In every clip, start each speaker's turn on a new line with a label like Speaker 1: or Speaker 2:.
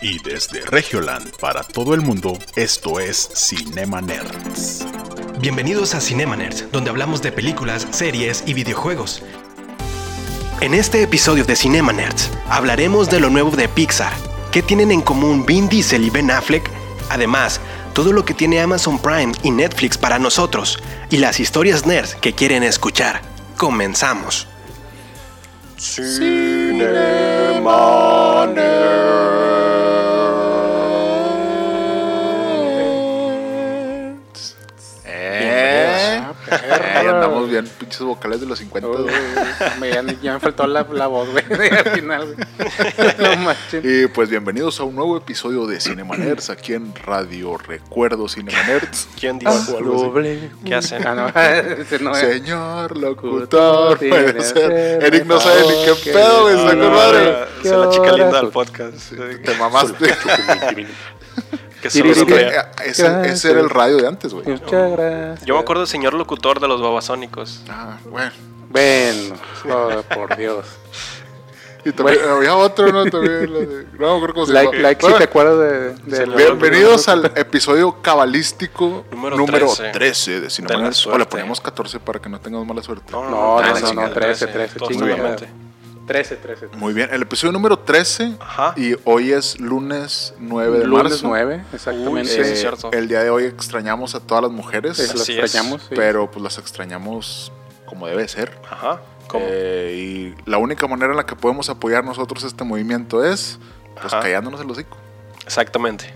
Speaker 1: y desde Regioland para todo el mundo, esto es Cinema Nerds.
Speaker 2: Bienvenidos a Cinema Nerds, donde hablamos de películas, series y videojuegos. En este episodio de Cinema Nerds hablaremos de lo nuevo de Pixar, qué tienen en común Vin Diesel y Ben Affleck, además todo lo que tiene Amazon Prime y Netflix para nosotros y las historias nerds que quieren escuchar. Comenzamos.
Speaker 3: Cinema
Speaker 4: Eh,
Speaker 3: Perro.
Speaker 4: eh, andamos bien, pinches vocales de los 50.
Speaker 3: Uy,
Speaker 4: güey.
Speaker 3: me, ya, ya me faltó la, la voz, güey, al final, güey. No manches.
Speaker 4: Y pues bienvenidos a un nuevo episodio de Cinema Nerds aquí en Radio Recuerdo Cinema Nerds.
Speaker 2: ¿Quién dice?
Speaker 4: o algo así.
Speaker 2: ¿Qué hacen?
Speaker 3: Ah, no, ese no es.
Speaker 4: Señor locutor,
Speaker 3: Sí,
Speaker 4: puede
Speaker 3: de
Speaker 4: ser.
Speaker 3: ser,
Speaker 4: Eric
Speaker 3: de
Speaker 4: no sabe ni
Speaker 3: favor,
Speaker 4: qué
Speaker 3: que-
Speaker 4: pedo, güey,
Speaker 3: No,
Speaker 2: Ah,
Speaker 4: está
Speaker 3: no,
Speaker 4: con madre.
Speaker 3: ¿Qué
Speaker 2: soy la chica
Speaker 3: horas?
Speaker 2: linda del podcast.
Speaker 4: Te mamaste.
Speaker 2: Que
Speaker 3: Sí,
Speaker 2: solo
Speaker 3: sí,
Speaker 4: Es que,
Speaker 2: sonreía.
Speaker 4: eh, ese, ese era el radio de antes, güey.
Speaker 3: Muchas gracias.
Speaker 2: Yo me acuerdo del señor locutor de los babasónicos.
Speaker 4: Ah, bueno.
Speaker 3: Bueno, oh, por Dios.
Speaker 4: Y también había otro, ¿no? También, la de- no, me acuerdo cómo se
Speaker 3: Like,
Speaker 4: llama.
Speaker 3: like si
Speaker 4: Bueno,
Speaker 3: te acuerdas de, de
Speaker 2: Pues, Se
Speaker 3: la-
Speaker 2: me olvidó.
Speaker 4: Bienvenidos al episodio cabalístico
Speaker 2: Número
Speaker 4: número,
Speaker 2: 13.
Speaker 4: 13. de Cinema
Speaker 2: De la
Speaker 4: Nerds. O
Speaker 2: suerte.
Speaker 4: le ponemos 14 para que no tengamos mala suerte.
Speaker 3: No,
Speaker 4: no,
Speaker 2: trece,
Speaker 4: no, no,
Speaker 2: chingada, trece,
Speaker 3: trece, trece,
Speaker 2: todos
Speaker 3: chingada.
Speaker 2: solamente.
Speaker 3: 13, 13.
Speaker 4: Muy bien, el episodio número 13
Speaker 2: Ajá.
Speaker 4: y hoy es lunes 9 de
Speaker 3: Lunes
Speaker 4: marzo.
Speaker 3: 9,
Speaker 2: Uy,
Speaker 3: exactamente.
Speaker 2: sí,
Speaker 4: Eh,
Speaker 2: es cierto.
Speaker 4: El día de hoy extrañamos a todas las mujeres,
Speaker 3: Es, lo
Speaker 2: Así es.
Speaker 3: extrañamos. sí.
Speaker 4: pero pues las extrañamos como debe ser.
Speaker 2: Ajá. ¿Cómo?
Speaker 4: Eh, y la única manera en la que podemos apoyar nosotros este movimiento es pues
Speaker 2: Ajá.
Speaker 4: callándonos el hocico.
Speaker 2: Exactamente.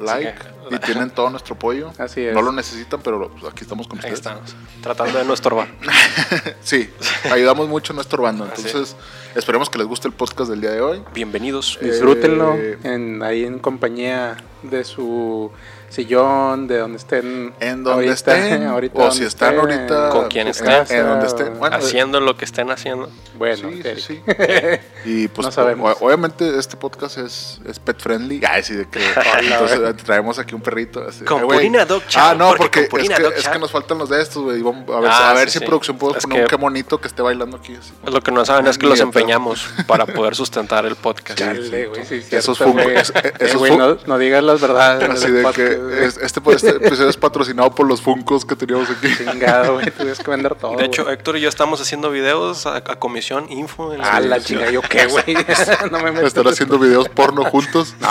Speaker 4: Like
Speaker 2: que-
Speaker 4: y tienen todo nuestro apoyo.
Speaker 3: Así es.
Speaker 4: No lo necesitan, pero pues, aquí estamos con
Speaker 2: Ahí
Speaker 4: ustedes.
Speaker 2: estamos. Tratando de no estorbar.
Speaker 4: Sí, ayudamos mucho en nuestro bando.
Speaker 2: Así.
Speaker 4: Entonces, esperemos que les guste el podcast del día de hoy.
Speaker 2: Bienvenidos.
Speaker 4: Eh,
Speaker 3: Disfrútenlo en, ahí en compañía de su sillón, de donde estén.
Speaker 4: En donde
Speaker 3: ahorita,
Speaker 4: estén,
Speaker 3: ahorita
Speaker 4: o
Speaker 3: donde
Speaker 4: si están
Speaker 3: estén, Ah,
Speaker 4: ahorita.
Speaker 2: Con quien
Speaker 4: en-
Speaker 2: estén.
Speaker 4: En, donde estén. Bueno,
Speaker 2: haciendo lo que estén haciendo.
Speaker 3: Bueno,
Speaker 4: sí,
Speaker 3: Eric.
Speaker 4: sí, sí. Y pues,
Speaker 3: No sabemos.
Speaker 4: o- obviamente, este podcast es, es pet friendly. Ah, sí, de que. entonces, traemos aquí un perrito. así,
Speaker 2: Con
Speaker 4: eh, güey.
Speaker 2: Purina Dog Chow,
Speaker 4: Ah, no,
Speaker 2: porque
Speaker 4: porque,
Speaker 2: con Purina
Speaker 4: es, que,
Speaker 2: Dog
Speaker 4: es
Speaker 2: Chow.
Speaker 4: que nos faltan los de estos, güey. y vamos- A ver,
Speaker 2: Ah,
Speaker 4: a ver
Speaker 2: sí,
Speaker 4: si
Speaker 2: sí.
Speaker 4: producción puede
Speaker 2: Es
Speaker 4: poner un
Speaker 2: que-
Speaker 4: qué bonito que esté bailando aquí. así.
Speaker 2: Lo que no saben es que
Speaker 4: Ni
Speaker 2: los
Speaker 4: de pedo.
Speaker 2: empeñamos para poder sustentar el podcast.
Speaker 3: Chale, güey, sí,
Speaker 4: Esos
Speaker 3: cierto,
Speaker 4: fungos-
Speaker 3: güey.
Speaker 4: es- es-
Speaker 3: Eh,
Speaker 4: esos
Speaker 3: güey,
Speaker 4: fun-
Speaker 3: no, no digas las verdades.
Speaker 4: Así
Speaker 3: del
Speaker 4: de
Speaker 3: podcast,
Speaker 4: que
Speaker 3: güey.
Speaker 4: es- este, este episodio es patrocinado por los Funcos que teníamos aquí.
Speaker 3: Chingado, güey, tuvieras que vender todo.
Speaker 2: De hecho, eh,
Speaker 3: güey.
Speaker 2: Héctor y yo estamos haciendo videos a, a comisión info. en
Speaker 3: a la
Speaker 2: Sí.
Speaker 3: chinga, yo qué, güey. no me meto.
Speaker 4: Estar haciendo videos porno juntos.
Speaker 3: No,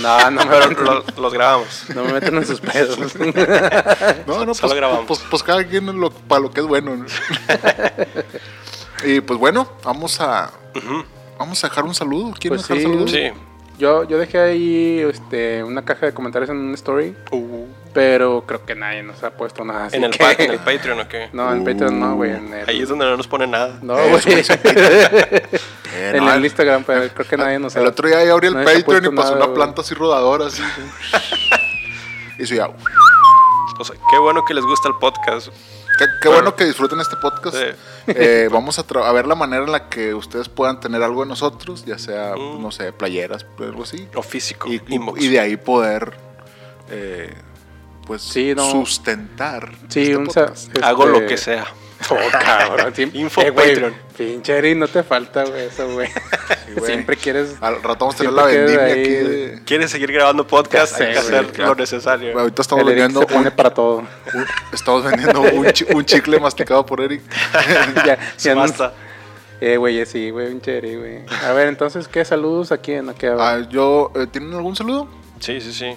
Speaker 3: no, no, me
Speaker 2: Pero
Speaker 3: meto-
Speaker 2: lo- los grabamos.
Speaker 3: no me metan en sus pedos.
Speaker 4: No,
Speaker 2: Solo
Speaker 4: no, pues,
Speaker 2: grabamos.
Speaker 4: Pues, pues cada quien lo- para lo que es bueno. ¿no? y pues bueno, vamos a
Speaker 2: Ujú.
Speaker 4: vamos a dejar un saludo. ¿Quieren
Speaker 3: Pues
Speaker 4: dejar
Speaker 3: sí.
Speaker 4: saludos? Eh,
Speaker 2: Sí.
Speaker 3: Yo, yo dejé ahí este, una caja de comentarios en un story, pero creo que nadie nos ha puesto nada. así
Speaker 2: Uh. en, el
Speaker 3: que-
Speaker 2: pa- en el Patreon, ¿o qué?
Speaker 3: No, en Patreon no, güey. en el-
Speaker 2: Ahí es donde no nos pone nada.
Speaker 3: No,
Speaker 4: Eh,
Speaker 3: güey.
Speaker 4: eso Eh,
Speaker 3: en
Speaker 4: no,
Speaker 3: el Instagram, pero creo que nadie nos ha
Speaker 4: el otro día ya abrí el
Speaker 3: nadie se ha
Speaker 4: Patreon
Speaker 3: puesto
Speaker 4: y pasó
Speaker 3: nada,
Speaker 4: una
Speaker 3: güey.
Speaker 4: planta así rodadora. Así. y eso ya.
Speaker 2: O sea, qué bueno que les gusta el podcast.
Speaker 4: Qué, qué bueno que disfruten este podcast.
Speaker 2: Sí.
Speaker 4: Eh, vamos a, tra- a ver la manera en la que ustedes puedan tener algo de nosotros, ya sea,
Speaker 2: Mm.
Speaker 4: no sé, playeras, algo así.
Speaker 2: O físico.
Speaker 4: Y, y-
Speaker 2: inbox.
Speaker 4: y de ahí poder eh, pues
Speaker 3: Sí, no.
Speaker 4: sustentar.
Speaker 3: Sí,
Speaker 4: este
Speaker 3: un sa-
Speaker 4: podcast.
Speaker 3: este-
Speaker 2: Hago lo que sea.
Speaker 3: Oh, cabrón. sí.
Speaker 2: Info
Speaker 3: Eh, güey,
Speaker 2: Patreon.
Speaker 3: Pinche Eri, no te falta, güey, eso, güey.
Speaker 4: güey.
Speaker 3: Siempre quieres.
Speaker 4: Al rato vamos a tener
Speaker 3: Siempre
Speaker 4: la vendimia
Speaker 3: queda ahí
Speaker 4: aquí.
Speaker 3: de-
Speaker 4: de-
Speaker 2: ¿Quieres seguir grabando podcast?
Speaker 3: Ya sé,
Speaker 2: Hay que
Speaker 3: güey,
Speaker 2: hacer
Speaker 4: ya.
Speaker 2: lo necesario.
Speaker 4: Ahorita estamos
Speaker 3: El Eric
Speaker 4: vendiendo,
Speaker 3: se pone
Speaker 4: un,
Speaker 3: para todo.
Speaker 4: un- estamos vendiendo un, chi- un chicle masticado por Eric.
Speaker 3: ya, ya no-
Speaker 2: Basta.
Speaker 3: Eh, güey, sí, güey, pinche Eri, güey. A ver, entonces, ¿qué saludos aquí en qué?
Speaker 4: Ah, yo, eh, ¿Tienen algún saludo?
Speaker 2: Sí, sí, sí.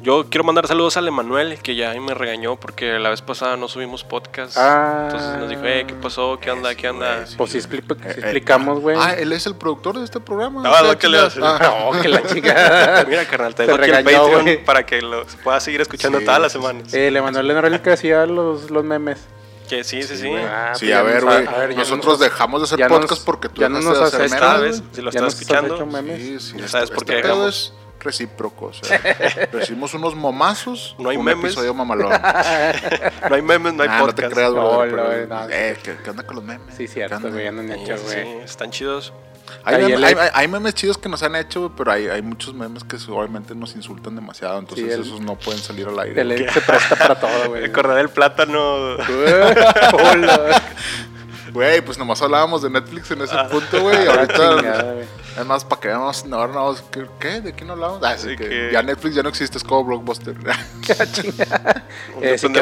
Speaker 2: Yo quiero mandar saludos al Emanuel, que ya ahí me regañó porque la vez pasada no subimos podcast.
Speaker 3: Ah.
Speaker 2: Entonces nos dijo, eh, ¿qué pasó? ¿Qué onda? ¿Qué onda?
Speaker 3: Pues sí, expli- sí
Speaker 4: Eh, eh,
Speaker 3: explicamos, güey.
Speaker 4: Ah, él es el productor de este programa.
Speaker 2: Ah, no,
Speaker 4: Sí,
Speaker 2: que le
Speaker 4: chingas.
Speaker 2: hace.
Speaker 4: Ah,
Speaker 3: No, que la chingada.
Speaker 2: Mira, carnal, te
Speaker 3: Te
Speaker 2: dejo aquí el
Speaker 3: regañó,
Speaker 2: Patreon
Speaker 3: güey.
Speaker 2: para que lo se pueda seguir escuchando
Speaker 4: Sí,
Speaker 2: todas las
Speaker 4: sí,
Speaker 2: semanas.
Speaker 3: Eh, le mandó el Leonardo que hacía los, los memes.
Speaker 2: que sí, sí, sí.
Speaker 4: güey.
Speaker 3: Ah,
Speaker 4: sí,
Speaker 3: pues ya
Speaker 4: a ver,
Speaker 3: nos-
Speaker 4: güey.
Speaker 3: a ver, ya
Speaker 4: Nosotros
Speaker 3: nos-
Speaker 4: dejamos de
Speaker 3: ya
Speaker 4: hacer
Speaker 3: nos-
Speaker 4: podcast porque tú
Speaker 3: ya no
Speaker 4: dejaste de
Speaker 3: nos
Speaker 4: hacer
Speaker 3: haces
Speaker 4: memes.
Speaker 2: Esta vez, si lo
Speaker 3: Ya
Speaker 2: estás
Speaker 3: nos has
Speaker 2: escuchando,
Speaker 3: hecho memes.
Speaker 4: Sí, sí,
Speaker 2: Ya
Speaker 4: este-
Speaker 2: sabes por qué
Speaker 4: este pedo
Speaker 2: dejamos.
Speaker 4: es recíproco. o sea, recibimos unos momazos.
Speaker 2: No hay
Speaker 4: un
Speaker 2: memes.
Speaker 4: episodio mamalón.
Speaker 2: no hay memes, no hay
Speaker 4: Ah, no
Speaker 2: podcast.
Speaker 4: te creas,
Speaker 3: No,
Speaker 4: brother,
Speaker 3: no,
Speaker 4: pero-
Speaker 3: no.
Speaker 4: eh, ¿qué, qué onda con los memes?
Speaker 3: Sí,
Speaker 4: ¿Qué
Speaker 3: cierto,
Speaker 4: onda?
Speaker 3: güey, ya no han hecho,
Speaker 2: Sí,
Speaker 3: güey.
Speaker 2: sí, están chidos.
Speaker 4: Hay,
Speaker 3: Ahí
Speaker 4: mem-
Speaker 3: el-
Speaker 4: hay- hay- hay memes chidos que nos han hecho, güey, pero hay, hay muchos memes que su- obviamente nos insultan demasiado, entonces
Speaker 3: Sí, el-
Speaker 4: esos no pueden salir al aire.
Speaker 3: El Eric se presta para todo, güey.
Speaker 2: Recordar el plátano.
Speaker 3: Hola.
Speaker 4: Güey, pues nomás hablábamos de Netflix en ese punto, güey, y
Speaker 3: Ah,
Speaker 4: ahorita
Speaker 3: chingada, güey.
Speaker 4: Es más, para que veamos, no, no, ¿qué? qué? ¿De qué no hablamos? Ah, así
Speaker 5: De
Speaker 4: que,
Speaker 5: que-
Speaker 4: ya Netflix ya no existe, es como Blockbuster.
Speaker 3: Eh, sí queda un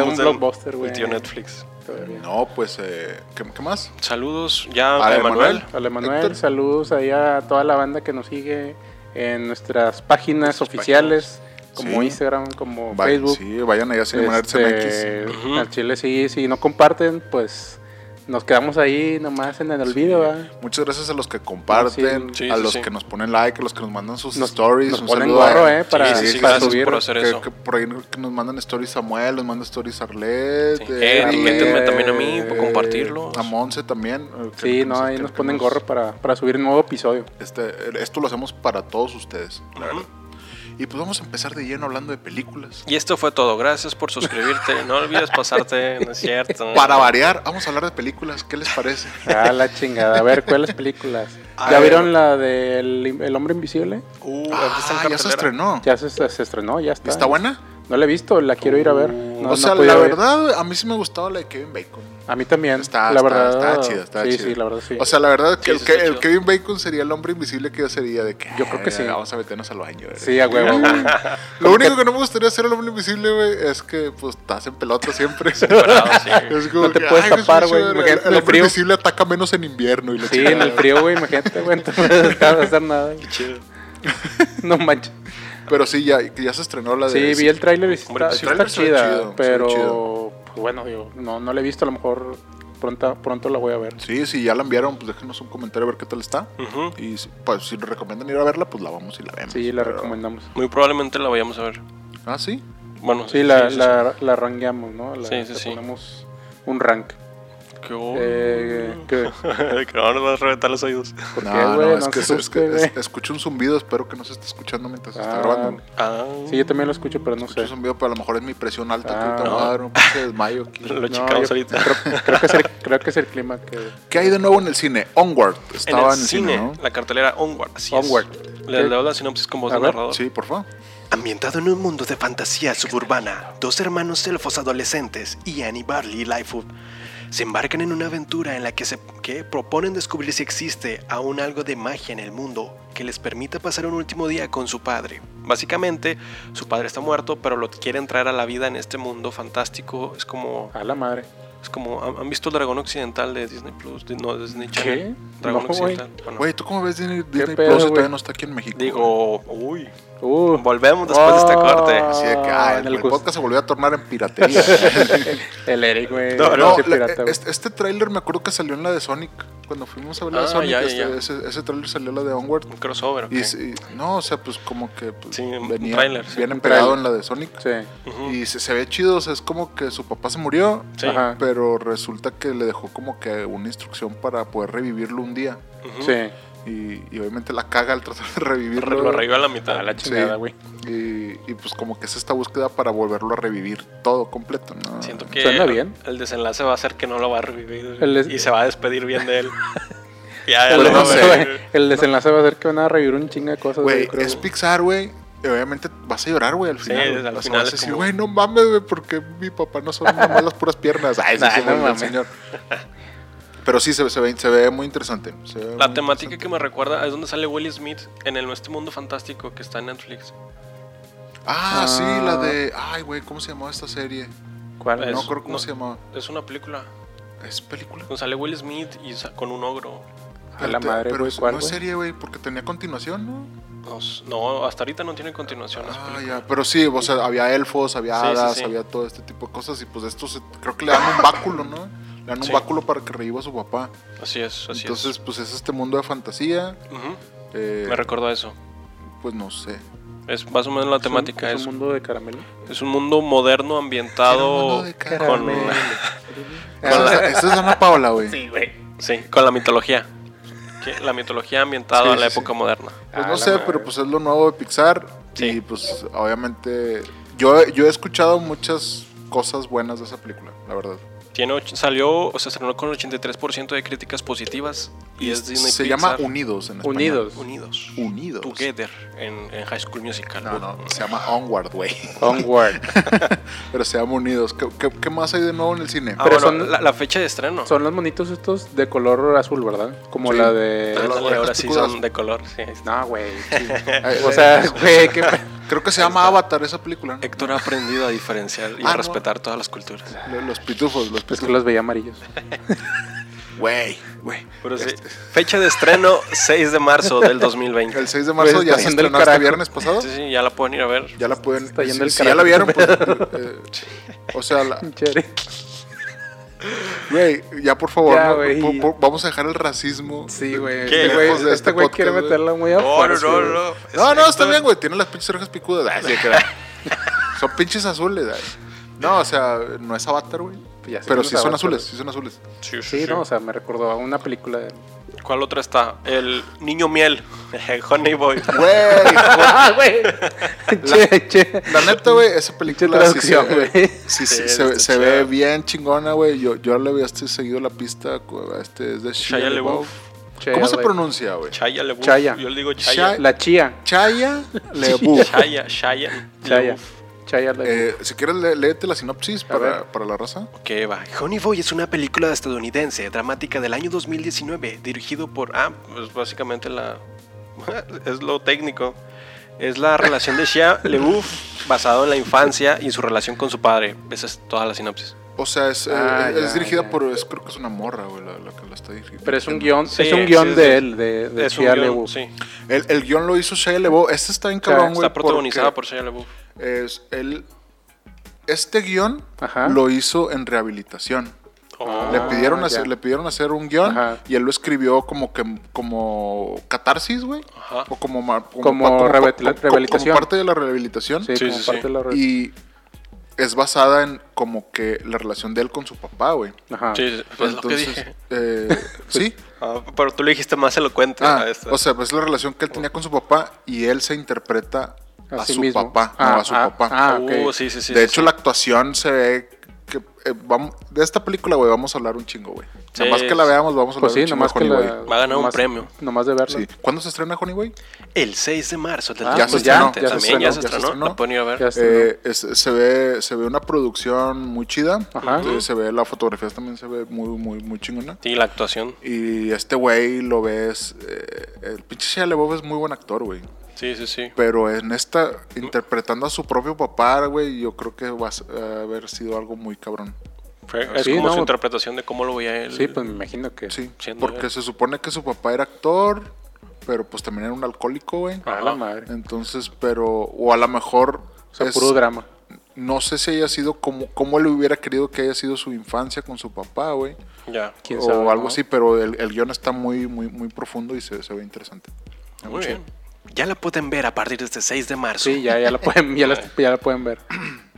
Speaker 5: Dependemos del
Speaker 3: blockbuster, güey.
Speaker 5: Tío Netflix.
Speaker 3: Todavía.
Speaker 4: no, pues, eh, ¿qué, qué más?
Speaker 5: Saludos ya
Speaker 4: Vale,
Speaker 5: a Emanuel.
Speaker 4: Emanuel.
Speaker 3: Hola Manuel,
Speaker 4: Héctor.
Speaker 3: saludos ahí a toda la banda que nos sigue en nuestras páginas oficiales, como
Speaker 4: Sí.
Speaker 3: Instagram, como
Speaker 4: Va-
Speaker 3: Facebook.
Speaker 4: Sí, vayan allá a Cinemaners MX.
Speaker 3: Este,
Speaker 5: Ujú.
Speaker 3: Al Chile sí, si no comparten, pues nos quedamos ahí nomás en el olvido, ¿verdad? Ah,
Speaker 4: Muchas gracias a los que comparten,
Speaker 5: Sí, sí,
Speaker 4: a
Speaker 5: sí,
Speaker 4: los
Speaker 5: sí.
Speaker 4: que nos ponen like, a los que nos mandan sus
Speaker 3: Nos-
Speaker 4: stories.
Speaker 3: nos
Speaker 4: un
Speaker 3: ponen
Speaker 4: saludo a-
Speaker 3: gorro, eh, para,
Speaker 5: sí, sí,
Speaker 3: para
Speaker 5: gracias
Speaker 3: subir.
Speaker 5: por hacer
Speaker 4: que,
Speaker 5: eso.
Speaker 4: que por ahí que nos mandan stories Samuel, nos manda stories Arlet.
Speaker 5: Sí.
Speaker 4: eh,
Speaker 5: Eh, etiquétenme
Speaker 4: Arlet,
Speaker 5: también a mí para
Speaker 4: eh,
Speaker 5: compartirlos.
Speaker 4: A Monse también. eh, que-
Speaker 3: Sí,
Speaker 4: que
Speaker 3: no, ahí
Speaker 4: que-
Speaker 3: nos
Speaker 4: que
Speaker 3: ponen gorro para, para subir un nuevo episodio.
Speaker 4: Este, esto lo hacemos para todos ustedes. la
Speaker 5: Ujú.
Speaker 4: verdad. Y pues vamos a empezar de lleno hablando de películas.
Speaker 5: Y esto fue todo. Gracias por suscribirte. No olvides pasarte, no es cierto.
Speaker 4: Para variar, vamos a hablar de películas. ¿Qué les parece?
Speaker 3: Ah, la chingada. A ver, ¿cuáles películas?
Speaker 5: A
Speaker 3: ¿Ya
Speaker 5: ver.
Speaker 3: vieron la del El Hombre Invisible?
Speaker 5: Uh, ahorita está en
Speaker 4: ah, ya se
Speaker 5: cartelera.
Speaker 4: estrenó.
Speaker 3: Ya se, se estrenó, ya
Speaker 4: ¿Y
Speaker 3: está.
Speaker 4: ¿Está buena?
Speaker 3: No la he visto, la quiero ir a ver. No,
Speaker 4: o sea,
Speaker 3: no he
Speaker 4: la
Speaker 3: podido ir.
Speaker 4: verdad, a mí sí me gustaba la de Kevin Bacon.
Speaker 3: A mí también.
Speaker 4: Está,
Speaker 3: la
Speaker 4: está-
Speaker 3: verdad,
Speaker 4: está chida, está
Speaker 3: sí,
Speaker 4: chida.
Speaker 3: Sí, la verdad, sí.
Speaker 4: O sea, la verdad, que
Speaker 5: Sí,
Speaker 4: el,
Speaker 5: sí
Speaker 4: que-
Speaker 5: está
Speaker 4: el
Speaker 5: chido.
Speaker 4: Kevin Bacon sería el hombre invisible que yo sería. De que,
Speaker 3: Yo creo
Speaker 4: "Ay,
Speaker 3: que sí.
Speaker 4: Vamos a meternos al baño. güey".
Speaker 3: sí, a huevo. güey.
Speaker 4: Lo único que... no me gustaría hacer el hombre invisible, güey, es que pues estás en pelota siempre.
Speaker 5: Parado, sí.
Speaker 4: Es como
Speaker 3: No te
Speaker 4: que,
Speaker 3: puedes
Speaker 4: "Ay, Jesús,
Speaker 3: tapar, güey".
Speaker 4: El,
Speaker 3: Porque en
Speaker 4: el
Speaker 3: el
Speaker 4: hombre
Speaker 3: frío-
Speaker 4: invisible ataca menos en invierno. Y la
Speaker 3: Sí,
Speaker 4: chingada,
Speaker 3: en el frío, güey, imagínate, güey. entonces No vas a hacer nada.
Speaker 5: Chido.
Speaker 3: No manches.
Speaker 4: Pero sí, ya, que ya se estrenó la de.
Speaker 3: Sí, vi el tráiler y sí
Speaker 5: Hombre,
Speaker 3: está,
Speaker 5: pues,
Speaker 3: sí
Speaker 4: el tráiler
Speaker 3: está
Speaker 4: se ve
Speaker 3: chida,
Speaker 4: chido, se ve
Speaker 3: pero
Speaker 4: chido.
Speaker 3: pues, bueno, digo, no, no la he visto, a lo mejor pronto, pronto la voy a ver.
Speaker 4: Sí, sí, ya la enviaron, pues déjenos un comentario a ver qué tal está.
Speaker 5: Ujú.
Speaker 4: Y si- pues si nos recomiendan ir a verla, pues la vamos y la vemos.
Speaker 3: Sí, la
Speaker 4: Pero-
Speaker 3: recomendamos.
Speaker 5: Muy probablemente la vayamos a ver.
Speaker 4: Ah, sí.
Speaker 5: Bueno,
Speaker 3: Sí, la,
Speaker 5: sí,
Speaker 3: la, la rangueamos, ¿no? La,
Speaker 5: Sí, sí,
Speaker 3: le
Speaker 5: sí. Oh.
Speaker 3: ponemos un rank.
Speaker 5: Qué bueno.
Speaker 3: Eh, ¿qué?
Speaker 5: que ahora vas a reventar los oídos.
Speaker 3: ¿Por
Speaker 4: no,
Speaker 3: qué, güey?
Speaker 4: no,
Speaker 3: No,
Speaker 4: es que,
Speaker 3: se
Speaker 4: es que
Speaker 3: asuste, güey.
Speaker 4: es- escucho un zumbido, espero que no se esté escuchando mientras está
Speaker 3: Ah,
Speaker 4: grabando.
Speaker 5: Ah,
Speaker 3: Sí, yo también lo escucho, pero no
Speaker 4: Escucho
Speaker 3: sé.
Speaker 4: un zumbido, pero a lo mejor es mi presión alta que
Speaker 3: Ah.
Speaker 4: ahorita me va a dar un pinche desmayo aquí.
Speaker 5: lo
Speaker 3: No,
Speaker 5: checamos
Speaker 3: yo
Speaker 5: ahorita.
Speaker 3: Creo, creo que es el, creo que es el clima que...
Speaker 4: ¿Qué hay de nuevo en el cine? Onward.
Speaker 5: En
Speaker 4: Estaba
Speaker 5: el,
Speaker 4: en el,
Speaker 5: cine,
Speaker 4: cine,
Speaker 5: la cartelera Onward. Así
Speaker 3: Onward.
Speaker 5: Es. Le, le doy la sinopsis con voz
Speaker 3: A
Speaker 5: de
Speaker 3: ver.
Speaker 4: ¿no?
Speaker 5: narrador.
Speaker 4: Sí, por favor.
Speaker 2: Ambientado en un mundo de fantasía suburbana, dos hermanos elfos adolescentes, Ian y Barley Lightfoot, se embarcan en una aventura en la que, se, que proponen descubrir si existe aún algo de magia en el mundo que les permita pasar un último día con su padre. Básicamente, su padre está muerto, pero lo que quieren traer a la vida en este mundo fantástico es como...
Speaker 3: A la madre.
Speaker 5: Es como ¿han, han visto el dragón occidental de Disney Plus? Di- no, de Disney
Speaker 3: ¿Qué?
Speaker 5: Channel. Dragón
Speaker 3: No, güey.
Speaker 5: occidental. Bueno,
Speaker 4: Güey, ¿tú cómo ves Disney, Disney
Speaker 3: pedo,
Speaker 4: Plus y todavía
Speaker 3: güey?
Speaker 4: no está aquí en México?
Speaker 5: digo, uy,
Speaker 3: Uh,
Speaker 5: volvemos después de este
Speaker 3: Oh.
Speaker 5: corte.
Speaker 4: Así de que, ah,
Speaker 3: Ah,
Speaker 4: el,
Speaker 3: en el
Speaker 4: el
Speaker 3: cus-
Speaker 4: podcast se volvió a tornar en piratería.
Speaker 3: el Eric, güey.
Speaker 5: No,
Speaker 4: no,
Speaker 3: pinche
Speaker 4: la-
Speaker 3: pirata, güey.
Speaker 4: este, este tráiler me acuerdo que salió en la de Sonic. Cuando fuimos a ver la de
Speaker 5: Ah,
Speaker 4: Sonic,
Speaker 5: ya, ya,
Speaker 4: este-
Speaker 5: ya.
Speaker 4: ese, ese tráiler salió en la de Onward.
Speaker 5: Un crossover. ok.
Speaker 4: Y, se- y- no, o sea, pues como que pues,
Speaker 5: Sí, un
Speaker 4: venía,
Speaker 5: tráiler, sí.
Speaker 4: viene
Speaker 3: Un
Speaker 4: pegado
Speaker 3: tráiler.
Speaker 4: en la de Sonic.
Speaker 3: Sí.
Speaker 5: Ujú.
Speaker 4: Y se, se ve chido, o sea, es como que su papá se murió,
Speaker 5: Sí.
Speaker 3: Ajá.
Speaker 4: pero resulta que le dejó como que una instrucción para poder revivirlo un día.
Speaker 5: Ujú.
Speaker 3: Sí.
Speaker 4: Y, y obviamente la caga al tratar de
Speaker 5: Re-
Speaker 4: revivirlo.
Speaker 5: Lo revivió a la mitad.
Speaker 3: A la
Speaker 4: Sí.
Speaker 3: chingada, güey.
Speaker 4: Y, y, pues como que es esta búsqueda para volverlo a revivir todo completo, ¿no?
Speaker 5: Siento que
Speaker 3: Suena bien.
Speaker 5: el desenlace va a ser que no lo va a revivir
Speaker 3: El des-
Speaker 5: y se va a despedir bien de él. ya, ya
Speaker 3: Pues
Speaker 4: Pero
Speaker 5: lo
Speaker 4: no
Speaker 5: va a
Speaker 4: sé.
Speaker 5: ver.
Speaker 3: El desenlace va a ser que van a revivir un chingo de cosas.
Speaker 4: Güey,
Speaker 3: yo creo,
Speaker 4: es Pixar, güey. y Obviamente vas a llorar, güey, al
Speaker 5: Sí,
Speaker 4: final. güey.
Speaker 5: al
Speaker 4: Vas a-
Speaker 5: final
Speaker 4: vas a
Speaker 5: es
Speaker 4: decir,
Speaker 5: como-
Speaker 4: güey, no mames, güey, porque mi papá no son nomás las puras piernas. Ay, sí,
Speaker 3: Nah,
Speaker 4: sí,
Speaker 3: no
Speaker 4: güey, el
Speaker 3: mames.
Speaker 4: señor. Pero sí, se, ve- se ve, se ve muy interesante. se ve
Speaker 5: La
Speaker 4: muy
Speaker 5: temática que
Speaker 4: interesante.
Speaker 5: me recuerda es donde sale Will Smith en el Este Mundo Fantástico que está en Netflix.
Speaker 4: Ah,
Speaker 3: Ah.
Speaker 4: sí, la de. Ay, güey, ¿cómo se llamaba esta serie?
Speaker 3: ¿Cuál?
Speaker 5: Es-
Speaker 4: no creo cómo
Speaker 5: no.
Speaker 4: se llamaba.
Speaker 5: Es una película
Speaker 4: ¿Es película?
Speaker 5: donde sale Will Smith y sa- con un ogro.
Speaker 3: A la
Speaker 4: Espérate,
Speaker 3: madre,
Speaker 4: pero
Speaker 3: güey,
Speaker 4: es-
Speaker 3: ¿cuál,
Speaker 4: no es
Speaker 3: güey?
Speaker 4: serie, güey, porque tenía continuación, ¿no?
Speaker 5: No, s- No, hasta ahorita no tiene continuación. las
Speaker 4: Ah,
Speaker 5: películas.
Speaker 4: ya. Pero sí, o sea, había elfos, había
Speaker 5: Sí, sí,
Speaker 4: hadas,
Speaker 5: sí.
Speaker 4: había todo este tipo de cosas. Y pues de estos, creo que le dan un báculo, ¿no? Le dan un
Speaker 5: Sí.
Speaker 4: báculo para que reviva a su papá.
Speaker 5: Así es, así
Speaker 4: Entonces, pues es este mundo de fantasía.
Speaker 5: es. Ujú.
Speaker 4: eh,
Speaker 5: Me recordó a eso.
Speaker 4: pues no sé.
Speaker 5: Es más o menos
Speaker 3: Es
Speaker 5: la
Speaker 3: un-
Speaker 5: temática.
Speaker 3: Es
Speaker 5: Es,
Speaker 3: un mundo de caramelo.
Speaker 5: es un mundo moderno ambientado
Speaker 4: Era un mundo de
Speaker 5: con,
Speaker 4: caramelo.
Speaker 3: Ah,
Speaker 4: Con la- Esa es Ana Paola, güey.
Speaker 5: sí, con la mitología. Que- La mitología ambientada
Speaker 4: Sí,
Speaker 5: a la
Speaker 4: sí, sí.
Speaker 5: época moderna.
Speaker 4: Pues
Speaker 3: Ah,
Speaker 4: no
Speaker 3: la
Speaker 4: sé,
Speaker 3: madre.
Speaker 4: pero pues es lo nuevo de Pixar.
Speaker 5: Sí.
Speaker 4: Y pues obviamente yo, yo he escuchado muchas cosas buenas de esa película, la verdad.
Speaker 5: Tiene och- salió, o sea, estrenó con 83% de críticas positivas y es Disney
Speaker 4: Se
Speaker 5: Pixar.
Speaker 4: llama Unidos en español.
Speaker 3: Unidos.
Speaker 5: Unidos.
Speaker 4: Unidos.
Speaker 5: Together en, en High School Musical. Ah,
Speaker 4: No, no, se llama Onward, güey.
Speaker 3: Onward.
Speaker 4: Pero se llama Unidos. ¿Qué, qué, qué más hay de nuevo en el cine?
Speaker 5: Ah,
Speaker 3: Pero
Speaker 5: bueno,
Speaker 3: son-
Speaker 5: la, la fecha de estreno.
Speaker 3: Son los monitos estos de color azul, ¿verdad? Como
Speaker 4: Sí.
Speaker 3: la
Speaker 5: Ándale,
Speaker 3: de.
Speaker 4: las orejas
Speaker 5: ahora sí
Speaker 4: picudas.
Speaker 5: son de color. sí, ahí está.
Speaker 3: No, güey. sí.
Speaker 4: Ay,
Speaker 3: O sea, güey, qué. pe-
Speaker 4: creo que se llama Avatar esa película. ¿no?
Speaker 5: Héctor ha aprendido a diferenciar y
Speaker 4: Ah,
Speaker 5: a
Speaker 4: no.
Speaker 5: respetar todas las culturas.
Speaker 4: Los- Los pitufos, los
Speaker 3: Es que
Speaker 4: pitufos.
Speaker 3: los veía amarillos.
Speaker 4: Güey, güey.
Speaker 5: Pero sí, Este, fecha de estreno 6 de marzo del 2020.
Speaker 4: El 6 de marzo
Speaker 3: Pues,
Speaker 4: ya
Speaker 3: está
Speaker 4: se
Speaker 3: yendo el
Speaker 4: estrenó este
Speaker 3: carajo.
Speaker 4: viernes pasado.
Speaker 5: Sí, sí, ya la pueden ir a ver.
Speaker 4: Ya la pueden.
Speaker 3: Está yendo
Speaker 4: si,
Speaker 3: el
Speaker 4: si ya la
Speaker 3: carajo.
Speaker 4: vieron, pues. eh, o sea, la-
Speaker 3: Chévere.
Speaker 4: güey, ya por favor,
Speaker 3: Ya,
Speaker 4: no,
Speaker 3: güey.
Speaker 4: por- por- vamos a dejar el racismo.
Speaker 3: Sí, güey.
Speaker 5: ¿Qué?
Speaker 3: Este güey-
Speaker 4: Lejos de este
Speaker 3: Este güey
Speaker 4: podcast,
Speaker 3: quiere
Speaker 4: güey.
Speaker 3: meterla muy a
Speaker 5: No, no,
Speaker 3: fuerza,
Speaker 5: no,
Speaker 3: güey.
Speaker 5: no.
Speaker 4: No, no, está
Speaker 5: Héctor-
Speaker 4: bien, güey. Tiene las pinches orejas picudas. Ay, sí, que era. Son pinches azules. ay. No, o sea, no es Avatar, güey.
Speaker 3: Pues ya sé
Speaker 4: Pero
Speaker 3: que no
Speaker 4: sí
Speaker 3: es
Speaker 4: son
Speaker 3: Avatar.
Speaker 4: azules, sí son azules.
Speaker 5: Sí, sí,
Speaker 3: Sí,
Speaker 5: sí.
Speaker 3: no, o sea, me recordó a una película de.
Speaker 5: ¿Cuál otra está? El Niño Miel, Honey Boy.
Speaker 4: Güey.
Speaker 3: ¡Ah, güey! che, che.
Speaker 4: La neta, güey, esa película sí se,
Speaker 3: traducción, güey.
Speaker 4: sí, sí,
Speaker 5: Sí,
Speaker 4: se,
Speaker 5: está
Speaker 4: se ve
Speaker 5: chida.
Speaker 4: bien chingona, güey. Yo, yo le había este- seguido la pista. cu- a Este es de Shia
Speaker 5: Shia LaBeouf.
Speaker 4: LaBeouf. ¿Cómo se
Speaker 3: güey.
Speaker 4: pronuncia, güey?
Speaker 5: Chaya Lebu.
Speaker 3: Chaya.
Speaker 5: Yo le digo Chaya.
Speaker 3: La chía.
Speaker 4: Chaya LaBeouf.
Speaker 5: Chaya, Chaya.
Speaker 3: Chaya.
Speaker 5: Lebu.
Speaker 3: Chaya la.
Speaker 4: Eh, si quieres, lé- léete la sinopsis para,
Speaker 3: ver.
Speaker 4: para la raza.
Speaker 5: Ok, va.
Speaker 2: Honey Boy es una película estadounidense dramática del año 2019 dirigido por...
Speaker 5: Ah, pues básicamente la. es lo técnico. Es la relación de Shia LeBouf basado en la infancia y su relación con su padre. Esa es toda la sinopsis.
Speaker 4: O sea, es, eh,
Speaker 3: Ah,
Speaker 4: es
Speaker 3: ya,
Speaker 4: dirigida
Speaker 3: ya.
Speaker 4: por. Es, creo que es una morra, güey, la, la que la está dirigiendo.
Speaker 3: Pero es un guión,
Speaker 5: eh, Sí,
Speaker 3: es un
Speaker 5: sí,
Speaker 3: guión
Speaker 5: es-
Speaker 3: de él, de, de
Speaker 5: es un
Speaker 3: Shia
Speaker 5: guión,
Speaker 3: LaBeouf.
Speaker 5: sí.
Speaker 4: El, el guión lo hizo Shia LaBeouf. Este está en cabrón, güey.
Speaker 5: Está protagonizada por
Speaker 4: porque Ah,
Speaker 5: Shia LeBouf.
Speaker 4: Es el. Este guión
Speaker 3: Ajá.
Speaker 4: lo hizo en rehabilitación.
Speaker 5: Oh.
Speaker 4: Le
Speaker 3: Ah,
Speaker 4: pidieron,
Speaker 3: ya.
Speaker 4: hacer, le pidieron hacer un guión
Speaker 3: Ajá.
Speaker 4: y él lo escribió como que como catarsis, güey.
Speaker 5: Ajá.
Speaker 4: O como, ma- como,
Speaker 3: Como
Speaker 4: pa- pa-
Speaker 3: rehabil-
Speaker 4: como-
Speaker 3: rehabilitación.
Speaker 4: como parte de la rehabilitación.
Speaker 3: Sí,
Speaker 5: Sí,
Speaker 3: como
Speaker 5: sí, sí.
Speaker 3: parte de la red.
Speaker 4: Y es basada en como que la relación de él con su papá, güey.
Speaker 3: Ajá.
Speaker 5: Sí, sí, pues lo que dije.
Speaker 4: eh, sí.
Speaker 5: Ah, pero tú lo dijiste más elocuente.
Speaker 4: Ah,
Speaker 5: a esta.
Speaker 4: o sea, pues la relación que él tenía con su papá y él se interpreta a,
Speaker 3: sí
Speaker 4: su
Speaker 3: mismo.
Speaker 4: papá,
Speaker 3: Ah,
Speaker 4: no a su
Speaker 3: ah,
Speaker 4: papá.
Speaker 3: Ah, ok.
Speaker 5: Uh, sí, sí, sí.
Speaker 4: de
Speaker 5: sí,
Speaker 4: hecho,
Speaker 5: sí.
Speaker 4: la actuación se ve que eh, vamos, de esta película, güey, vamos a hablar un chingo, güey.
Speaker 5: Sí,
Speaker 4: Nomás que la
Speaker 5: sí.
Speaker 4: veamos, vamos a hablar
Speaker 3: Pues sí,
Speaker 4: un chingo.
Speaker 3: nomás
Speaker 4: de
Speaker 3: que
Speaker 4: Honey,
Speaker 3: la,
Speaker 4: güey.
Speaker 5: Va a ganar un
Speaker 3: nomás-
Speaker 5: premio.
Speaker 3: Nomás de verla.
Speaker 4: Sí. ¿Cuándo se estrena Honeyway?
Speaker 2: El 6 de marzo del
Speaker 3: Ah,
Speaker 4: ya
Speaker 2: 2020.
Speaker 4: se estrenó,
Speaker 5: También
Speaker 4: ya se estrenó,
Speaker 5: pues
Speaker 4: ya
Speaker 5: ya se
Speaker 4: se
Speaker 5: estrenó.
Speaker 4: estrenó.
Speaker 5: La pueden ir a ver.
Speaker 3: Ya está, Este, ¿no?
Speaker 4: Eh, es- se, ve, se ve una producción muy chida.
Speaker 3: Ajá.
Speaker 4: Eh, se ve la fotografía también se ve muy, muy, muy chingona.
Speaker 5: Sí, la actuación.
Speaker 4: Y este güey lo ves. eh, el pinche Shia LaBeouf es muy buen actor, güey.
Speaker 5: Sí, sí, sí.
Speaker 4: Pero en esta, interpretando a su propio papá, güey, yo creo que va a s- a haber sido algo muy cabrón.
Speaker 5: Fue- Es
Speaker 3: Sí,
Speaker 5: como
Speaker 3: no.
Speaker 5: su interpretación de cómo lo veía él.
Speaker 3: Sí, pues me imagino que.
Speaker 4: Sí,
Speaker 5: Siendo
Speaker 4: porque
Speaker 5: él.
Speaker 4: se supone que su papá era actor, pero pues también era un alcohólico, güey.
Speaker 3: A la Ah, madre.
Speaker 4: Entonces, pero. O a lo mejor.
Speaker 3: O sea,
Speaker 4: es-
Speaker 3: puro drama.
Speaker 4: No sé si haya sido como, como él hubiera querido que haya sido su infancia con su papá, güey.
Speaker 5: Ya.
Speaker 3: ¿Quién
Speaker 4: o
Speaker 3: sabe,
Speaker 4: algo
Speaker 3: no?
Speaker 4: así, pero el, el guión está muy, muy, muy profundo y se, se ve interesante.
Speaker 5: Muy bien.
Speaker 2: Ya la pueden ver a partir de este 6 de marzo.
Speaker 3: Sí, ya, ya, la pueden, ya, la, ya la pueden ver.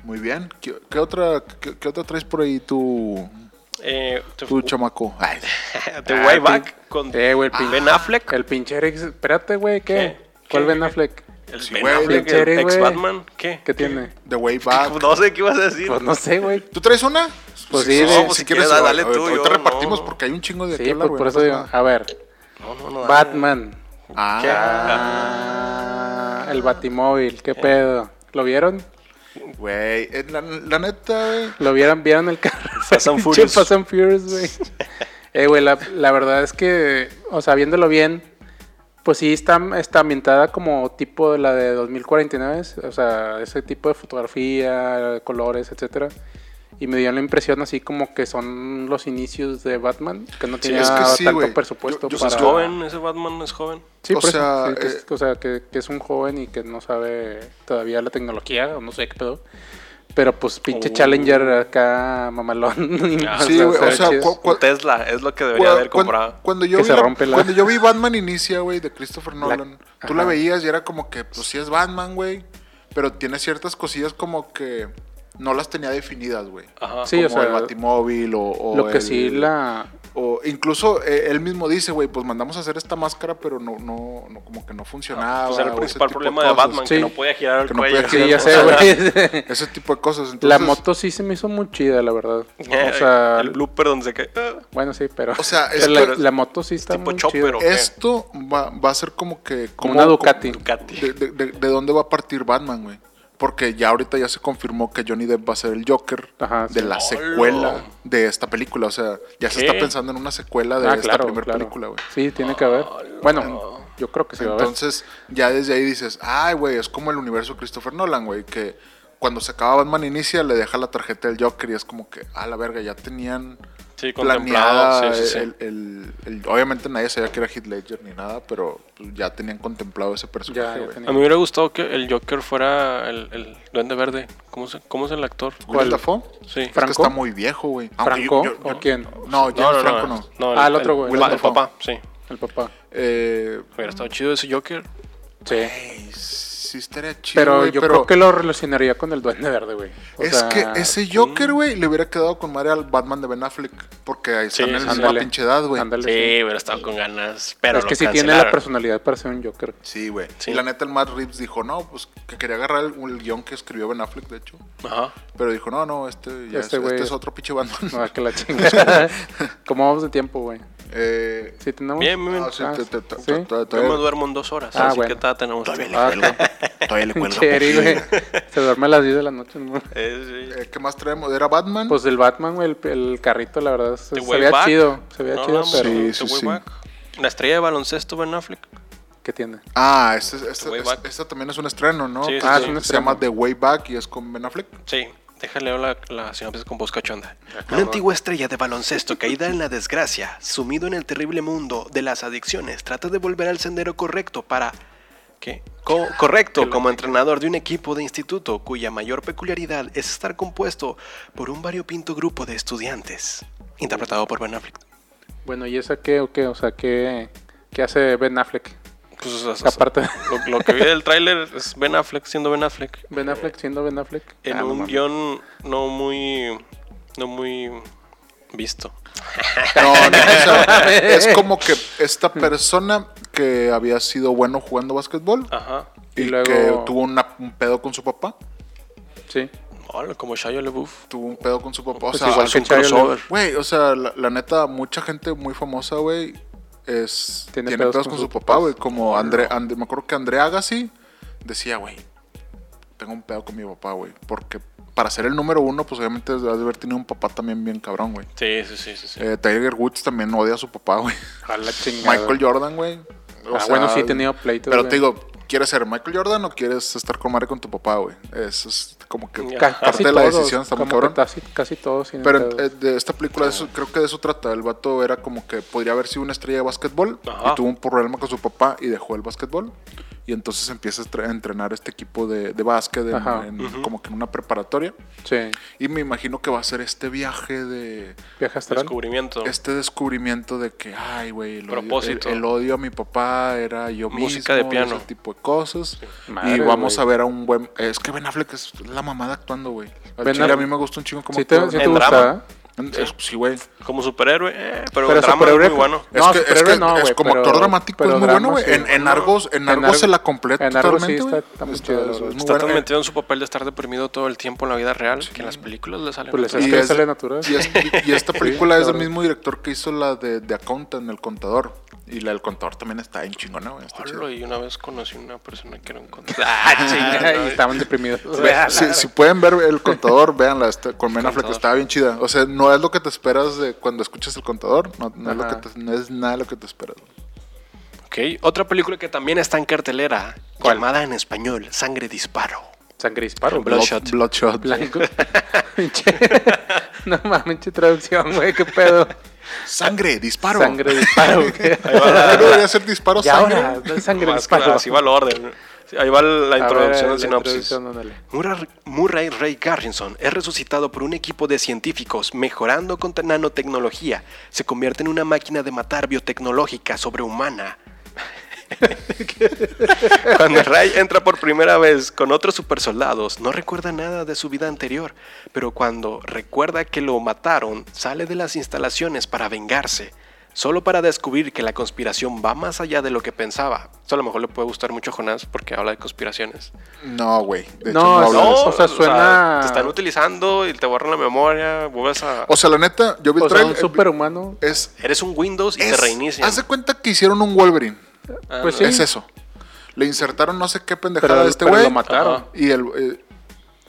Speaker 4: Muy bien. ¿Qué, qué otra, qué, qué otra traes por ahí tu,
Speaker 5: Eh, te-
Speaker 4: tu chamaco? Ay,
Speaker 5: The Way
Speaker 3: Ah, pin-
Speaker 5: Back con
Speaker 3: Eh, güey, el pin-
Speaker 5: Ben Affleck.
Speaker 3: El pinche Eric. Espérate, güey, ¿qué?
Speaker 5: ¿Qué?
Speaker 3: ¿Cuál
Speaker 5: ¿Qué?
Speaker 3: Ben Affleck?
Speaker 5: El
Speaker 4: Sí,
Speaker 5: Ben
Speaker 4: güey,
Speaker 5: Affleck,
Speaker 3: de serie,
Speaker 5: el ex
Speaker 3: güey.
Speaker 5: Batman. ¿Qué?
Speaker 3: ¿Qué tiene?
Speaker 4: The Way Back.
Speaker 5: No sé qué ibas a decir.
Speaker 3: Pues no sé, güey.
Speaker 4: ¿Tú traes una?
Speaker 3: Pues sí, de-
Speaker 5: si quieres, da- dale
Speaker 4: ahor-
Speaker 5: tú,
Speaker 4: ahorita
Speaker 5: yo
Speaker 4: repartimos
Speaker 5: no.
Speaker 4: porque hay un chingo de
Speaker 3: Sí,
Speaker 4: qué hablar,
Speaker 3: pues
Speaker 4: güey, no
Speaker 3: por eso
Speaker 4: pasa
Speaker 3: digo.
Speaker 4: nada.
Speaker 3: A ver,
Speaker 5: No, no, no, dale.
Speaker 3: Batman.
Speaker 5: ¿Qué?
Speaker 4: Ah,
Speaker 3: Ah, el Batimóvil, ¿qué pedo? ¿Lo vieron?
Speaker 4: güey. eh, La, la neta, güey.
Speaker 3: ¿Lo vieron? ¿Vieron el carro?
Speaker 5: Fast and
Speaker 3: Pinche
Speaker 5: Furious.
Speaker 3: Fast and Furious, güey. Eh, güey, la, la verdad es que, o sea, viéndolo bien, pues sí está, está ambientada como tipo de la de 2049, o sea, ese tipo de fotografía, colores, etcétera. Y me dio la impresión así como que son los inicios de Batman, que no tenía
Speaker 4: es que sí,
Speaker 3: tanto
Speaker 4: güey.
Speaker 3: presupuesto
Speaker 4: Yo- yo-
Speaker 5: Es
Speaker 3: para...
Speaker 5: joven, ese Batman es joven.
Speaker 3: Sí,
Speaker 4: O
Speaker 3: por eso,
Speaker 4: sea,
Speaker 3: sí, que es-
Speaker 4: eh,
Speaker 3: o sea, que, que es un joven y que no sabe todavía la tecnología, o no sé qué pedo. Pero pues pinche
Speaker 5: Oh.
Speaker 3: Challenger acá, mamalón.
Speaker 5: Ah,
Speaker 4: Sí, güey. O
Speaker 3: sabe
Speaker 4: sea,
Speaker 3: chido.
Speaker 4: cu- cu-
Speaker 5: Un Tesla, es lo que debería haber
Speaker 4: Cuando-
Speaker 5: comprado.
Speaker 4: Cuando yo,
Speaker 3: Que
Speaker 4: vi
Speaker 3: se
Speaker 4: la-
Speaker 3: rompe la-
Speaker 4: cuando yo vi Batman Inicia, güey, de Christopher Nolan, tú la
Speaker 3: ajá.
Speaker 4: veías y era como que, pues sí es Batman, güey, pero tiene ciertas cosillas como que no las tenía definidas, güey.
Speaker 5: Ajá.
Speaker 3: Sí,
Speaker 4: como
Speaker 3: o sea,
Speaker 4: el Batimóvil o, o
Speaker 3: lo que
Speaker 4: el-
Speaker 3: sí la...
Speaker 4: O incluso eh, él mismo dice, güey, pues mandamos a hacer esta máscara, pero no, no, no como que no funcionaba.
Speaker 5: Pues
Speaker 4: o
Speaker 5: era el
Speaker 4: ese
Speaker 5: principal
Speaker 4: tipo
Speaker 5: problema de
Speaker 4: cosas.
Speaker 5: Batman,
Speaker 3: Sí.
Speaker 5: que no podía girar el
Speaker 4: Que no
Speaker 5: cuello.
Speaker 4: podía
Speaker 3: Sí, ya
Speaker 4: o
Speaker 3: sé,
Speaker 4: sea,
Speaker 3: güey.
Speaker 4: Ese tipo de cosas. Entonces,
Speaker 3: La moto sí se me hizo muy chida, la verdad. O sea,
Speaker 5: el blooper donde se cae. ah,
Speaker 3: bueno, sí, pero.
Speaker 4: O sea,
Speaker 3: pero
Speaker 4: esto-
Speaker 3: la, la moto sí está
Speaker 5: tipo
Speaker 3: muy
Speaker 5: chopper,
Speaker 3: chida.
Speaker 5: ¿o qué?
Speaker 4: Esto va, va a ser como que...
Speaker 3: Como
Speaker 4: cómo-
Speaker 3: una Ducati.
Speaker 5: Ducati.
Speaker 4: de, de- de- de dónde va a partir Batman, güey? Porque ya ahorita ya se confirmó que Johnny Depp va a ser el Joker
Speaker 3: Ajá,
Speaker 4: de
Speaker 3: sí.
Speaker 4: la
Speaker 5: ¡Hola!
Speaker 4: secuela de esta película. O sea, ya se
Speaker 5: ¿Qué?
Speaker 4: está pensando en una secuela de
Speaker 3: Ah,
Speaker 4: esta
Speaker 3: claro,
Speaker 4: primera
Speaker 3: claro.
Speaker 4: película, güey.
Speaker 3: Sí, tiene que haber. Bueno, yo creo que sí va a haber.
Speaker 4: Entonces, ya desde ahí dices, ay, güey, es como el universo Christopher Nolan, güey, que cuando se acaba Batman Inicia le deja la tarjeta del Joker y es como que, a la verga, ya tenían
Speaker 5: Sí,
Speaker 4: planeada
Speaker 5: contemplado. Sí, sí, sí.
Speaker 4: el- el- el- obviamente nadie sabía que era Heath Ledger ni nada, pero pues, ya tenían contemplado ese
Speaker 3: Ya,
Speaker 4: personaje,
Speaker 3: ya
Speaker 4: güey.
Speaker 5: A mí me hubiera gustado que el Joker fuera el, el Duende Verde. ¿Cómo es, ¿Cómo es el actor?
Speaker 4: ¿Willem Dafoe?
Speaker 5: Sí.
Speaker 4: Es que
Speaker 3: ¿Franco?
Speaker 4: está muy viejo, güey. Aunque
Speaker 3: ¿Franco?
Speaker 4: yo- yo-
Speaker 3: ¿O quién?
Speaker 4: No, James Franco no.
Speaker 3: Ah, el otro, güey.
Speaker 5: El,
Speaker 4: Willem
Speaker 5: pa- el
Speaker 4: Dafoe.
Speaker 5: papá, sí.
Speaker 3: El papá.
Speaker 4: Eh,
Speaker 5: Hubiera estado chido ese Joker.
Speaker 3: Sí.
Speaker 4: ey, sí estaría chido,
Speaker 3: Pero
Speaker 4: güey,
Speaker 3: yo creo que lo relacionaría con el Duende Verde, güey. O
Speaker 4: es
Speaker 3: sea,
Speaker 4: que ese Joker, güey, le hubiera quedado con madre al Batman de Ben Affleck. Porque ahí
Speaker 5: Sí,
Speaker 4: están en
Speaker 5: sí,
Speaker 4: la
Speaker 5: sí.
Speaker 4: misma pinche edad, güey.
Speaker 3: ándale,
Speaker 5: Sí,
Speaker 3: sí.
Speaker 5: hubiera estado con ganas. Pero
Speaker 3: es que
Speaker 5: lo
Speaker 3: sí tiene la
Speaker 5: cancelaron.
Speaker 3: personalidad para ser un Joker.
Speaker 4: Sí, güey.
Speaker 5: Sí.
Speaker 4: Y la neta, el Matt Reeves dijo, no, pues que quería agarrar el, el guión que escribió Ben Affleck, de hecho.
Speaker 5: Ajá.
Speaker 4: Pero dijo, no, no, este, ya
Speaker 3: Este
Speaker 4: es,
Speaker 3: güey-
Speaker 4: este es otro pinche Batman.
Speaker 3: No, que la chingada. ¿Cómo vamos de tiempo, güey?
Speaker 4: Eh,
Speaker 3: ¿Sí tenemos?
Speaker 5: Bien, bien, bien.
Speaker 4: ah, sí,
Speaker 3: Ah,
Speaker 4: te- te- te-
Speaker 3: ¿sí?
Speaker 4: te- te- te-
Speaker 5: Yo me duermo en dos horas.
Speaker 3: Ah,
Speaker 5: así
Speaker 3: bueno.
Speaker 5: que todavía tenemos tiempo.
Speaker 3: Ah, ok.
Speaker 1: Todavía le cuelgo.
Speaker 3: Cheri, güey. Se duerme a las 10 de la noche. ¿no?
Speaker 5: Eh, sí.
Speaker 4: eh, ¿Qué más traemos? ¿Era Batman?
Speaker 3: Pues el Batman, güey, el, el carrito, la verdad, se,
Speaker 5: The
Speaker 3: Pues se
Speaker 5: Way
Speaker 3: veía
Speaker 5: Back.
Speaker 3: chido. Se veía
Speaker 5: No,
Speaker 3: chido,
Speaker 5: no,
Speaker 3: pero
Speaker 5: sí,
Speaker 4: sí,
Speaker 5: The Way
Speaker 4: sí.
Speaker 5: Back. La estrella de baloncesto Ben Affleck.
Speaker 3: ¿qué tiene?
Speaker 4: ah, este, este-
Speaker 5: Way
Speaker 4: este-
Speaker 5: Back.
Speaker 4: este también es un estreno, ¿no?
Speaker 5: Sí, sí,
Speaker 4: Ah,
Speaker 5: sí.
Speaker 4: es un
Speaker 3: Se
Speaker 4: Se llama
Speaker 3: llama
Speaker 4: The Way Back y es con Ben Affleck.
Speaker 5: Sí. Déjale leer la, la sinopsis con voz cachonda.
Speaker 2: Una antigua estrella de baloncesto caída en la desgracia, sumido en el terrible mundo de las adicciones, trata de volver al sendero correcto para... ¿Qué? Co- correcto, como entrenador de un equipo de instituto cuya mayor peculiaridad es estar compuesto por un variopinto grupo de estudiantes. Interpretado por Ben Affleck.
Speaker 3: Bueno, ¿y esa qué o qué? O sea, ¿qué, qué hace Ben Affleck?
Speaker 5: Pues, o sea,
Speaker 3: Que aparte,
Speaker 5: lo, lo que vi del tráiler es Ben Affleck siendo Ben Affleck.
Speaker 3: Ben Affleck siendo Ben Affleck.
Speaker 5: En
Speaker 3: Ah, no
Speaker 5: un
Speaker 3: mames.
Speaker 5: guión no muy. No muy. Visto.
Speaker 4: No, no, o sea, es como que esta persona que había sido bueno jugando básquetbol
Speaker 5: Ajá.
Speaker 4: y,
Speaker 3: Y luego-
Speaker 4: que tuvo una- un pedo con su papá,
Speaker 3: Sí.
Speaker 5: Hola, como Shia LaBeouf.
Speaker 4: tuvo un pedo con su papá, o
Speaker 5: Pues
Speaker 4: sea,
Speaker 5: igual
Speaker 4: hace
Speaker 5: que
Speaker 4: un
Speaker 5: Shia
Speaker 4: crossover.
Speaker 5: LaBeouf.
Speaker 4: Güey, o sea, la, la neta mucha gente muy famosa, güey, es tiene, pedos, con, su
Speaker 3: sus
Speaker 4: papá,
Speaker 3: papás.
Speaker 4: güey, como André, André- me acuerdo que André Agassi decía, güey, tengo un pedo con mi papá, güey, porque para ser el número uno, pues obviamente has de haber tenido un papá también bien cabrón, güey.
Speaker 5: Sí, sí, sí, sí. sí.
Speaker 4: Eh, Tiger Woods también odia a su papá, güey.
Speaker 3: A la chingada.
Speaker 4: Michael Jordan, güey. O
Speaker 3: Ah,
Speaker 4: sea,
Speaker 3: bueno, sí he tenido pleitos.
Speaker 4: Pero
Speaker 3: güey.
Speaker 4: te digo, ¿quieres ser Michael Jordan o quieres estar con Mari con tu papá, güey? Eso es como que.
Speaker 5: Ya.
Speaker 3: Ca-
Speaker 5: Ajá.
Speaker 4: parte de la decisión está muy
Speaker 3: como que
Speaker 4: cabrón.
Speaker 3: Casi, casi todos. tienen
Speaker 4: Pero
Speaker 3: pedos.
Speaker 4: eh, de esta película, de eso- creo que de eso trata. El vato era como que podría haber sido una estrella de básquetbol
Speaker 5: Ajá.
Speaker 4: y tuvo un problema con su papá y dejó el básquetbol. Y entonces empieza a estre- a entrenar este equipo de, de básquet, en-
Speaker 3: Ajá.
Speaker 4: en- como que en una preparatoria.
Speaker 3: sí.
Speaker 4: Y me imagino que va a ser este viaje de.
Speaker 3: Viaje astral.
Speaker 5: Descubrimiento.
Speaker 4: Este descubrimiento de que, ay, güey, el, odio- el,
Speaker 5: Propósito.
Speaker 4: el odio a mi papá era yo
Speaker 5: Música
Speaker 4: mismo,
Speaker 5: de piano.
Speaker 4: ese tipo de cosas. y
Speaker 3: Madre,
Speaker 4: vamos
Speaker 3: güey.
Speaker 4: a ver a un buen. Es que Ben Affleck es la mamada actuando, güey. Al
Speaker 3: Ben
Speaker 4: chile
Speaker 3: Affleck-
Speaker 4: a mí me gusta un chingo como
Speaker 3: Sí te,
Speaker 4: actor.
Speaker 3: sí te
Speaker 5: En
Speaker 3: gusta. ¿eh?
Speaker 5: drama.
Speaker 4: Es- Sí, güey.
Speaker 5: Como superhéroe. eh, pero,
Speaker 3: Pero
Speaker 5: el drama es
Speaker 3: superhéroe-
Speaker 5: muy bueno.
Speaker 4: Es
Speaker 3: No,
Speaker 4: que, es
Speaker 3: superhéroe
Speaker 4: que
Speaker 3: no,
Speaker 4: es
Speaker 3: güey,
Speaker 4: como
Speaker 3: pero-
Speaker 4: actor dramático
Speaker 3: pero
Speaker 4: es muy
Speaker 3: drama
Speaker 4: bueno, güey.
Speaker 3: sí.
Speaker 4: En, en Argos, en
Speaker 3: En
Speaker 4: Argos,
Speaker 3: Argos-
Speaker 4: se la completa
Speaker 3: en Argos sí
Speaker 4: totalmente,
Speaker 3: está-
Speaker 4: güey.
Speaker 3: está muy chido, la verdad.
Speaker 4: muy
Speaker 5: Está tan
Speaker 4: bueno.
Speaker 5: metido en su papel de estar deprimido todo el tiempo en la vida real que en las películas le salen.
Speaker 3: Pues les
Speaker 5: otras-
Speaker 3: Es
Speaker 4: Y
Speaker 3: que
Speaker 4: es-
Speaker 3: sale natural.
Speaker 4: Y, es- y- y esta película
Speaker 3: Sí,
Speaker 4: es del
Speaker 3: claro.
Speaker 4: mismo director que hizo la de The Accountant, El Contador. Y la del Contador también está en chingona, güey. Está chida.
Speaker 5: Hola, y una vez conocí una persona que era un contra. Ah, chinga,
Speaker 3: y
Speaker 5: no.
Speaker 3: estaban deprimidos.
Speaker 4: Si, si pueden ver el contador, véanla está- con Ben Affleck,
Speaker 5: Contador.
Speaker 4: está bien chida. O sea, no es lo que te esperas de cuando escuchas el contador, no, no es, lo que
Speaker 3: Ajá.
Speaker 4: te- no es nada lo que te esperas.
Speaker 5: Ok, otra película que también está en cartelera.
Speaker 2: Llamada en español, Sangre Disparo.
Speaker 3: Sangre disparo. güey.
Speaker 5: Bloodshot.
Speaker 4: Bloodshot.
Speaker 3: Blanco. Pinche- no mames, pinche traducción, güey. ¿Qué pedo?
Speaker 4: Sangre, disparo.
Speaker 3: Sangre disparo. güey.
Speaker 4: Pero debería ser disparo
Speaker 3: Y
Speaker 4: sangre.
Speaker 3: ahora, sangre
Speaker 5: Más que
Speaker 3: disparo.
Speaker 5: nada, Así va el orden. Sí, Ahí va la
Speaker 3: A ver,
Speaker 5: introducción
Speaker 3: la
Speaker 5: al sinopsis.
Speaker 3: introducción, ándale.
Speaker 2: Murray, Murray Ray Garrison es resucitado por un equipo de científicos mejorando con nanotecnología. Se convierte en una máquina de matar biotecnológica sobrehumana.
Speaker 5: Cuando Ray entra por primera vez con otros supersoldados, no recuerda nada de su vida anterior, pero cuando recuerda que lo mataron, sale de las instalaciones para vengarse, solo para descubrir que la conspiración va más allá de lo que pensaba. Esto a lo mejor le puede gustar mucho a Jonás porque habla de conspiraciones.
Speaker 4: No, güey. De hecho, no,
Speaker 3: No, es-
Speaker 4: habla de eso.
Speaker 3: o sea, suena-
Speaker 5: te están utilizando y te borran la memoria, vuelves a...
Speaker 4: O sea, la neta, yo vi Pues
Speaker 3: O
Speaker 4: el
Speaker 3: sea,
Speaker 4: trailer.
Speaker 3: un superhumano.
Speaker 4: Es.
Speaker 5: Eres un Windows y te
Speaker 4: es
Speaker 5: reinician.
Speaker 4: haz de cuenta que hicieron un Wolverine.
Speaker 5: Ah,
Speaker 3: Pues
Speaker 5: no.
Speaker 3: sí.
Speaker 4: Es eso. Le insertaron no sé qué pendejada
Speaker 3: Pero,
Speaker 4: de este
Speaker 3: pero
Speaker 4: güey.
Speaker 3: lo mataron.
Speaker 5: Ajá.
Speaker 4: Y el. eh,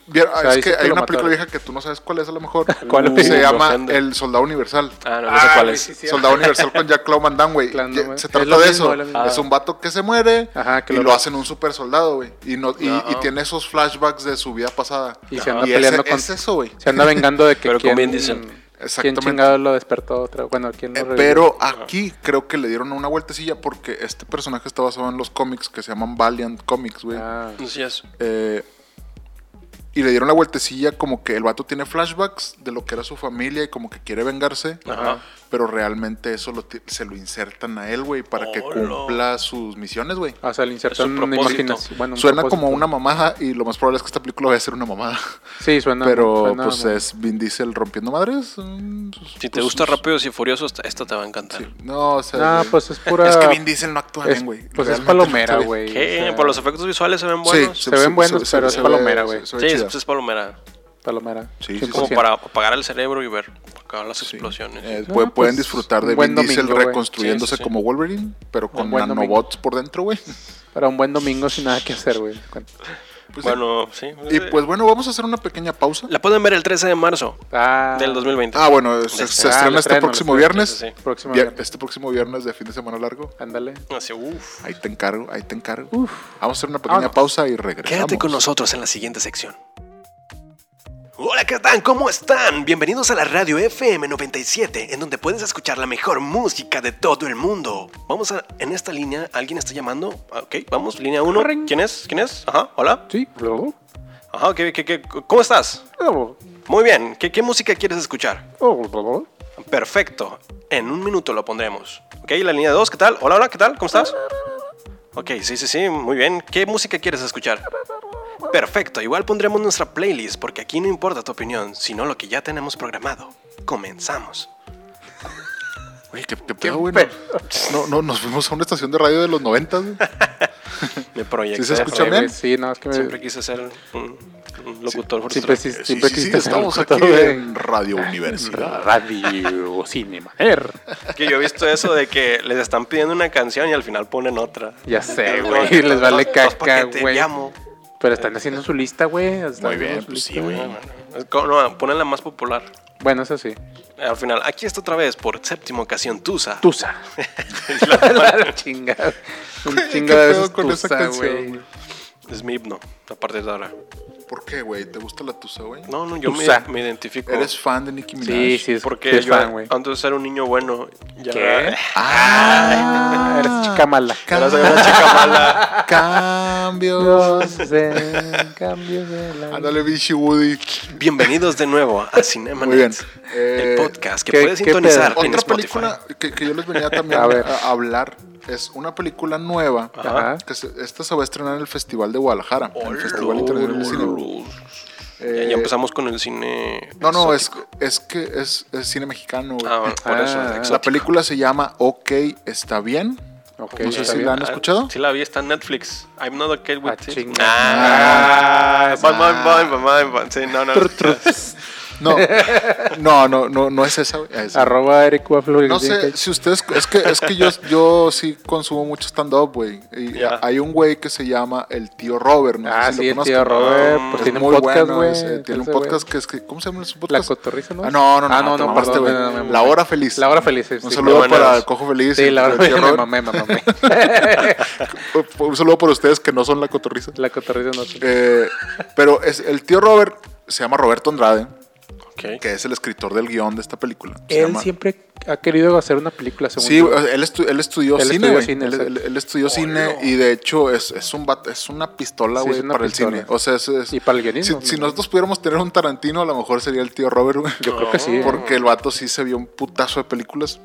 Speaker 4: vier-
Speaker 3: sea,
Speaker 4: es
Speaker 3: dice
Speaker 4: que
Speaker 3: que
Speaker 4: hay
Speaker 3: lo
Speaker 4: una película
Speaker 3: mataron.
Speaker 4: vieja que tú no sabes cuál es, a lo mejor.
Speaker 5: ¿Cuál?
Speaker 4: se
Speaker 5: Uh,
Speaker 4: llama
Speaker 5: Alejandro.
Speaker 4: El Soldado Universal.
Speaker 5: Ah, no, no sé
Speaker 3: Ah,
Speaker 5: cuál
Speaker 3: güey,
Speaker 5: es.
Speaker 3: sí, sí.
Speaker 4: Soldado Universal con Jack Claw Mandan, güey.
Speaker 3: Claro,
Speaker 4: Ya-
Speaker 3: no,
Speaker 4: Se
Speaker 3: es
Speaker 4: trata
Speaker 3: lo
Speaker 4: de
Speaker 3: mismo,
Speaker 4: eso.
Speaker 3: es lo mismo.
Speaker 4: Es un vato que se muere
Speaker 3: Ajá, que
Speaker 4: y
Speaker 3: lo-
Speaker 4: lo hacen un super soldado, güey. Y, no, y,
Speaker 5: No.
Speaker 4: y tiene esos flashbacks de su vida pasada.
Speaker 3: Y se anda
Speaker 4: ese-
Speaker 3: peleando con-
Speaker 4: Es eso, güey.
Speaker 3: Se anda vengando de que
Speaker 5: Pero con
Speaker 3: quién,
Speaker 5: Vin Diesel.
Speaker 3: quién
Speaker 4: Exactamente.
Speaker 3: chingado lo despertó otra Bueno, quién lo
Speaker 4: Eh,
Speaker 3: revivió.
Speaker 4: pero aquí creo que le dieron una vueltecilla porque este personaje está basado en los cómics que se llaman Valiant Comics, güey.
Speaker 3: Ah,
Speaker 5: Así es.
Speaker 4: Eh, y le dieron la vueltecilla como que el vato tiene flashbacks de lo que era su familia y como que quiere vengarse.
Speaker 3: Ah.
Speaker 5: Ajá.
Speaker 4: Pero realmente eso lo ti- se lo insertan a él, güey, para que
Speaker 5: Hola.
Speaker 4: cumpla sus misiones, güey.
Speaker 3: o sea, le insertan
Speaker 5: Es un
Speaker 3: una
Speaker 5: propósito.
Speaker 3: imaginación. Bueno, un
Speaker 4: Suena
Speaker 3: propósito.
Speaker 4: como una mamada y lo más probable es que esta película vaya a ser una mamada.
Speaker 3: Sí, suena.
Speaker 4: pero
Speaker 3: suena-
Speaker 4: pues es Vin Diesel rompiendo madres. mm, pues,
Speaker 5: Si te
Speaker 4: pues,
Speaker 5: gusta
Speaker 4: pues,
Speaker 5: Rápidos y Furiosos, esta te va a encantar.
Speaker 4: sí. No, o sea.
Speaker 3: No,
Speaker 4: güey,
Speaker 3: pues es pura.
Speaker 4: eh, Es que Vin Diesel no actúa
Speaker 3: es-
Speaker 4: bien, güey.
Speaker 3: Pues es
Speaker 4: Realmente
Speaker 3: palomera,
Speaker 4: no actúa
Speaker 3: güey.
Speaker 5: ¿Qué?
Speaker 3: o sea,
Speaker 5: Por los efectos visuales se ven buenos. Sí,
Speaker 3: se ven buenos, pero es
Speaker 4: ve-
Speaker 3: palomera, güey.
Speaker 4: se ve chida.
Speaker 5: pues es palomera.
Speaker 3: Palomera.
Speaker 4: Sí, sí, sí.
Speaker 5: Como
Speaker 3: 100%.
Speaker 5: para apagar el cerebro y ver acá las
Speaker 4: Sí.
Speaker 5: explosiones.
Speaker 4: Eh, pu-
Speaker 3: No, pues,
Speaker 4: pueden disfrutar de
Speaker 3: un buen
Speaker 4: Vin Diesel
Speaker 3: domingo, güey.
Speaker 4: reconstruyéndose
Speaker 5: Sí, sí, sí.
Speaker 4: como Wolverine, pero con
Speaker 3: buen domingo.
Speaker 4: nanobots por dentro, güey.
Speaker 3: Para un buen domingo sin nada que hacer, güey.
Speaker 4: Pues,
Speaker 5: bueno, sí.
Speaker 4: sí. Y pues bueno, vamos a hacer una pequeña pausa.
Speaker 5: La pueden ver el 13 de marzo
Speaker 3: Ah,
Speaker 5: del 2020.
Speaker 4: Ah, bueno, se,
Speaker 5: Este-
Speaker 4: se
Speaker 3: ah,
Speaker 4: estrena
Speaker 3: lo
Speaker 4: este
Speaker 3: estreno,
Speaker 4: próximo
Speaker 3: lo estreno,
Speaker 4: viernes.
Speaker 5: sí, sí.
Speaker 3: Próximo
Speaker 4: Vier-
Speaker 3: viernes.
Speaker 4: Este próximo viernes de fin de semana largo.
Speaker 3: Ándale.
Speaker 5: Así, Ah, uf.
Speaker 4: Ahí te encargo, ahí te encargo.
Speaker 3: Uf.
Speaker 4: Vamos a hacer una pequeña
Speaker 3: Vámonos.
Speaker 4: pausa y regresamos.
Speaker 5: Quédate con nosotros en la siguiente sección. Hola, ¿qué tal? ¿Cómo están? Bienvenidos a la radio FM 97, en donde puedes escuchar la mejor música de todo el mundo. Vamos a, en esta línea, ¿alguien está llamando? Ah, Ok, vamos, línea 1.
Speaker 3: Ring.
Speaker 5: ¿Quién es? ¿Quién es? Ajá, hola.
Speaker 3: Sí, luego.
Speaker 5: Ajá, ¿qué, qué, qué- cómo estás?
Speaker 3: Luego.
Speaker 5: Muy bien, ¿qué, qué música quieres escuchar?
Speaker 3: luego, luego.
Speaker 5: Perfecto, en un minuto lo pondremos. Ok, la línea 2, ¿qué tal? Hola, hola, ¿qué tal? ¿Cómo estás? Ok, sí, sí, sí, muy bien. ¿Qué música quieres escuchar? Perfecto, igual pondremos nuestra playlist porque aquí no importa tu opinión, sino lo que ya tenemos programado. Comenzamos.
Speaker 4: Güey, qué, qué pedo, güey. No, no, nos fuimos a una estación de radio de los 90. güey.
Speaker 5: Me proyecté.
Speaker 4: ¿Sí se escucha
Speaker 5: güey.
Speaker 4: bien?
Speaker 3: Eh, Sí, no, es que me.
Speaker 5: Siempre quise ser un, un locutor.
Speaker 3: Siempre,
Speaker 5: frustrado.
Speaker 3: Eh, sí, pues.
Speaker 4: Sí,
Speaker 3: siempre
Speaker 4: sí, sí,
Speaker 3: quisiste ser
Speaker 4: estamos aquí
Speaker 3: locutor, güey.
Speaker 4: en Radio Universidad.
Speaker 3: Radio Cinemaner.
Speaker 5: Que yo he visto eso de que les están pidiendo una canción y al final ponen otra.
Speaker 3: Ya sé,
Speaker 5: Eh,
Speaker 3: güey.
Speaker 5: no,
Speaker 3: Les vale
Speaker 4: pues,
Speaker 5: no, no, ¿por
Speaker 3: caca,
Speaker 5: qué te
Speaker 3: güey.
Speaker 5: llamo?
Speaker 3: Pero están haciendo su lista, güey.
Speaker 4: Muy bien, pues sí, güey.
Speaker 5: Ah, Es como- No, ponen la más popular.
Speaker 3: Bueno, eso sí.
Speaker 5: Al final, aquí está otra vez por séptima ocasión Tusa.
Speaker 3: Tusa. la chinga. Un chingo
Speaker 4: ¿Qué
Speaker 3: de
Speaker 4: pedo
Speaker 3: veces
Speaker 4: con esa
Speaker 3: Tusa,
Speaker 4: canción,
Speaker 3: güey.
Speaker 4: güey?
Speaker 5: Es mi himno, a partir de ahora.
Speaker 4: ¿Por qué, güey? ¿Te gusta la tusa, güey?
Speaker 5: No, no, yo me,
Speaker 3: Tusa.
Speaker 5: me identifico.
Speaker 4: ¿Eres fan de Nicki Minaj?
Speaker 3: Sí, sí, es
Speaker 5: porque
Speaker 3: sí es
Speaker 5: yo
Speaker 3: fan, güey.
Speaker 5: antes de ser un niño bueno, ya
Speaker 3: ¿Qué?
Speaker 4: Ah,
Speaker 3: Eres chica mala.
Speaker 5: Ahora soy una chica mala.
Speaker 4: Cambios.
Speaker 3: Cambios de, cambios de la-
Speaker 4: Ándale, Vichy Woody.
Speaker 5: Bienvenidos de nuevo a Cinema
Speaker 4: Muy bien.
Speaker 5: Nights,
Speaker 4: Eh,
Speaker 5: el podcast que
Speaker 3: ¿qué-
Speaker 5: puedes
Speaker 3: qué
Speaker 5: sintonizar
Speaker 3: pedo?
Speaker 5: en
Speaker 4: Otra
Speaker 5: Spotify.
Speaker 4: película que, que yo les venía también
Speaker 3: A
Speaker 4: a,
Speaker 3: ver.
Speaker 4: a hablar es una película nueva.
Speaker 3: Ajá.
Speaker 4: Que se- esta se va a estrenar en el Festival de Guadalajara, en el Festival
Speaker 5: Oh,
Speaker 4: Internacional de Cine.
Speaker 5: Ya-
Speaker 4: Eh,
Speaker 5: ya empezamos con el cine.
Speaker 4: No, no, es,
Speaker 5: exótico.
Speaker 4: es que es, es cine mexicano. güey.
Speaker 5: Ah, bueno, por
Speaker 3: Ah,
Speaker 5: eso.
Speaker 3: ah,
Speaker 5: exótico.
Speaker 4: la película se llama Ok, está bien.
Speaker 3: Ok,
Speaker 4: No sé
Speaker 3: está
Speaker 4: si
Speaker 3: bien.
Speaker 4: la han escuchado.
Speaker 5: Ah, Sí, la vi, está en Netflix. I'm not okay with
Speaker 3: Ah,
Speaker 5: it.
Speaker 3: chinga.
Speaker 5: Ah, bye, bye, bye, bye, bye, bye. Sí, no, no.
Speaker 4: No, no, no, no, no es esa. güey. Es-
Speaker 3: Arroba Eric Waflo.
Speaker 4: No sé si ustedes. Es que, es que yo, yo sí consumo mucho stand-up, güey. Y
Speaker 5: Ya.
Speaker 4: Hay un güey que se llama el tío Robert. No
Speaker 3: Ah,
Speaker 4: sé si
Speaker 3: sí,
Speaker 4: lo
Speaker 3: el tío
Speaker 4: conozcan.
Speaker 3: Robert.
Speaker 5: Ah,
Speaker 3: Pues
Speaker 4: Es
Speaker 3: tiene un
Speaker 4: muy
Speaker 3: podcast,
Speaker 4: bueno,
Speaker 3: güey.
Speaker 4: ese, tiene un
Speaker 3: ese güey.
Speaker 4: podcast que es que. ¿Cómo se llama su
Speaker 3: Pues La
Speaker 4: podcast?
Speaker 3: cotorriza, ¿no?
Speaker 4: Ah, no, no, no.
Speaker 3: Ah, no,
Speaker 4: te
Speaker 3: no,
Speaker 4: mamaste,
Speaker 3: perdón,
Speaker 4: güey.
Speaker 3: no, no, me mamé.
Speaker 4: la hora feliz.
Speaker 3: La hora feliz. sí,
Speaker 4: Un
Speaker 3: sí.
Speaker 4: saludo
Speaker 5: Buenas.
Speaker 4: para el Cojo Feliz.
Speaker 3: Sí,
Speaker 4: el
Speaker 3: la
Speaker 4: tío
Speaker 3: verdad me
Speaker 4: Robert.
Speaker 3: mamé, me mamé.
Speaker 4: Un saludo para ustedes que no son la cotorriza.
Speaker 3: La cotorriza no sé.
Speaker 4: Eh, pero es, el tío Robert se llama Roberto Andrade,
Speaker 5: Ok.
Speaker 4: que es el escritor del guión de esta película. Se
Speaker 3: Él
Speaker 4: llama-
Speaker 3: siempre ha querido hacer una película, según
Speaker 4: Sí,
Speaker 3: yo.
Speaker 4: él, estu- él estudió
Speaker 3: Él
Speaker 4: cine,
Speaker 3: estudió
Speaker 4: güey.
Speaker 3: cine,
Speaker 4: él,
Speaker 3: exacto.
Speaker 4: él- él estudió cine y de hecho es, es un vato- es una pistola,
Speaker 3: Sí,
Speaker 4: güey,
Speaker 3: es una
Speaker 4: para
Speaker 3: pistola.
Speaker 4: el cine. O sea, es- es-
Speaker 3: Y para el guionismo,
Speaker 4: Si, si
Speaker 3: ¿no?
Speaker 4: nosotros pudiéramos tener un Tarantino, a lo mejor sería el tío Robert, güey.
Speaker 3: Yo creo que sí. ¿eh?
Speaker 4: Porque el vato sí se vio un putazo de películas.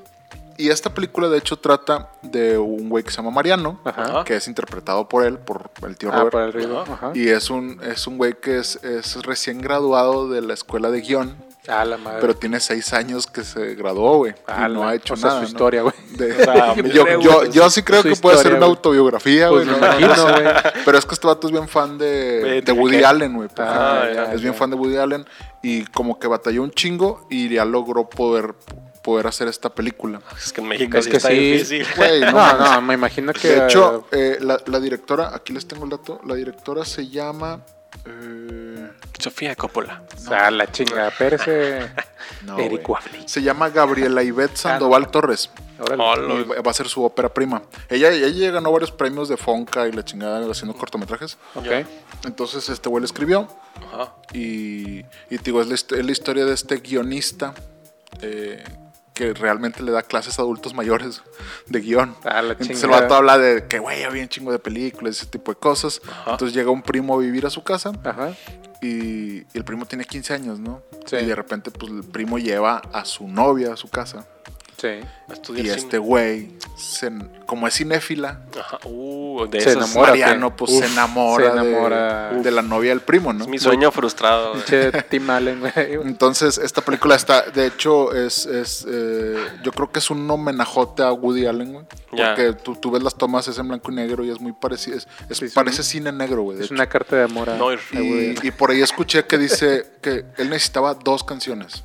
Speaker 4: Y esta película, de hecho, trata de un güey que se llama Mariano,
Speaker 3: Ajá.
Speaker 4: que es interpretado por él, por el tío
Speaker 3: Ah,
Speaker 4: Robert.
Speaker 3: por el ritmo. Ajá.
Speaker 4: Y es un, es un güey que es, es recién graduado de la escuela de guión,
Speaker 3: Ah, la madre.
Speaker 4: pero tiene seis años que se graduó, güey.
Speaker 3: Ah,
Speaker 4: y no
Speaker 3: la-
Speaker 4: ha hecho
Speaker 3: o sea,
Speaker 4: nada.
Speaker 3: su
Speaker 4: ¿no?
Speaker 3: historia, güey.
Speaker 4: De-
Speaker 5: O sea,
Speaker 4: yo,
Speaker 5: creo-
Speaker 4: yo, yo sí creo
Speaker 3: su
Speaker 4: que puede ser
Speaker 3: historia,
Speaker 4: una
Speaker 3: güey.
Speaker 4: autobiografía, güey.
Speaker 3: Pues me
Speaker 4: ¿no?
Speaker 3: imagino, güey.
Speaker 4: Pero es que este vato es bien fan de,
Speaker 5: Güey,
Speaker 4: de
Speaker 5: ¿de
Speaker 4: Woody
Speaker 5: qué?
Speaker 4: Allen, güey. por
Speaker 3: Ah,
Speaker 4: ejemplo.
Speaker 3: ya,
Speaker 4: es bien
Speaker 3: ya.
Speaker 4: fan de Woody Allen y como que batalló un chingo y ya logró poder, poder hacer esta película.
Speaker 5: Es que en México
Speaker 3: Es
Speaker 5: sí
Speaker 3: que
Speaker 5: está
Speaker 3: sí.
Speaker 5: difícil.
Speaker 4: Güey, no,
Speaker 3: No,
Speaker 4: mames.
Speaker 3: no, me imagino que.
Speaker 4: De hecho, eh, la, la directora, aquí les tengo el dato, la directora se llama... eh,
Speaker 5: Sofía Coppola.
Speaker 3: O sea, la chingada. Pérez. eh,
Speaker 4: no, güey.
Speaker 3: Eric Waffle.
Speaker 4: Se llama Gabriela Ivette Sandoval Torres.
Speaker 3: Órale.
Speaker 5: Hola.
Speaker 4: Y va va a ser su ópera prima. Ella, ella ya ganó varios premios de Fonca y la chingada haciendo cortometrajes.
Speaker 3: Ok.
Speaker 4: Entonces este güey le escribió
Speaker 5: Ajá.
Speaker 4: y, y te digo, es la, hist- es la historia de este guionista eh, que realmente le da clases a adultos mayores de guión.
Speaker 3: Ah, la
Speaker 4: Entonces el
Speaker 3: chingada.
Speaker 4: vato habla de que, güey, había un chingo de películas, ese tipo de cosas. Entonces llega un primo a vivir a su casa
Speaker 3: Ajá.
Speaker 4: y, y el primo tiene 15 años, ¿no?
Speaker 3: Sí.
Speaker 4: Y de repente, pues el primo lleva a su novia a su casa.
Speaker 3: Sí.
Speaker 5: A
Speaker 3: Pues,
Speaker 5: estudiar
Speaker 4: Y
Speaker 5: cine.
Speaker 4: este güey, se- como es cinéfila,
Speaker 5: Ajá. Uh, de
Speaker 3: Se
Speaker 5: esas-
Speaker 3: enamora. ¿o qué?
Speaker 4: Mariano pues se
Speaker 3: Uf,
Speaker 4: enamora,
Speaker 3: se
Speaker 4: de-
Speaker 3: enamora.
Speaker 4: De, la novia del primo, ¿no?
Speaker 5: Es mi sueño frustrado. güey.
Speaker 3: Pinche Tim Allen, güey.
Speaker 4: Entonces, esta película está, de hecho, es, es eh, yo creo que es un homenajote a Woody Allen, güey.
Speaker 5: Ya.
Speaker 4: Porque tú, tú ves las tomas, es en blanco y negro y es muy parecido, es, es-
Speaker 3: Sí, es
Speaker 4: parece
Speaker 3: un-
Speaker 4: cine negro, güey. de
Speaker 3: Es
Speaker 4: hecho.
Speaker 3: una carta de amor. a-
Speaker 5: No, y-
Speaker 3: a Woody Allen.
Speaker 4: Y, y por ahí escuché que dice que él necesitaba dos canciones.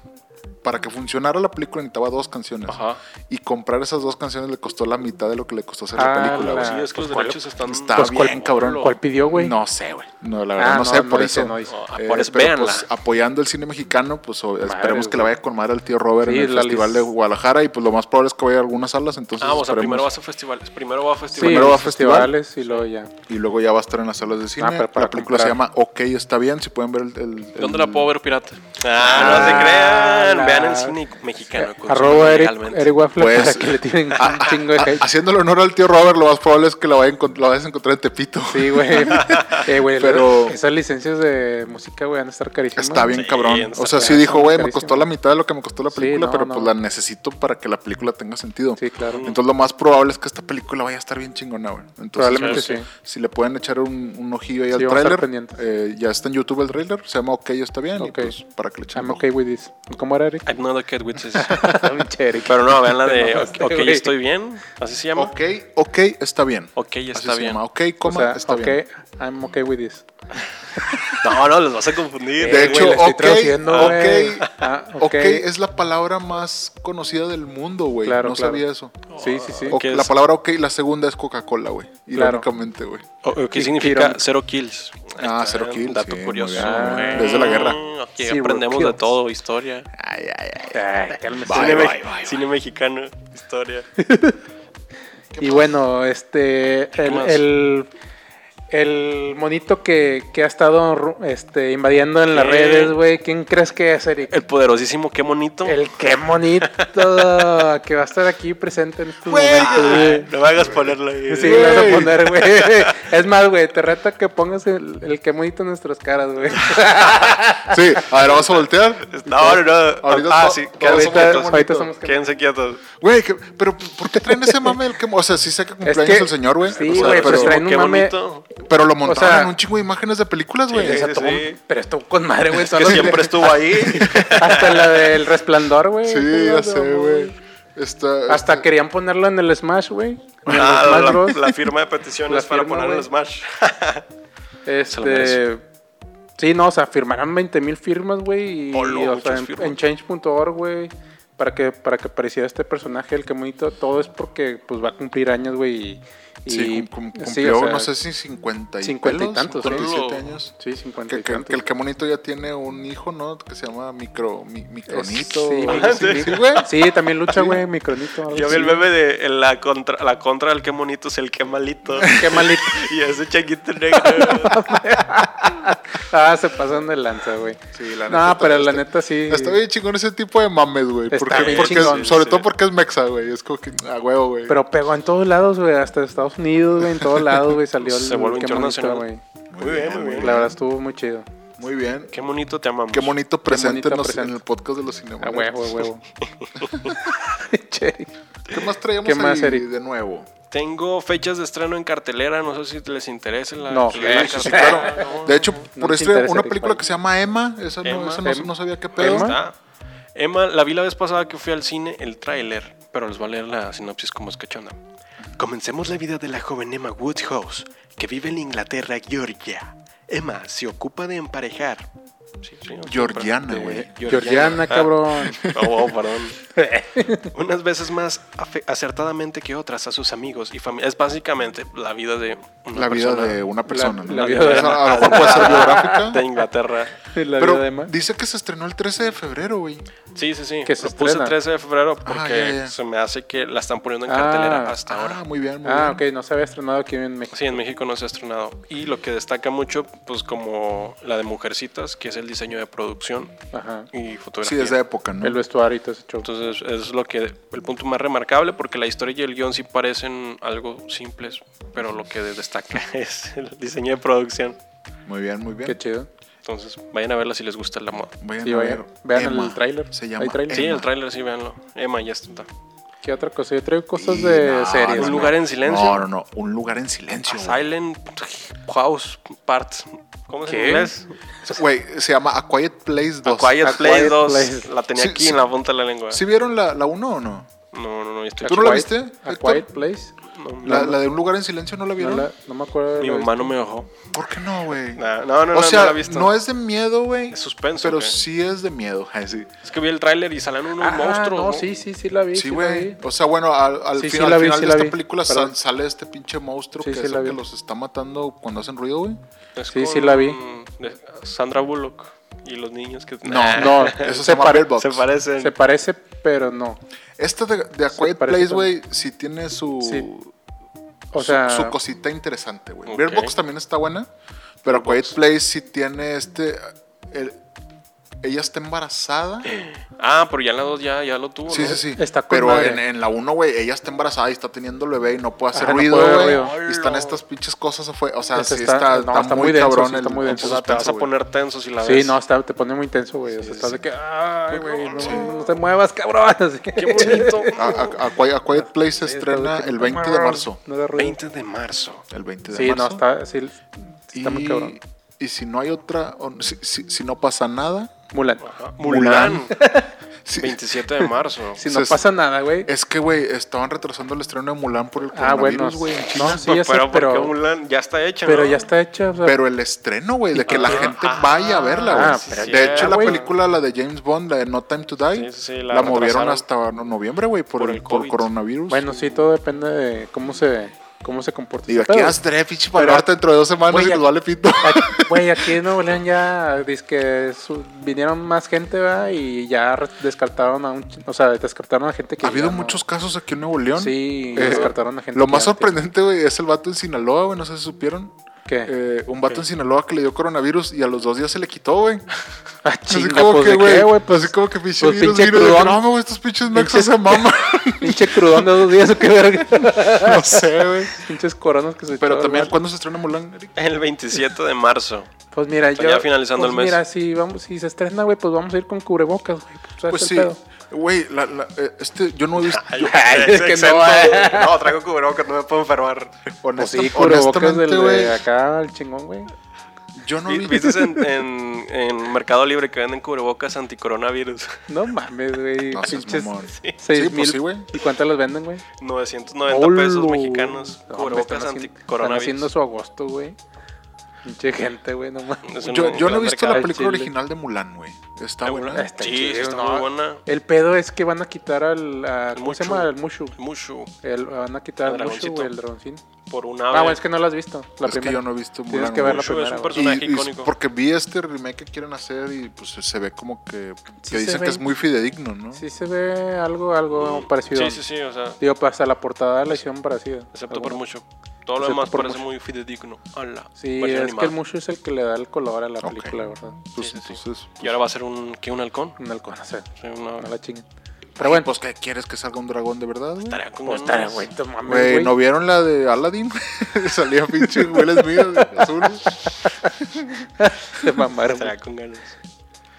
Speaker 4: Para que funcionara la película necesitaba dos canciones.
Speaker 5: Ajá.
Speaker 4: Y comprar esas dos canciones le costó la mitad de lo que le costó hacer
Speaker 3: Ah,
Speaker 4: la película,
Speaker 3: la-
Speaker 4: güey.
Speaker 5: Sí, es que
Speaker 3: pues,
Speaker 5: los
Speaker 3: ¿cuál-
Speaker 5: derechos están.
Speaker 4: está
Speaker 3: Pues, ¿cuál-
Speaker 4: bien, cabrón.
Speaker 3: ¿Cuál pidió, güey?
Speaker 4: No sé, güey. No, la verdad no, sé, por
Speaker 3: dice,
Speaker 4: eso.
Speaker 3: no dice.
Speaker 5: No, ah,
Speaker 4: Eh,
Speaker 5: por eso,
Speaker 4: pero,
Speaker 5: véanla.
Speaker 4: pues, apoyando el cine mexicano, pues o- esperemos que le
Speaker 3: güey.
Speaker 4: vaya con madre al tío Robert
Speaker 3: Sí,
Speaker 4: en el
Speaker 3: la
Speaker 4: Festival
Speaker 3: lis-
Speaker 4: de Guadalajara y pues lo más probable es que vaya a algunas salas, entonces
Speaker 5: Ah, o sea,
Speaker 4: esperemos.
Speaker 5: primero vas a festivales. Primero va a
Speaker 3: Sí,
Speaker 5: festivales.
Speaker 4: primero va a
Speaker 3: los festivales y luego ya.
Speaker 4: Y luego ya va a estar en las salas de cine.
Speaker 3: Ah, pero para
Speaker 4: la película se
Speaker 3: comprar.
Speaker 4: llama Ok, está bien, si pueden ver el... el-
Speaker 5: ¿Dónde
Speaker 4: el-
Speaker 5: la puedo ver pirata? Ah, no se crean.
Speaker 3: la-
Speaker 5: Vean el cine mexicano. consuman
Speaker 3: Arroba Eric,
Speaker 5: legalmente.
Speaker 3: Eric Waffle
Speaker 4: Pues-
Speaker 3: para que le tienen un chingo de
Speaker 4: Ah,
Speaker 3: hate.
Speaker 4: haciéndole honor al tío Robert, lo más probable es que la, vaya a encont- la vayas a encontrar en Tepito.
Speaker 3: Sí, güey. Eh, güey,
Speaker 4: Pero-
Speaker 3: Esas licencias de música, güey, van a estar carísimas.
Speaker 4: Está bien,
Speaker 5: Sí,
Speaker 4: cabrón.
Speaker 5: está
Speaker 4: O sea, sí
Speaker 3: bien,
Speaker 4: dijo,
Speaker 3: está
Speaker 4: güey, me
Speaker 3: carísimo.
Speaker 4: costó la mitad de lo que me costó la
Speaker 3: Sí,
Speaker 4: película,
Speaker 3: no,
Speaker 4: pero
Speaker 3: no.
Speaker 4: pues la necesito para que la película tenga sentido.
Speaker 3: Sí, claro.
Speaker 4: Entonces lo más probable es que esta película vaya a estar bien chingona, güey. Entonces,
Speaker 3: Probablemente
Speaker 4: pues,
Speaker 3: sí.
Speaker 4: Si le pueden echar un, un ojillo ahí
Speaker 3: Sí,
Speaker 4: al
Speaker 3: vamos a estar
Speaker 4: tráiler,
Speaker 3: pendientes.
Speaker 4: eh, ya está en YouTube el trailer, se llama Ok, está bien, y
Speaker 3: Ok.
Speaker 4: pues para que le echen
Speaker 3: I'm
Speaker 4: un
Speaker 3: okay with this. ¿Cómo era, Eric?
Speaker 5: I'm not a cat with this.
Speaker 3: Pinche Eric.
Speaker 5: Pero no, vean la de
Speaker 3: Te
Speaker 5: Ok,
Speaker 3: mamaste,
Speaker 5: ok,
Speaker 3: güey.
Speaker 5: estoy bien. Así se
Speaker 4: ojo.
Speaker 5: llama.
Speaker 4: Ok, ok, está bien.
Speaker 5: Ok,
Speaker 4: Así
Speaker 5: está
Speaker 4: se
Speaker 5: bien.
Speaker 4: llama, Ok,
Speaker 3: O
Speaker 4: coma,
Speaker 3: sea,
Speaker 4: está
Speaker 3: ok,
Speaker 4: bien.
Speaker 3: Eh, I'm okay with this.
Speaker 5: No, no, los vas a confundir.
Speaker 4: De
Speaker 5: eh,
Speaker 4: hecho,
Speaker 5: güey.
Speaker 3: le estoy
Speaker 4: ok,
Speaker 3: traduciendo,
Speaker 4: ok,
Speaker 3: güey. Ah, ok.
Speaker 4: ok es la palabra más conocida del mundo, güey.
Speaker 3: Claro,
Speaker 4: no
Speaker 3: claro.
Speaker 4: sabía eso.
Speaker 3: Sí, sí, sí.
Speaker 4: Ok,
Speaker 5: ¿Qué
Speaker 4: la
Speaker 5: es?
Speaker 4: palabra ok, la segunda es Coca-Cola, güey.
Speaker 3: Claro.
Speaker 4: Irónicamente, güey.
Speaker 5: O- o ¿Qué
Speaker 3: Y
Speaker 5: significa
Speaker 3: Kiron.
Speaker 5: cero kills?
Speaker 4: Ah,
Speaker 5: Ahí está,
Speaker 4: cero kills,
Speaker 5: Dato
Speaker 4: sí, muy
Speaker 5: curioso.
Speaker 4: bien,
Speaker 5: güey.
Speaker 3: muy bien.
Speaker 4: Desde la guerra.
Speaker 5: Aquí
Speaker 3: Zero
Speaker 5: aprendemos de
Speaker 3: kills.
Speaker 5: todo, historia.
Speaker 4: Ay, ay, ay.
Speaker 3: Ay, cálmese.
Speaker 4: Bye,
Speaker 5: cine
Speaker 4: bye,
Speaker 5: me- cine mexicano, historia.
Speaker 3: Y bueno, este. El,
Speaker 5: más?
Speaker 3: el, el monito que, que ha estado ru- este, invadiendo en las
Speaker 5: ¿Qué?
Speaker 3: redes, güey. ¿Quién crees que es, Eric?
Speaker 5: El poderosísimo, qué bonito.
Speaker 3: El qué monito que va a estar aquí presente en estos momentos,
Speaker 5: Ay,
Speaker 3: güey.
Speaker 5: No me hagas ponerlo ahí.
Speaker 3: Ah, Sí, lo vas a poner, güey. Es más, güey, te reto que pongas el, el qué monito en nuestras caras, güey.
Speaker 4: Sí, a ver, vamos a voltear.
Speaker 5: No, no, no.
Speaker 4: Ahorita
Speaker 5: ah,
Speaker 4: to-
Speaker 5: sí,
Speaker 4: todos somos
Speaker 5: quédense
Speaker 3: Ahorita,
Speaker 5: quietos.
Speaker 4: monito.
Speaker 3: ahorita somos qué
Speaker 5: Quédense quietos.
Speaker 4: Güey, que- pero ¿por qué traen ese mame del que... O sea, sí sé que
Speaker 3: Es
Speaker 4: cumpleaños
Speaker 3: que-
Speaker 4: el señor, güey.
Speaker 3: sí,
Speaker 4: o sea,
Speaker 3: güey, pues
Speaker 4: pero,
Speaker 3: traen un
Speaker 5: qué
Speaker 3: mame-
Speaker 5: bonito.
Speaker 4: pero lo montaron
Speaker 3: o sea-
Speaker 4: en un chingo de imágenes de películas, güey.
Speaker 5: Sí, sí,
Speaker 4: Sí,
Speaker 5: sí.
Speaker 3: Pero estuvo con madre, güey.
Speaker 5: Es que siempre estuvo ahí.
Speaker 3: Hasta la del resplandor, güey.
Speaker 4: ya sé, güey. Está-
Speaker 3: Hasta querían ponerlo en el Smash, güey. En el
Speaker 5: Ah,
Speaker 3: Smash
Speaker 5: la,
Speaker 3: Bros.
Speaker 5: la firma de peticiones
Speaker 3: La
Speaker 5: para
Speaker 3: firma,
Speaker 5: poner el
Speaker 3: güey. Ah,
Speaker 5: Smash. Se lo merece.
Speaker 3: Este. Sí, no, o sea, firmaron 20 mil firmas, güey. Y,
Speaker 5: Hola,
Speaker 3: y, o
Speaker 5: muchas
Speaker 3: sea, en,
Speaker 5: firmas.
Speaker 3: en change.org, güey. Para que, para que apareciera este personaje, el que monito. Todo es porque, pues, va a cumplir años, güey. Y, y-
Speaker 4: Sí, cum- cum-
Speaker 3: sí,
Speaker 4: cumplió,
Speaker 3: o sea,
Speaker 4: no sé si 50 y,
Speaker 3: 50 y
Speaker 4: pelos,
Speaker 3: tantos, sí.
Speaker 4: 47 años.
Speaker 3: Sí, 50
Speaker 4: Que,
Speaker 3: y
Speaker 4: que-
Speaker 3: tantos.
Speaker 4: que el que bonito ya tiene un hijo, ¿no? Que se llama Micro, mi- Micronito. o-
Speaker 3: Sí, güey, sí, sí, güey. Sí, también
Speaker 4: Sí.
Speaker 3: lucha, güey, micronito. algo
Speaker 5: Yo vi el
Speaker 3: así.
Speaker 5: meme de en la contra, la contra del que monito es el que malito.
Speaker 3: Qué malito.
Speaker 5: y ese changuito negro.
Speaker 3: Ah, se pasan de lanza, güey.
Speaker 4: Sí, la
Speaker 3: No, pero
Speaker 4: está-
Speaker 3: la neta sí.
Speaker 4: Está bien chingón ese tipo de mames, güey.
Speaker 3: Está
Speaker 4: Porque,
Speaker 3: bien
Speaker 4: porque
Speaker 3: chingón.
Speaker 4: sobre
Speaker 5: Sí.
Speaker 4: todo porque es mexa, güey. Es como que a huevo, güey.
Speaker 3: Pero pegó en todos lados, güey. Hasta Estados Unidos, güey. En todos lados, güey. Salió el
Speaker 5: Se vuelve
Speaker 3: qué bonito,
Speaker 5: internacional.
Speaker 3: güey.
Speaker 5: muy bien, muy bien.
Speaker 3: La verdad estuvo muy chido.
Speaker 4: Muy bien.
Speaker 5: Qué bonito te amamos.
Speaker 4: Qué bonito preséntenos
Speaker 3: presente.
Speaker 4: en el podcast de los cinemas.
Speaker 3: A huevo, a huevo. che.
Speaker 4: ¿Qué más traíamos
Speaker 3: ¿Qué más,
Speaker 4: ahí
Speaker 3: Eric?
Speaker 4: de nuevo?
Speaker 5: Tengo fechas de estreno en cartelera, no sé si les interesa la,
Speaker 3: No.
Speaker 5: la
Speaker 3: Sí, sí,
Speaker 4: Sí,
Speaker 5: cartelera. Ah,
Speaker 4: claro. De hecho,
Speaker 3: Oh, no
Speaker 4: por
Speaker 3: te
Speaker 4: esto
Speaker 3: interesa,
Speaker 4: una
Speaker 3: Eric,
Speaker 4: película
Speaker 3: vale.
Speaker 4: que se llama Emma, esa no,
Speaker 5: Emma.
Speaker 4: esa no,
Speaker 3: Emma.
Speaker 4: no sabía qué
Speaker 5: Ahí
Speaker 4: pedo.
Speaker 3: Emma.
Speaker 5: está. Emma, la vi la vez pasada que fui al cine, el tráiler, pero les voy a leer la sinopsis como escachona.
Speaker 2: Comencemos la vida de la joven Emma Woodhouse, que vive en Inglaterra, Georgia. Emma se ocupa de emparejar.
Speaker 5: Sí, sí, no,
Speaker 4: Georgiana,
Speaker 5: de-
Speaker 4: güey.
Speaker 3: Georgiana, cabrón.
Speaker 5: Ah. Oh, perdón. Unas veces más afe- acertadamente que otras a sus amigos y familia. Es básicamente la vida de una
Speaker 4: La vida
Speaker 5: persona
Speaker 4: de una persona. ¿no?
Speaker 3: la vida de-
Speaker 4: Esa a lo mejor puede ser biográfica.
Speaker 5: de Inglaterra.
Speaker 3: La vida de
Speaker 4: Pero
Speaker 3: Ma-
Speaker 4: dice que se estrenó el 13 de febrero, güey.
Speaker 5: Sí, sí, sí.
Speaker 3: Que se
Speaker 5: Lo puse el
Speaker 3: estrena.
Speaker 5: 13 de febrero porque
Speaker 4: Ah, ya, ya.
Speaker 5: se me hace que la están poniendo en
Speaker 3: Ah,
Speaker 5: cartelera hasta
Speaker 4: Ah,
Speaker 5: ahora.
Speaker 4: muy bien, muy
Speaker 3: Ah, ok,
Speaker 4: bien.
Speaker 3: no se había estrenado aquí en México.
Speaker 5: Sí, en México no se ha estrenado. Y lo que destaca mucho, pues como la de Mujercitas, que es el diseño de producción
Speaker 3: Ajá.
Speaker 5: y
Speaker 4: Sí,
Speaker 5: fotografía.
Speaker 4: de esa época, ¿no?
Speaker 3: El vestuario y todo ese show.
Speaker 5: Entonces es lo que el punto más remarcable porque la historia y el guión sí parecen algo simples, pero lo que destaca es el diseño de producción.
Speaker 4: Muy bien, muy bien.
Speaker 3: Qué chido.
Speaker 5: Entonces vayan a verla si les gusta la moda.
Speaker 4: Vayan
Speaker 3: Sí,
Speaker 4: a
Speaker 3: vayan.
Speaker 4: ver.
Speaker 3: Vean
Speaker 4: Emma.
Speaker 3: el tráiler.
Speaker 4: Se llama
Speaker 3: ¿Hay tráiler?
Speaker 5: Sí,
Speaker 4: Emma.
Speaker 5: el tráiler sí, véanlo. Emma ya está.
Speaker 3: ¿Qué otra cosa? Yo traigo cosas
Speaker 4: Y
Speaker 3: de
Speaker 4: no,
Speaker 3: series.
Speaker 4: no,
Speaker 3: ¿no?
Speaker 5: Un lugar en silencio.
Speaker 4: No, no, no. Un lugar en silencio.
Speaker 3: Ah,
Speaker 5: A
Speaker 4: güey.
Speaker 5: Silent House Parts. ¿Cómo se
Speaker 3: ¿Qué?
Speaker 5: inglés?
Speaker 4: Güey, se llama A Quiet Place 2.
Speaker 5: Quiet
Speaker 3: A
Speaker 5: Place
Speaker 3: Quiet
Speaker 5: 2.
Speaker 3: Place.
Speaker 5: La tenía
Speaker 4: Sí,
Speaker 5: aquí
Speaker 4: sí.
Speaker 5: en la punta de la lengua.
Speaker 4: ¿Sí vieron la 1 o no?
Speaker 5: No, no, no. yo Estoy
Speaker 4: ¿Tú no la
Speaker 3: Quiet-
Speaker 4: viste,
Speaker 3: A
Speaker 4: Héctor?
Speaker 3: Quiet Place.
Speaker 5: No, no,
Speaker 4: La, la de Un lugar en silencio no la
Speaker 3: No,
Speaker 4: vieron.
Speaker 3: la- no me acuerdo. de
Speaker 5: Mi
Speaker 3: la
Speaker 5: mamá no me dejó.
Speaker 4: ¿Por qué no, güey?
Speaker 5: Nah, no, no, no,
Speaker 4: o sea,
Speaker 5: no la
Speaker 4: no,
Speaker 5: he visto.
Speaker 4: es de miedo, güey.
Speaker 5: Es suspenso,
Speaker 4: Pero
Speaker 5: ¿o qué?
Speaker 4: sí es de miedo. ay, sí.
Speaker 5: Es que vi el tráiler y salen unos
Speaker 3: Ah,
Speaker 5: monstruos.
Speaker 3: No,
Speaker 5: ¿no?
Speaker 3: sí, sí, sí la vi.
Speaker 4: Sí,
Speaker 3: sí la
Speaker 4: güey.
Speaker 3: vi.
Speaker 4: O sea, bueno, al, al
Speaker 3: Sí, sí
Speaker 4: final,
Speaker 3: la
Speaker 4: al
Speaker 3: vi,
Speaker 4: final
Speaker 3: sí
Speaker 4: de
Speaker 3: la
Speaker 4: esta
Speaker 3: vi.
Speaker 4: película
Speaker 3: Perdón.
Speaker 4: sal- sale este pinche monstruo
Speaker 3: Sí,
Speaker 4: que
Speaker 3: sí
Speaker 4: es
Speaker 3: la
Speaker 4: el que
Speaker 3: vi.
Speaker 4: los está matando cuando hacen ruido, güey.
Speaker 5: Es
Speaker 3: Sí, sí
Speaker 5: con
Speaker 3: la vi.
Speaker 5: Sandra Bullock y los niños que...
Speaker 4: No,
Speaker 3: No,
Speaker 4: Eso se
Speaker 3: se,
Speaker 4: llama
Speaker 3: pare-
Speaker 4: Bird Box.
Speaker 5: Se parecen.
Speaker 3: se parece, pero no.
Speaker 4: Esta de, de A
Speaker 3: Se
Speaker 4: Quiet
Speaker 3: parece
Speaker 4: Place,
Speaker 3: con-
Speaker 4: güey, sí tiene su,
Speaker 3: Sí.
Speaker 4: su-
Speaker 3: O sea,
Speaker 4: su, cosita interesante, güey.
Speaker 5: Ok.
Speaker 4: Bird Box también está buena, pero A Quiet Place sí tiene este... el- ella está embarazada.
Speaker 5: Ah, pero ya en la 2 ya, ya lo tuvo,
Speaker 4: Sí,
Speaker 5: ¿no?
Speaker 4: sí, sí.
Speaker 3: Está con
Speaker 4: Pero
Speaker 3: madre.
Speaker 4: en, en la 1, güey, ella está embarazada y está teniendo el bebé y no puede hacer
Speaker 3: Ajá, no
Speaker 4: ruido,
Speaker 3: puede haber
Speaker 4: güey.
Speaker 3: ruido.
Speaker 4: Y están estas pinches cosas afuera. O sea,
Speaker 3: Está-
Speaker 4: sí
Speaker 3: está-
Speaker 4: está,
Speaker 3: no,
Speaker 4: está
Speaker 3: está
Speaker 4: muy
Speaker 3: muy denso,
Speaker 4: cabrón
Speaker 3: sí,
Speaker 4: el
Speaker 3: está muy denso.
Speaker 5: O sea, te vas a
Speaker 4: suspenso, güey.
Speaker 5: poner tenso si la
Speaker 3: sí,
Speaker 5: ves.
Speaker 3: no, está, te pone muy intenso, güey. O sea, estás de que, ay,
Speaker 5: Por
Speaker 3: güey, no,
Speaker 5: favor, Pues sí.
Speaker 3: no te muevas, cabrón. Así que-
Speaker 5: Qué bonito.
Speaker 4: A,
Speaker 3: Ah.
Speaker 4: a- a Quiet- a Quiet Place se estrena
Speaker 3: estás de que,
Speaker 4: el
Speaker 3: no
Speaker 4: 20 de
Speaker 3: mames,
Speaker 4: marzo.
Speaker 3: No da ruido.
Speaker 5: 20 de marzo.
Speaker 4: El 20 de
Speaker 3: Sí, no,
Speaker 4: marzo.
Speaker 3: está, sí, está muy
Speaker 4: Y-
Speaker 3: cabrón.
Speaker 4: Y si no hay otra, o- si, si- si no pasa nada,
Speaker 3: Mulan.
Speaker 5: Ajá. Mulan.
Speaker 4: si-
Speaker 5: 27 de marzo.
Speaker 3: Si
Speaker 4: Se
Speaker 3: no
Speaker 4: es-
Speaker 3: pasa nada, güey.
Speaker 4: es que, güey, estaban retrasando el estreno de Mulan por el
Speaker 3: Ah, bueno.
Speaker 4: coronavirus, güey. en China.
Speaker 3: No, sí, ya sé,
Speaker 5: pero, ¿por qué
Speaker 3: pero,
Speaker 5: Mulan ya está hecha,
Speaker 3: pero
Speaker 5: ¿no?
Speaker 3: ya está hecha. o sea,
Speaker 4: Pero el estreno, güey, de que la gente vaya a verla, güey.
Speaker 3: Ah, pero
Speaker 4: de
Speaker 5: sí,
Speaker 4: hecho, la
Speaker 3: güey.
Speaker 4: película, la de James Bond, la de No Time to Die,
Speaker 5: Sí, sí, sí,
Speaker 4: la,
Speaker 5: la
Speaker 4: movieron
Speaker 5: retrasaron.
Speaker 4: hasta no- noviembre, güey, por,
Speaker 5: Por
Speaker 4: el
Speaker 5: el
Speaker 4: por
Speaker 5: COVID.
Speaker 4: coronavirus.
Speaker 3: bueno, sí, todo depende de cómo se, cómo se comporta.
Speaker 4: Digo,
Speaker 3: ese
Speaker 4: aquí
Speaker 3: pedo.
Speaker 4: vas a tener pinche palarte dentro de dos semanas
Speaker 3: Güey,
Speaker 4: y
Speaker 3: ya-
Speaker 4: nos vale pito.
Speaker 3: Aquí- Güey, aquí en Nuevo León ya dice que vinieron más gente, ¿verdad? Y ya re- descartaron a un ch- o sea, descartaron a gente que
Speaker 4: Ha habido
Speaker 3: ya no-
Speaker 4: muchos casos aquí en Nuevo León.
Speaker 3: Sí,
Speaker 4: Eh,
Speaker 3: descartaron a gente.
Speaker 4: Lo
Speaker 3: que
Speaker 4: más
Speaker 3: ya no tiene-
Speaker 4: sorprendente, güey, es el vato en Sinaloa, güey, no sé si supieron.
Speaker 3: ¿Qué?
Speaker 4: Eh, un vato en Sinaloa que le dio coronavirus y a los dos días se le quitó, güey.
Speaker 3: ah,
Speaker 4: Así
Speaker 3: chinga,
Speaker 4: como
Speaker 3: pues,
Speaker 4: que,
Speaker 3: ¿de qué,
Speaker 4: güey.
Speaker 3: güey? Pues,
Speaker 4: así como que pinche
Speaker 3: pues,
Speaker 4: virus,
Speaker 3: pinche
Speaker 4: virus. de que,
Speaker 3: crudón.
Speaker 4: No, güey, estos pinches mexas
Speaker 3: Pinches-
Speaker 4: se maman.
Speaker 3: pinche crudón de dos días, ¿o qué verga?
Speaker 4: no sé, güey.
Speaker 3: Pinches coronas que se
Speaker 4: Pero
Speaker 3: echó
Speaker 4: también,
Speaker 3: el vato.
Speaker 4: ¿cuándo se estrena Mulan, Eric?
Speaker 5: El 27 de marzo.
Speaker 3: Pues mira,
Speaker 5: Ya
Speaker 3: yo.
Speaker 5: finalizando
Speaker 3: pues
Speaker 5: el mes.
Speaker 3: Mira, si, vamos, si se estrena, güey, pues vamos a ir con cubrebocas, güey. Pues,
Speaker 4: Pues
Speaker 3: ¿sabes
Speaker 4: sí.
Speaker 3: el pedo?
Speaker 4: Güey, la- la- eh, este, yo no he visto. yo-
Speaker 3: Ay, es que
Speaker 5: Exento.
Speaker 3: no, eh.
Speaker 5: No, traigo cubrebocas, no me puedo enfermar.
Speaker 3: Pues
Speaker 4: honesta-
Speaker 3: sí, cubrebocas
Speaker 4: honestamente,
Speaker 3: del
Speaker 4: güey.
Speaker 3: de acá, el chingón, güey.
Speaker 4: Yo no
Speaker 5: Vi-
Speaker 4: vi.
Speaker 5: ¿Viste en, en, en Mercado Libre que venden cubrebocas anticoronavirus?
Speaker 3: No mames, güey.
Speaker 4: No seas
Speaker 3: pinches
Speaker 4: mamón.
Speaker 3: seis
Speaker 4: Sí, pues
Speaker 3: mil-
Speaker 4: sí, güey.
Speaker 3: ¿Y cuántas las venden, güey?
Speaker 5: 990 pesos mexicanos. Cubrebocas
Speaker 3: Están haciendo
Speaker 5: anticoronavirus.
Speaker 3: su agosto, güey. Pinche gente, güey, no mames.
Speaker 5: Es un-
Speaker 4: Yo, yo no he visto
Speaker 5: gran
Speaker 4: la
Speaker 5: mercado.
Speaker 3: mercado.
Speaker 4: película
Speaker 3: Chile.
Speaker 4: original de Mulan, güey. Está
Speaker 5: Ah,
Speaker 4: buena.
Speaker 5: bueno. Sí, sí, está muy buena.
Speaker 3: El pedo es que van a quitar al. a-
Speaker 5: El
Speaker 3: ¿Cómo se
Speaker 5: Mushu.
Speaker 3: llama? El Mushu.
Speaker 5: Mushu
Speaker 3: El- van a quitar
Speaker 5: El
Speaker 3: al Mushu,
Speaker 5: dragoncito.
Speaker 3: güey, el dragoncín.
Speaker 5: por un ave.
Speaker 3: Ah, bueno, es que no lo has visto. La
Speaker 4: es
Speaker 3: primera.
Speaker 4: que yo no he visto Mulan.
Speaker 3: Tienes que verla
Speaker 5: Mushu es
Speaker 3: primero.
Speaker 5: un
Speaker 3: güey.
Speaker 5: personaje. personaje
Speaker 4: Y- y
Speaker 5: icónico.
Speaker 4: porque vi este remake que quieren hacer y pues se ve como que,
Speaker 3: Sí
Speaker 4: que
Speaker 3: se
Speaker 4: dicen
Speaker 3: ve.
Speaker 4: que es muy fidedigno, ¿no?
Speaker 3: Sí se ve algo, algo parecido.
Speaker 5: Mm, Sí, sí, sí, o sea,
Speaker 3: Digo, pues, hasta la portada la hicieron parecida.
Speaker 5: excepto
Speaker 3: Algo.
Speaker 5: por Mushu. Todo lo
Speaker 3: Excepto
Speaker 5: demás
Speaker 3: por
Speaker 5: parece
Speaker 3: Mushu.
Speaker 5: muy fidedigno. Ala,
Speaker 3: Sí,
Speaker 5: versión
Speaker 3: es que
Speaker 5: animada.
Speaker 3: el Mushu es el que le da el color a la
Speaker 4: Ok.
Speaker 3: película, ¿verdad?
Speaker 4: Pues
Speaker 5: sí, sí.
Speaker 4: entonces.
Speaker 5: Y ahora va a ser un, ¿qué? ¿Un halcón?
Speaker 3: Un halcón, o sea,
Speaker 5: Sí, una-
Speaker 3: no la chinguen.
Speaker 4: Ay,
Speaker 3: Pero bueno,
Speaker 4: Pues que quieres que salga un dragón de verdad, güey.
Speaker 5: Estaría con
Speaker 3: pues, está,
Speaker 5: ganas.
Speaker 3: güey, no mames,
Speaker 4: Güey,
Speaker 3: güey.
Speaker 4: ¿no vieron la de Aladdin? Salía pinche Will Smith azul.
Speaker 3: Se mamaron, güey.
Speaker 5: Estaría con ganas.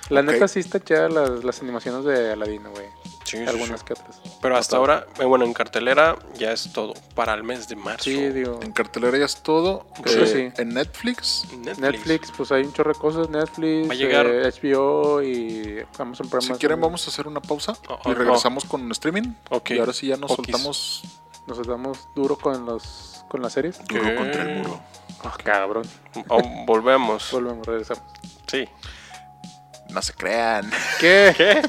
Speaker 3: La
Speaker 4: Ok.
Speaker 3: neta sí está chida las, las animaciones de Aladino, güey.
Speaker 5: Sí, sí,
Speaker 3: algunas
Speaker 5: sí.
Speaker 3: que otras.
Speaker 5: Pero hasta ahora, eh, bueno, en cartelera ya es todo. Para el mes de marzo.
Speaker 3: Sí, digo.
Speaker 4: En cartelera ya es todo.
Speaker 5: Sí,
Speaker 4: Eh,
Speaker 3: sí.
Speaker 4: En Netflix.
Speaker 5: Netflix.
Speaker 3: Netflix, pues hay un chorro de cosas. Netflix,
Speaker 5: Va a llegar-
Speaker 3: eh, HBO y Amazon Prime.
Speaker 4: Si quieren vamos a hacer una pausa
Speaker 5: Oh,
Speaker 4: y
Speaker 5: oh,
Speaker 4: regresamos con streaming.
Speaker 5: Ok.
Speaker 4: Y ahora sí ya nos
Speaker 5: Okis.
Speaker 4: soltamos
Speaker 3: Nos damos duro con los con las series.
Speaker 5: ¿Qué?
Speaker 4: duro contra el muro.
Speaker 3: Ah, cabrón.
Speaker 5: Oh, volvemos.
Speaker 3: Volvemos a regresar.
Speaker 5: Sí.
Speaker 4: No se crean.
Speaker 3: ¿Qué?
Speaker 5: ¿Qué?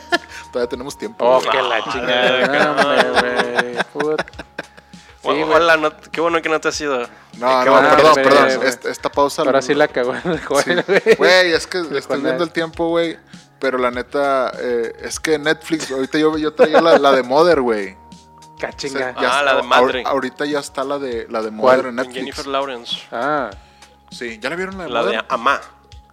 Speaker 4: Todavía tenemos tiempo.
Speaker 3: Oh,
Speaker 4: güey.
Speaker 3: que la
Speaker 5: Ah,
Speaker 3: chingada. güey. Put- Sí, güey.
Speaker 5: Hola, no- qué bueno que no te has ido.
Speaker 4: No,
Speaker 3: Qué
Speaker 4: no,
Speaker 3: bueno,
Speaker 4: perdón,
Speaker 3: güey,
Speaker 4: perdón.
Speaker 3: güey.
Speaker 4: Esta, esta pausa.
Speaker 3: Ahora sí la cagó en el
Speaker 4: Sí.
Speaker 3: juego, güey.
Speaker 4: Güey, es que estoy
Speaker 3: Juan
Speaker 4: viendo
Speaker 3: Nel.
Speaker 4: el tiempo, güey. Pero la neta, eh, es que Netflix, ahorita yo, yo traía la, la de Mother, güey. O sea,
Speaker 3: Cachinga.
Speaker 5: Ah,
Speaker 4: está-
Speaker 5: la de
Speaker 4: ahor-
Speaker 5: madre.
Speaker 4: ahorita ya está la de, la de
Speaker 3: ¿Cuál?
Speaker 4: Mother en Netflix.
Speaker 5: Jennifer Lawrence.
Speaker 3: Ah,
Speaker 4: Sí, ¿ya la vieron la de
Speaker 5: La
Speaker 4: Mother?
Speaker 5: de Amá.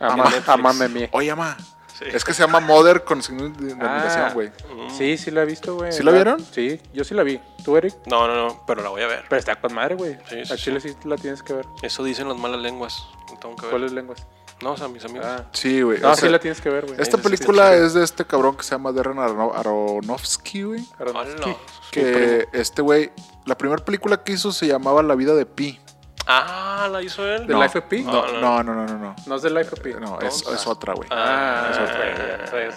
Speaker 3: ama,
Speaker 5: Netflix.
Speaker 3: amame mí.
Speaker 4: Oye, ma.
Speaker 5: Sí.
Speaker 4: Es que se llama Mother con signo de
Speaker 3: Ah.
Speaker 4: admiración, güey.
Speaker 3: Sí, sí la he visto, güey. Ah,
Speaker 4: ¿Sí la vieron?
Speaker 3: Sí, yo sí la vi. ¿Tú, Eric?
Speaker 5: No, no, no, pero la voy a ver.
Speaker 3: Pero está con madre, güey.
Speaker 5: Sí, sí,
Speaker 3: a Chile sí la tienes que ver.
Speaker 5: Eso dicen las malas lenguas. Lo tengo que ver.
Speaker 3: ¿Cuáles lenguas?
Speaker 5: No, o sea, mis amigos.
Speaker 3: Ah.
Speaker 4: Sí, güey.
Speaker 3: No,
Speaker 4: o
Speaker 3: sí
Speaker 4: sea,
Speaker 3: la tienes que ver, güey.
Speaker 4: Esta
Speaker 5: Sí, sí,
Speaker 4: película
Speaker 5: sí, sí.
Speaker 4: es de este cabrón que se llama Darren Arono- Aronofsky, güey.
Speaker 5: Hola.
Speaker 4: Que este güey, la primera película que hizo se llamaba La vida de Pi.
Speaker 5: Ah, la hizo él.
Speaker 3: ¿The
Speaker 4: No,
Speaker 3: Life of Pi?
Speaker 5: No, no.
Speaker 4: No, no, no, no, no.
Speaker 3: No es de Life of Pi.
Speaker 4: No, es, es otra, güey.
Speaker 3: Ah,
Speaker 5: Ah, eso fue.
Speaker 3: güey,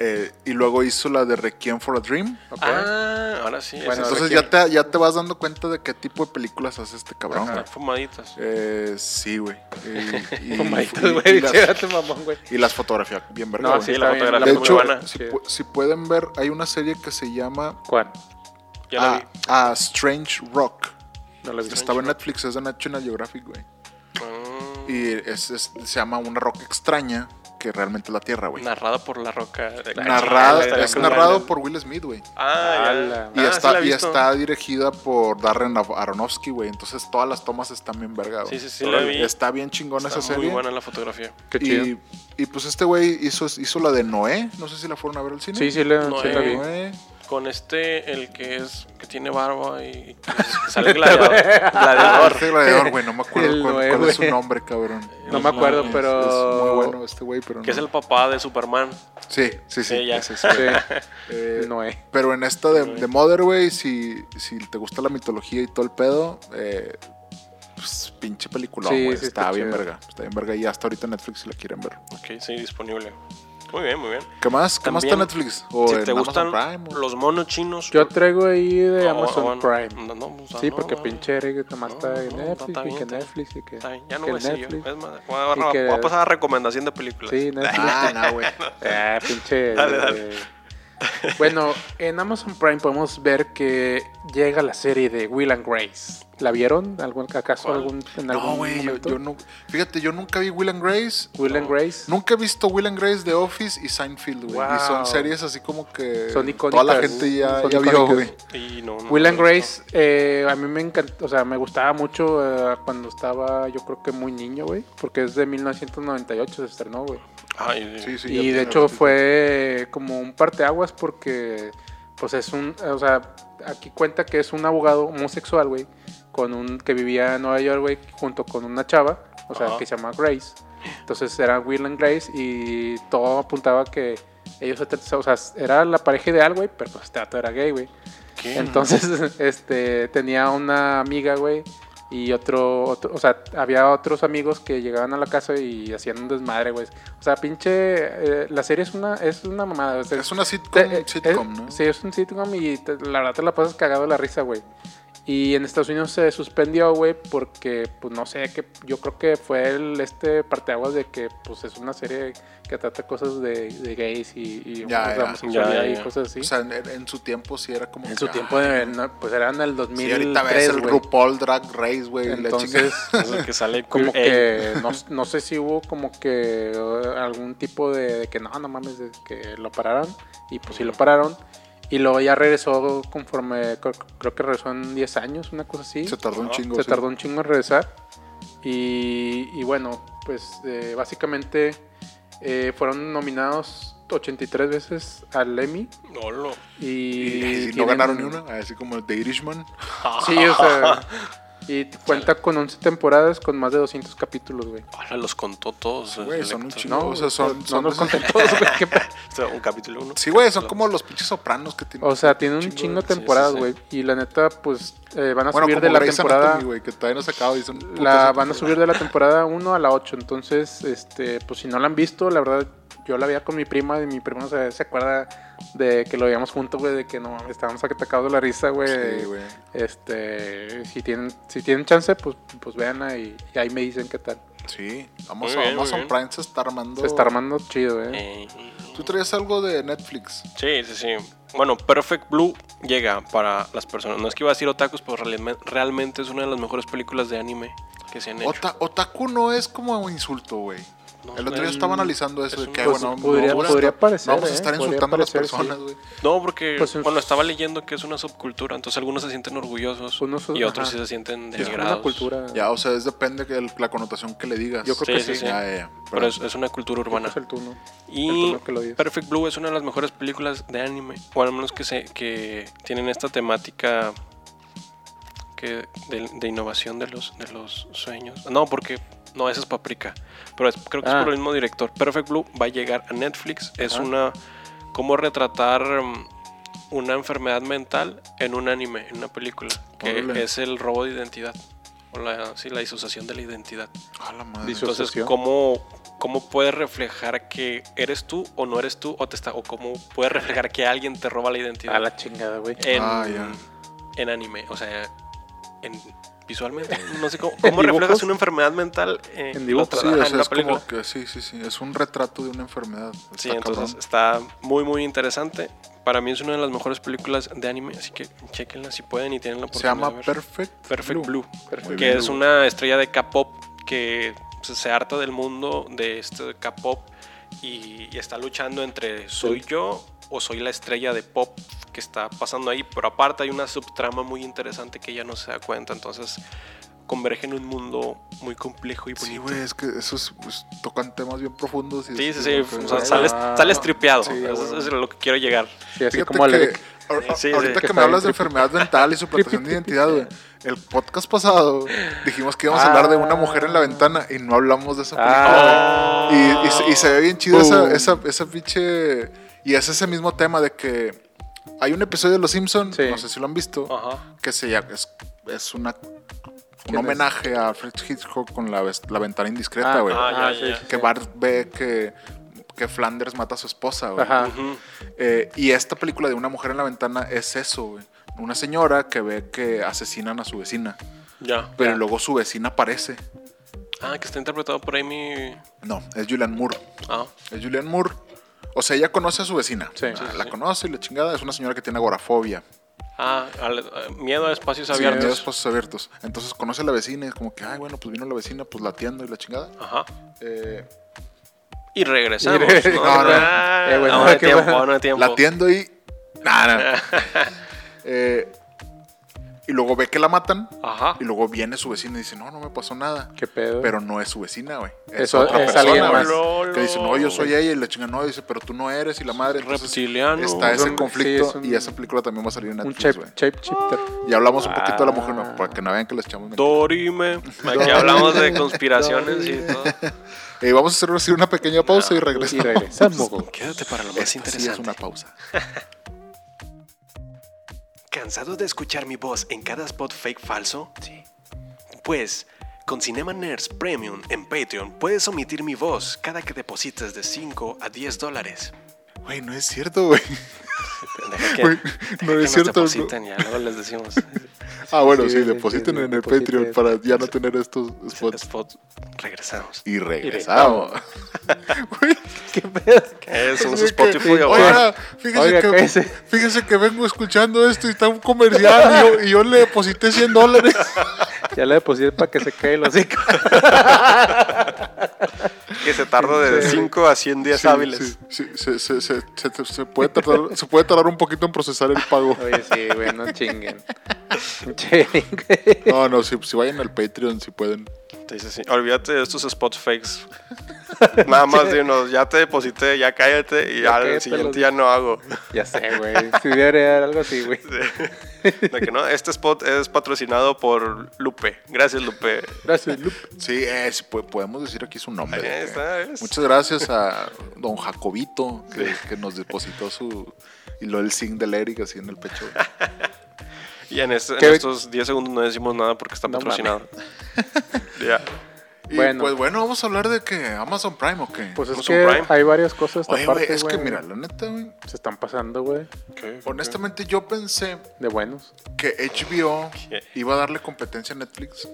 Speaker 4: Eh, y luego hizo la de Requiem for a Dream.
Speaker 3: ok.
Speaker 5: Ah, ahora sí.
Speaker 3: Bueno,
Speaker 5: esas
Speaker 4: Entonces ya te, ya te vas dando cuenta de qué tipo de películas hace este cabrón.
Speaker 5: están
Speaker 4: güey.
Speaker 5: fumaditas.
Speaker 4: Eh, sí, güey. Y, y-
Speaker 5: Oh
Speaker 3: Fumaditas,
Speaker 4: y-
Speaker 3: güey.
Speaker 4: y las-
Speaker 3: Quédate, mamón, güey.
Speaker 4: y las fotografías, bien verga.
Speaker 3: No,
Speaker 4: güey.
Speaker 5: sí,
Speaker 3: sí,
Speaker 5: la
Speaker 3: está bien,
Speaker 5: fotografía
Speaker 3: la
Speaker 4: de
Speaker 5: muy
Speaker 4: hecho,
Speaker 5: buena.
Speaker 4: si,
Speaker 3: Sí.
Speaker 4: pu- si pueden ver, hay una serie que se llama
Speaker 3: ¿Cuál?
Speaker 5: Ya la vi.
Speaker 4: ah, ah, Strange Rock.
Speaker 3: No la vi.
Speaker 4: Pues Estaba en Netflix, es de National Geographic, güey.
Speaker 5: Ah,
Speaker 4: Y es- es- se llama Una roca extraña, que realmente es la Tierra, güey.
Speaker 5: narrada por la roca. de-
Speaker 4: Narrada,
Speaker 5: Ah, estaría
Speaker 4: es
Speaker 5: muy
Speaker 4: narrado
Speaker 5: buena.
Speaker 4: por Will Smith, güey.
Speaker 5: Ah, ya.
Speaker 3: Ah, la-
Speaker 4: Y,
Speaker 5: Ah, sí
Speaker 4: está,
Speaker 5: la he
Speaker 4: y
Speaker 5: visto.
Speaker 4: está dirigida por Darren Av- Aronofsky, güey. Entonces todas las tomas están bien verga, güey.
Speaker 5: Sí, sí, sí, la vi.
Speaker 4: Está bien chingona
Speaker 5: Está
Speaker 4: esa
Speaker 5: muy
Speaker 4: serie.
Speaker 5: buena la fotografía.
Speaker 3: Qué chido.
Speaker 4: y, y pues este güey hizo, hizo la de Noé. No sé si la fueron a ver al cine.
Speaker 3: Sí, sí la,
Speaker 5: No,
Speaker 3: sí
Speaker 5: eh,
Speaker 3: la vi.
Speaker 4: Noé.
Speaker 5: Con este, el que es, que tiene barba y que sale gladiador. gladiador.
Speaker 4: Este gladiador, güey. No me acuerdo
Speaker 3: El
Speaker 4: cuál,
Speaker 3: Noé,
Speaker 4: cuál es su
Speaker 3: güey.
Speaker 4: nombre, cabrón.
Speaker 3: No me acuerdo,
Speaker 5: Es-
Speaker 3: pero...
Speaker 4: Es muy bueno este güey, pero
Speaker 5: Que es
Speaker 4: no.
Speaker 5: el papá de Superman.
Speaker 4: Sí, sí, sí.
Speaker 5: Sí, ya.
Speaker 4: ese, ese.
Speaker 3: Sí,
Speaker 4: Eh,
Speaker 3: no es.
Speaker 4: Pero en esta de, de Mother, güey, si, si te gusta la mitología y todo el pedo, eh, pues, pinche película,
Speaker 3: Sí,
Speaker 4: güey.
Speaker 3: sí,
Speaker 4: está,
Speaker 3: está
Speaker 4: bien
Speaker 3: chido.
Speaker 4: verga. Está bien verga. Y hasta ahorita en Netflix si la quieren ver.
Speaker 5: Ok, sí, disponible. Muy bien, muy bien.
Speaker 4: ¿Qué más? ¿Qué más está en
Speaker 5: También,
Speaker 4: Netflix? ¿O
Speaker 5: si
Speaker 4: en
Speaker 5: te gustan
Speaker 4: Amazon Prime? o-
Speaker 5: los monos chinos.
Speaker 3: Yo traigo ahí de
Speaker 5: o-
Speaker 3: Amazon
Speaker 5: o-
Speaker 3: Prime.
Speaker 5: No, no, o sea,
Speaker 3: Sí,
Speaker 5: no,
Speaker 3: porque
Speaker 5: no,
Speaker 3: pinche Eric nomás
Speaker 5: no,
Speaker 3: está en
Speaker 5: no,
Speaker 3: Netflix
Speaker 5: está bien,
Speaker 3: y que
Speaker 5: está bien.
Speaker 3: Netflix y que...
Speaker 5: Está bien, ya no
Speaker 3: que
Speaker 5: voy a decir yo.
Speaker 3: Netflix.
Speaker 5: Es más, voy a, voy a
Speaker 3: que-
Speaker 5: pasar a recomendación de películas.
Speaker 3: Sí, Netflix.
Speaker 4: Ah, no, güey.
Speaker 3: Ah, pinche.
Speaker 5: Dale, dale.
Speaker 3: eh, Bueno, en Amazon Prime podemos ver que llega la serie de Will and Grace. ¿La vieron? ¿Algún, ¿Acaso
Speaker 5: ¿Cuál?
Speaker 3: algún, en algún
Speaker 4: No, güey. Yo,
Speaker 3: momento?
Speaker 4: yo nu- fíjate, yo nunca vi Will and Grace.
Speaker 3: Will and Grace.
Speaker 4: Nunca he visto Will and Grace, The Office y Seinfeld, güey. Y son
Speaker 3: Wow.
Speaker 4: series así como que. Toda
Speaker 3: Son
Speaker 4: la
Speaker 3: icónicas.
Speaker 4: gente ya,
Speaker 3: Son
Speaker 4: ya vio,
Speaker 3: icónicas.
Speaker 4: güey.
Speaker 5: Y no, no,
Speaker 3: Will and
Speaker 5: no, no.
Speaker 3: Grace, eh, a mí me encantó, o sea, me gustaba mucho eh, cuando estaba, yo creo que muy niño, güey, porque es de 1998 se estrenó, güey.
Speaker 5: Ay,
Speaker 4: Sí, sí, ya
Speaker 3: y
Speaker 4: tiene
Speaker 3: de hecho
Speaker 4: ratito.
Speaker 3: fue como un parteaguas porque, pues es un, o sea, aquí cuenta que es un abogado homosexual, güey, con un que vivía en Nueva York, güey, junto con una chava, o sea,
Speaker 5: Ajá.
Speaker 3: que se llama Grace. Entonces era Will and Grace y todo apuntaba que ellos, se trat- o sea, era la pareja ideal, güey, pero pues trato era gay, güey.
Speaker 5: ¿qué?
Speaker 3: Entonces, este, tenía una amiga, güey, y otro, otro, o sea, había otros amigos que llegaban a la casa y hacían un desmadre, güey. O sea, pinche, eh, la serie es una, es una mamada. o sea,
Speaker 4: Es una sitcom,
Speaker 3: te- eh,
Speaker 4: sitcom,
Speaker 3: es-
Speaker 4: ¿no?
Speaker 3: Sí, es un sitcom y te- la verdad te la pasas cagado de la risa, güey. Y en Estados Unidos se suspendió, güey, porque, pues no sé, que yo creo que fue el este parteaguas de que, pues es una serie que trata cosas de, de gays y, y
Speaker 4: Ya,
Speaker 3: homos-
Speaker 4: ya.
Speaker 3: homosexualidad
Speaker 5: Ya, ya,
Speaker 3: y
Speaker 5: ya.
Speaker 3: cosas así.
Speaker 4: O sea, en, en su tiempo sí era como.
Speaker 3: En
Speaker 4: que,
Speaker 3: su
Speaker 4: ah,
Speaker 3: tiempo, de, no, pues eran el
Speaker 4: Sí, ahorita ves
Speaker 3: 2003,
Speaker 4: el
Speaker 3: güey.
Speaker 4: RuPaul Drag Race, güey. y la
Speaker 3: Entonces,
Speaker 4: chingada.
Speaker 5: Entonces que sale
Speaker 3: como
Speaker 5: Queer Eye.
Speaker 3: que no, no sé si hubo como que eh, algún tipo de, de que no, no mames, de que lo pararon. Y pues sí lo pararon. Y luego ya regresó conforme, creo, creo que regresó en 10 años, una cosa así.
Speaker 4: Se tardó un
Speaker 5: No,
Speaker 4: chingo.
Speaker 3: Se
Speaker 4: sí.
Speaker 3: tardó un chingo en regresar. Y, y bueno, pues eh, básicamente eh, fueron nominados 83 veces al Emmy.
Speaker 5: No, lo-
Speaker 3: Y,
Speaker 4: Y, si no
Speaker 3: tienen-
Speaker 4: ganaron ni una, así como The Irishman.
Speaker 3: Sí, o sea, Y cuenta con 11 temporadas con más de 200 capítulos, güey.
Speaker 5: Ahora los contó todos.
Speaker 4: Güey, son un
Speaker 5: selectos.
Speaker 4: chingo. o sea, son,
Speaker 3: No
Speaker 4: son
Speaker 3: nos
Speaker 4: de-
Speaker 3: conté todos, güey. qué pe-
Speaker 5: O sea, Este, un capítulo uno.
Speaker 4: Sí, güey, son como los pinches sopranos que tienen.
Speaker 3: O sea, tiene un
Speaker 5: Chingo de-
Speaker 3: chingo de
Speaker 5: sí, sí,
Speaker 3: temporadas,
Speaker 5: sí.
Speaker 3: güey. Y la neta, pues eh, van a
Speaker 4: bueno,
Speaker 3: subir
Speaker 4: como
Speaker 3: de la
Speaker 4: Grey's
Speaker 3: temporada.
Speaker 4: Anatomy, güey, que todavía no se acaba y son putas
Speaker 3: la
Speaker 4: temporadas.
Speaker 3: van a subir de la temporada 1 a la 8. Entonces, este, pues si no la han visto, la verdad, yo la veía con mi prima y mi prima no se, se acuerda de que lo veíamos juntos, güey, de que no mames, estábamos atacados de la risa, güey.
Speaker 4: Sí, güey.
Speaker 3: este, si tienen, si tienen chance, pues, pues veanla y, y ahí me dicen qué tal.
Speaker 4: Sí, vamos
Speaker 5: Muy
Speaker 4: a
Speaker 5: bien, muy
Speaker 4: Amazon
Speaker 5: bien.
Speaker 4: Prime se está armando.
Speaker 3: Se está armando chido, eh.
Speaker 5: Eh,
Speaker 4: Tú traías algo de Netflix.
Speaker 5: Sí, sí, sí. Bueno, Perfect Blue llega para las personas. No es que iba a decir otakus, pero realme- realmente es una de las mejores películas de anime que se han hecho.
Speaker 4: Ota- otaku no es como un insulto, güey.
Speaker 5: No,
Speaker 4: el otro
Speaker 5: es
Speaker 4: día estaba
Speaker 5: un-
Speaker 4: analizando eso
Speaker 5: es
Speaker 4: de
Speaker 5: un-
Speaker 4: que
Speaker 5: pues,
Speaker 4: bueno, no
Speaker 3: podría-
Speaker 4: vamos a
Speaker 3: podría
Speaker 4: estar- no
Speaker 3: parecer,
Speaker 4: vamos a
Speaker 3: ¿eh?
Speaker 4: estar
Speaker 3: Podría
Speaker 4: insultando a las
Speaker 3: parecer, sí.
Speaker 4: personas, güey.
Speaker 5: No, porque
Speaker 3: Pues es-
Speaker 5: bueno, estaba leyendo que es una subcultura, entonces algunos se sienten orgullosos
Speaker 3: Unos-
Speaker 5: y otros
Speaker 3: ajá.
Speaker 5: sí se sienten
Speaker 3: Es como
Speaker 5: denigrados.
Speaker 3: una cultura.
Speaker 4: Ya, o sea, es depende de la connotación que le digas.
Speaker 3: Yo creo
Speaker 5: Sí,
Speaker 3: que sí.
Speaker 5: sí, sí.
Speaker 4: Ya, ya, ya.
Speaker 5: Pero es, es una cultura urbana.
Speaker 3: Es el turno.
Speaker 5: Y
Speaker 3: turno que lo digas.
Speaker 5: Perfect Blue es una de las mejores películas de anime, o al menos que, se, que tienen esta temática que de, de innovación de los, de los sueños. No, porque no, esa es Paprika, pero es- creo que
Speaker 3: Ah.
Speaker 5: es por el mismo director. Perfect Blue va a llegar a Netflix, es
Speaker 3: Ajá.
Speaker 5: una... cómo retratar mm, una enfermedad mental en un anime, en una película, que
Speaker 4: Órale.
Speaker 5: es el robo de identidad, o la, sí, la disociación de la identidad.
Speaker 4: A la madre.
Speaker 3: Diso-
Speaker 5: Entonces,
Speaker 3: Asociación.
Speaker 5: ¿cómo, ¿cómo puedes reflejar que eres tú o no eres tú? ¿O, te está, o cómo puedes reflejar que alguien te roba la identidad?
Speaker 3: A la chingada, güey.
Speaker 5: en,
Speaker 4: Ah, ya.
Speaker 5: en anime, o sea, en, visualmente. No sé cómo, cómo
Speaker 3: ¿En
Speaker 5: reflejas
Speaker 3: dibujos?
Speaker 5: una enfermedad mental eh,
Speaker 3: En
Speaker 5: lo
Speaker 3: dibujos,
Speaker 4: Sí, o
Speaker 5: trabaja en
Speaker 4: sea,
Speaker 5: la
Speaker 4: es como
Speaker 5: película?
Speaker 4: que sí, sí, sí. Es un retrato de una enfermedad.
Speaker 5: Sí,
Speaker 4: Está
Speaker 5: entonces
Speaker 4: cabrón.
Speaker 5: está muy, muy interesante. Para mí es una de las mejores películas de anime, así que chequenla si pueden y tienen la
Speaker 4: Se
Speaker 5: oportunidad. de
Speaker 4: llama
Speaker 5: ver.
Speaker 4: Perfect,
Speaker 5: Perfect Blue,
Speaker 3: Perfect
Speaker 5: que
Speaker 4: Blue.
Speaker 5: es una estrella de K-pop que se, se harta del mundo de este K-pop y, y está luchando entre soy yo o soy la estrella de pop que está pasando ahí, pero aparte hay una subtrama muy interesante que ella no se da cuenta, entonces converge en un mundo muy complejo y bonito.
Speaker 4: Sí, güey, es que esos pues, tocan temas bien profundos. Y
Speaker 5: Sí,
Speaker 4: es-
Speaker 5: sí, sí,
Speaker 4: es-
Speaker 5: o sea,
Speaker 3: bueno.
Speaker 5: sales, sales tripeado,
Speaker 4: Sí,
Speaker 5: eso es-
Speaker 4: bueno.
Speaker 5: es lo que quiero llegar.
Speaker 3: Sí, así
Speaker 4: Fíjate
Speaker 3: como
Speaker 4: que
Speaker 3: Alec.
Speaker 4: ahor-
Speaker 5: Sí, sí,
Speaker 4: ahorita
Speaker 5: que
Speaker 4: que
Speaker 3: está
Speaker 4: me hablas
Speaker 3: bien
Speaker 4: de enfermedad mental y suplantación de identidad, güey. El podcast pasado dijimos que íbamos a hablar de una mujer en la ventana y no hablamos de esa
Speaker 5: Oh.
Speaker 4: película.
Speaker 3: Ah.
Speaker 4: güey. Y, y se- y se ve bien chido esa,
Speaker 3: Boom.
Speaker 4: esa, esa pinche. Y es ese mismo tema de que hay un episodio de Los Simpsons,
Speaker 3: Sí. Ah.
Speaker 4: no sé si lo han visto,
Speaker 5: Ajá.
Speaker 4: que se llama. Es, es una, un
Speaker 3: es?
Speaker 4: homenaje a Fred Hitchcock con la, ves- la ventana indiscreta,
Speaker 3: Ah,
Speaker 4: güey.
Speaker 5: ah, ya,
Speaker 3: sí,
Speaker 5: ya,
Speaker 3: sí,
Speaker 4: que
Speaker 3: sí.
Speaker 4: Bart ve que, que Flanders mata a su esposa, güey.
Speaker 3: Ajá.
Speaker 5: Ujú.
Speaker 4: Eh, y esta película de una mujer en la ventana es eso, güey. Una señora que ve que asesinan a su vecina,
Speaker 5: Ya.
Speaker 4: pero luego su vecina aparece.
Speaker 5: Ah, que está interpretado por Amy.
Speaker 4: No, es Julianne Moore.
Speaker 5: Ah,
Speaker 4: Es Julianne Moore. O sea, ella conoce a su vecina.
Speaker 3: Sí.
Speaker 4: Ah,
Speaker 3: Sí,
Speaker 5: sí,
Speaker 4: la
Speaker 5: sí.
Speaker 4: conoce y la chingada. Es una señora que tiene agorafobia.
Speaker 5: ah al- a- miedo a espacios
Speaker 4: Sí, tiene
Speaker 5: abiertos.
Speaker 4: espacios abiertos. Entonces conoce a la vecina y es como que, ay, bueno, pues vino la vecina, pues la atiendo y la chingada.
Speaker 5: Ajá.
Speaker 4: Eh,
Speaker 5: Y regresamos.
Speaker 3: Y-
Speaker 5: No,
Speaker 4: no, no.
Speaker 5: Ah,
Speaker 3: Eh, bueno,
Speaker 5: no, no hay
Speaker 3: qué
Speaker 5: tiempo,
Speaker 3: bueno.
Speaker 5: no hay tiempo.
Speaker 4: La atiendo y. Nada. Eh, y luego ve que la matan.
Speaker 5: Ajá.
Speaker 4: Y luego viene su vecina y dice, no, no me pasó nada.
Speaker 3: ¿Qué pedo?
Speaker 4: Pero no es su vecina, güey. Es
Speaker 3: Eso-
Speaker 4: otra
Speaker 3: es
Speaker 4: persona,
Speaker 3: alguien
Speaker 4: güey,
Speaker 3: más.
Speaker 5: Lolo.
Speaker 4: Que dice, no, yo soy ella. Y la chinga, no, dice, pero tú no eres. Y la madre. Entonces,
Speaker 5: Reptiliano.
Speaker 4: Está
Speaker 3: Es
Speaker 4: ese
Speaker 3: un-
Speaker 4: conflicto.
Speaker 3: sí, es un-
Speaker 4: y esa película también va a salir en
Speaker 3: un
Speaker 4: Netflix,
Speaker 3: shape,
Speaker 4: güey.
Speaker 3: shape shifter.
Speaker 4: Y hablamos un poquito de la mujer,
Speaker 3: Ah.
Speaker 4: no, para que no vean que les echamos mentiras.
Speaker 5: Dorime. Aquí hablamos de conspiraciones y todo.
Speaker 4: Eh, vamos a hacer así una pequeña pausa y
Speaker 3: Y
Speaker 4: regresamos.
Speaker 3: regresamos.
Speaker 5: Quédate para lo más
Speaker 4: Esta sí es
Speaker 5: interesante.
Speaker 4: una pausa.
Speaker 5: ¿Cansados de escuchar mi voz en cada spot fake falso? Sí. Pues, con Cinema Nerds Premium en Patreon puedes omitir mi voz cada que deposites de 5 a 10 dólares.
Speaker 4: Güey, no es cierto, güey.
Speaker 5: Deja que,
Speaker 4: Güey,
Speaker 5: deja
Speaker 4: no
Speaker 5: que
Speaker 4: es cierto,
Speaker 5: Nos depositen, ya luego les decimos.
Speaker 4: Ah, bueno,
Speaker 3: Sí,
Speaker 4: sí,
Speaker 3: sí, sí,
Speaker 4: depositen
Speaker 3: sí,
Speaker 4: en el
Speaker 3: depositen.
Speaker 4: Patreon para ya no tener estos spots.
Speaker 5: spot, regresamos.
Speaker 4: Y regresamos. Güey,
Speaker 3: ¿Qué pedo?
Speaker 5: Es un
Speaker 4: que-
Speaker 5: Spotify
Speaker 3: oiga,
Speaker 5: ahora.
Speaker 4: Oiga, fíjese,
Speaker 3: Oiga,
Speaker 4: que,
Speaker 3: cállese.
Speaker 4: fíjese que vengo escuchando esto y está un comercial y yo, y yo le deposité 100 dólares.
Speaker 3: Ya le deposité para que se caiga el hocico.
Speaker 5: Que se tarda de
Speaker 3: Sí.
Speaker 5: 5 a 100 días
Speaker 4: Sí,
Speaker 5: hábiles.
Speaker 4: sí, sí, se, se- se- se- se puede tardar, se puede tardar un poquito en procesar el pago.
Speaker 3: Oye, sí, güey, no chinguen. Chinguen.
Speaker 4: No, no, si, si vayan al Patreon, si pueden.
Speaker 5: Sí, sí, sí. Olvídate de estos spots fakes. Nada más de unos, ya te deposité, ya cállate y
Speaker 3: Ya
Speaker 5: al
Speaker 3: cállate
Speaker 5: siguiente
Speaker 3: los-
Speaker 5: ya no hago.
Speaker 3: Ya sé, güey. Si debería dar algo así, güey.
Speaker 5: De que no, este spot es patrocinado por Lupe. Gracias, Lupe.
Speaker 3: Gracias, Lupe.
Speaker 4: Sí, es, po- podemos decir aquí su nombre.
Speaker 5: Ahí está, es.
Speaker 4: Muchas gracias a don Jacobito que, que nos depositó su. Y lo el zinc del Eric así en el pecho.
Speaker 5: Y en, este- en
Speaker 3: ¿Qué-
Speaker 5: estos 10 segundos no decimos nada porque está
Speaker 3: No
Speaker 5: patrocinado. Ya.
Speaker 4: Y
Speaker 3: Bueno.
Speaker 4: pues bueno, vamos a hablar de que Amazon Prime o qué.
Speaker 3: Pues es
Speaker 5: Amazon
Speaker 3: que
Speaker 5: Prime.
Speaker 3: hay varias cosas. esta
Speaker 4: Oye, güey,
Speaker 3: parte,
Speaker 4: es que
Speaker 3: güey.
Speaker 4: mira, la neta, güey.
Speaker 3: Se están pasando, güey.
Speaker 4: Honestamente, yo pensé
Speaker 3: De buenos.
Speaker 4: que HBO
Speaker 5: ¿Qué?
Speaker 4: iba a darle competencia a Netflix.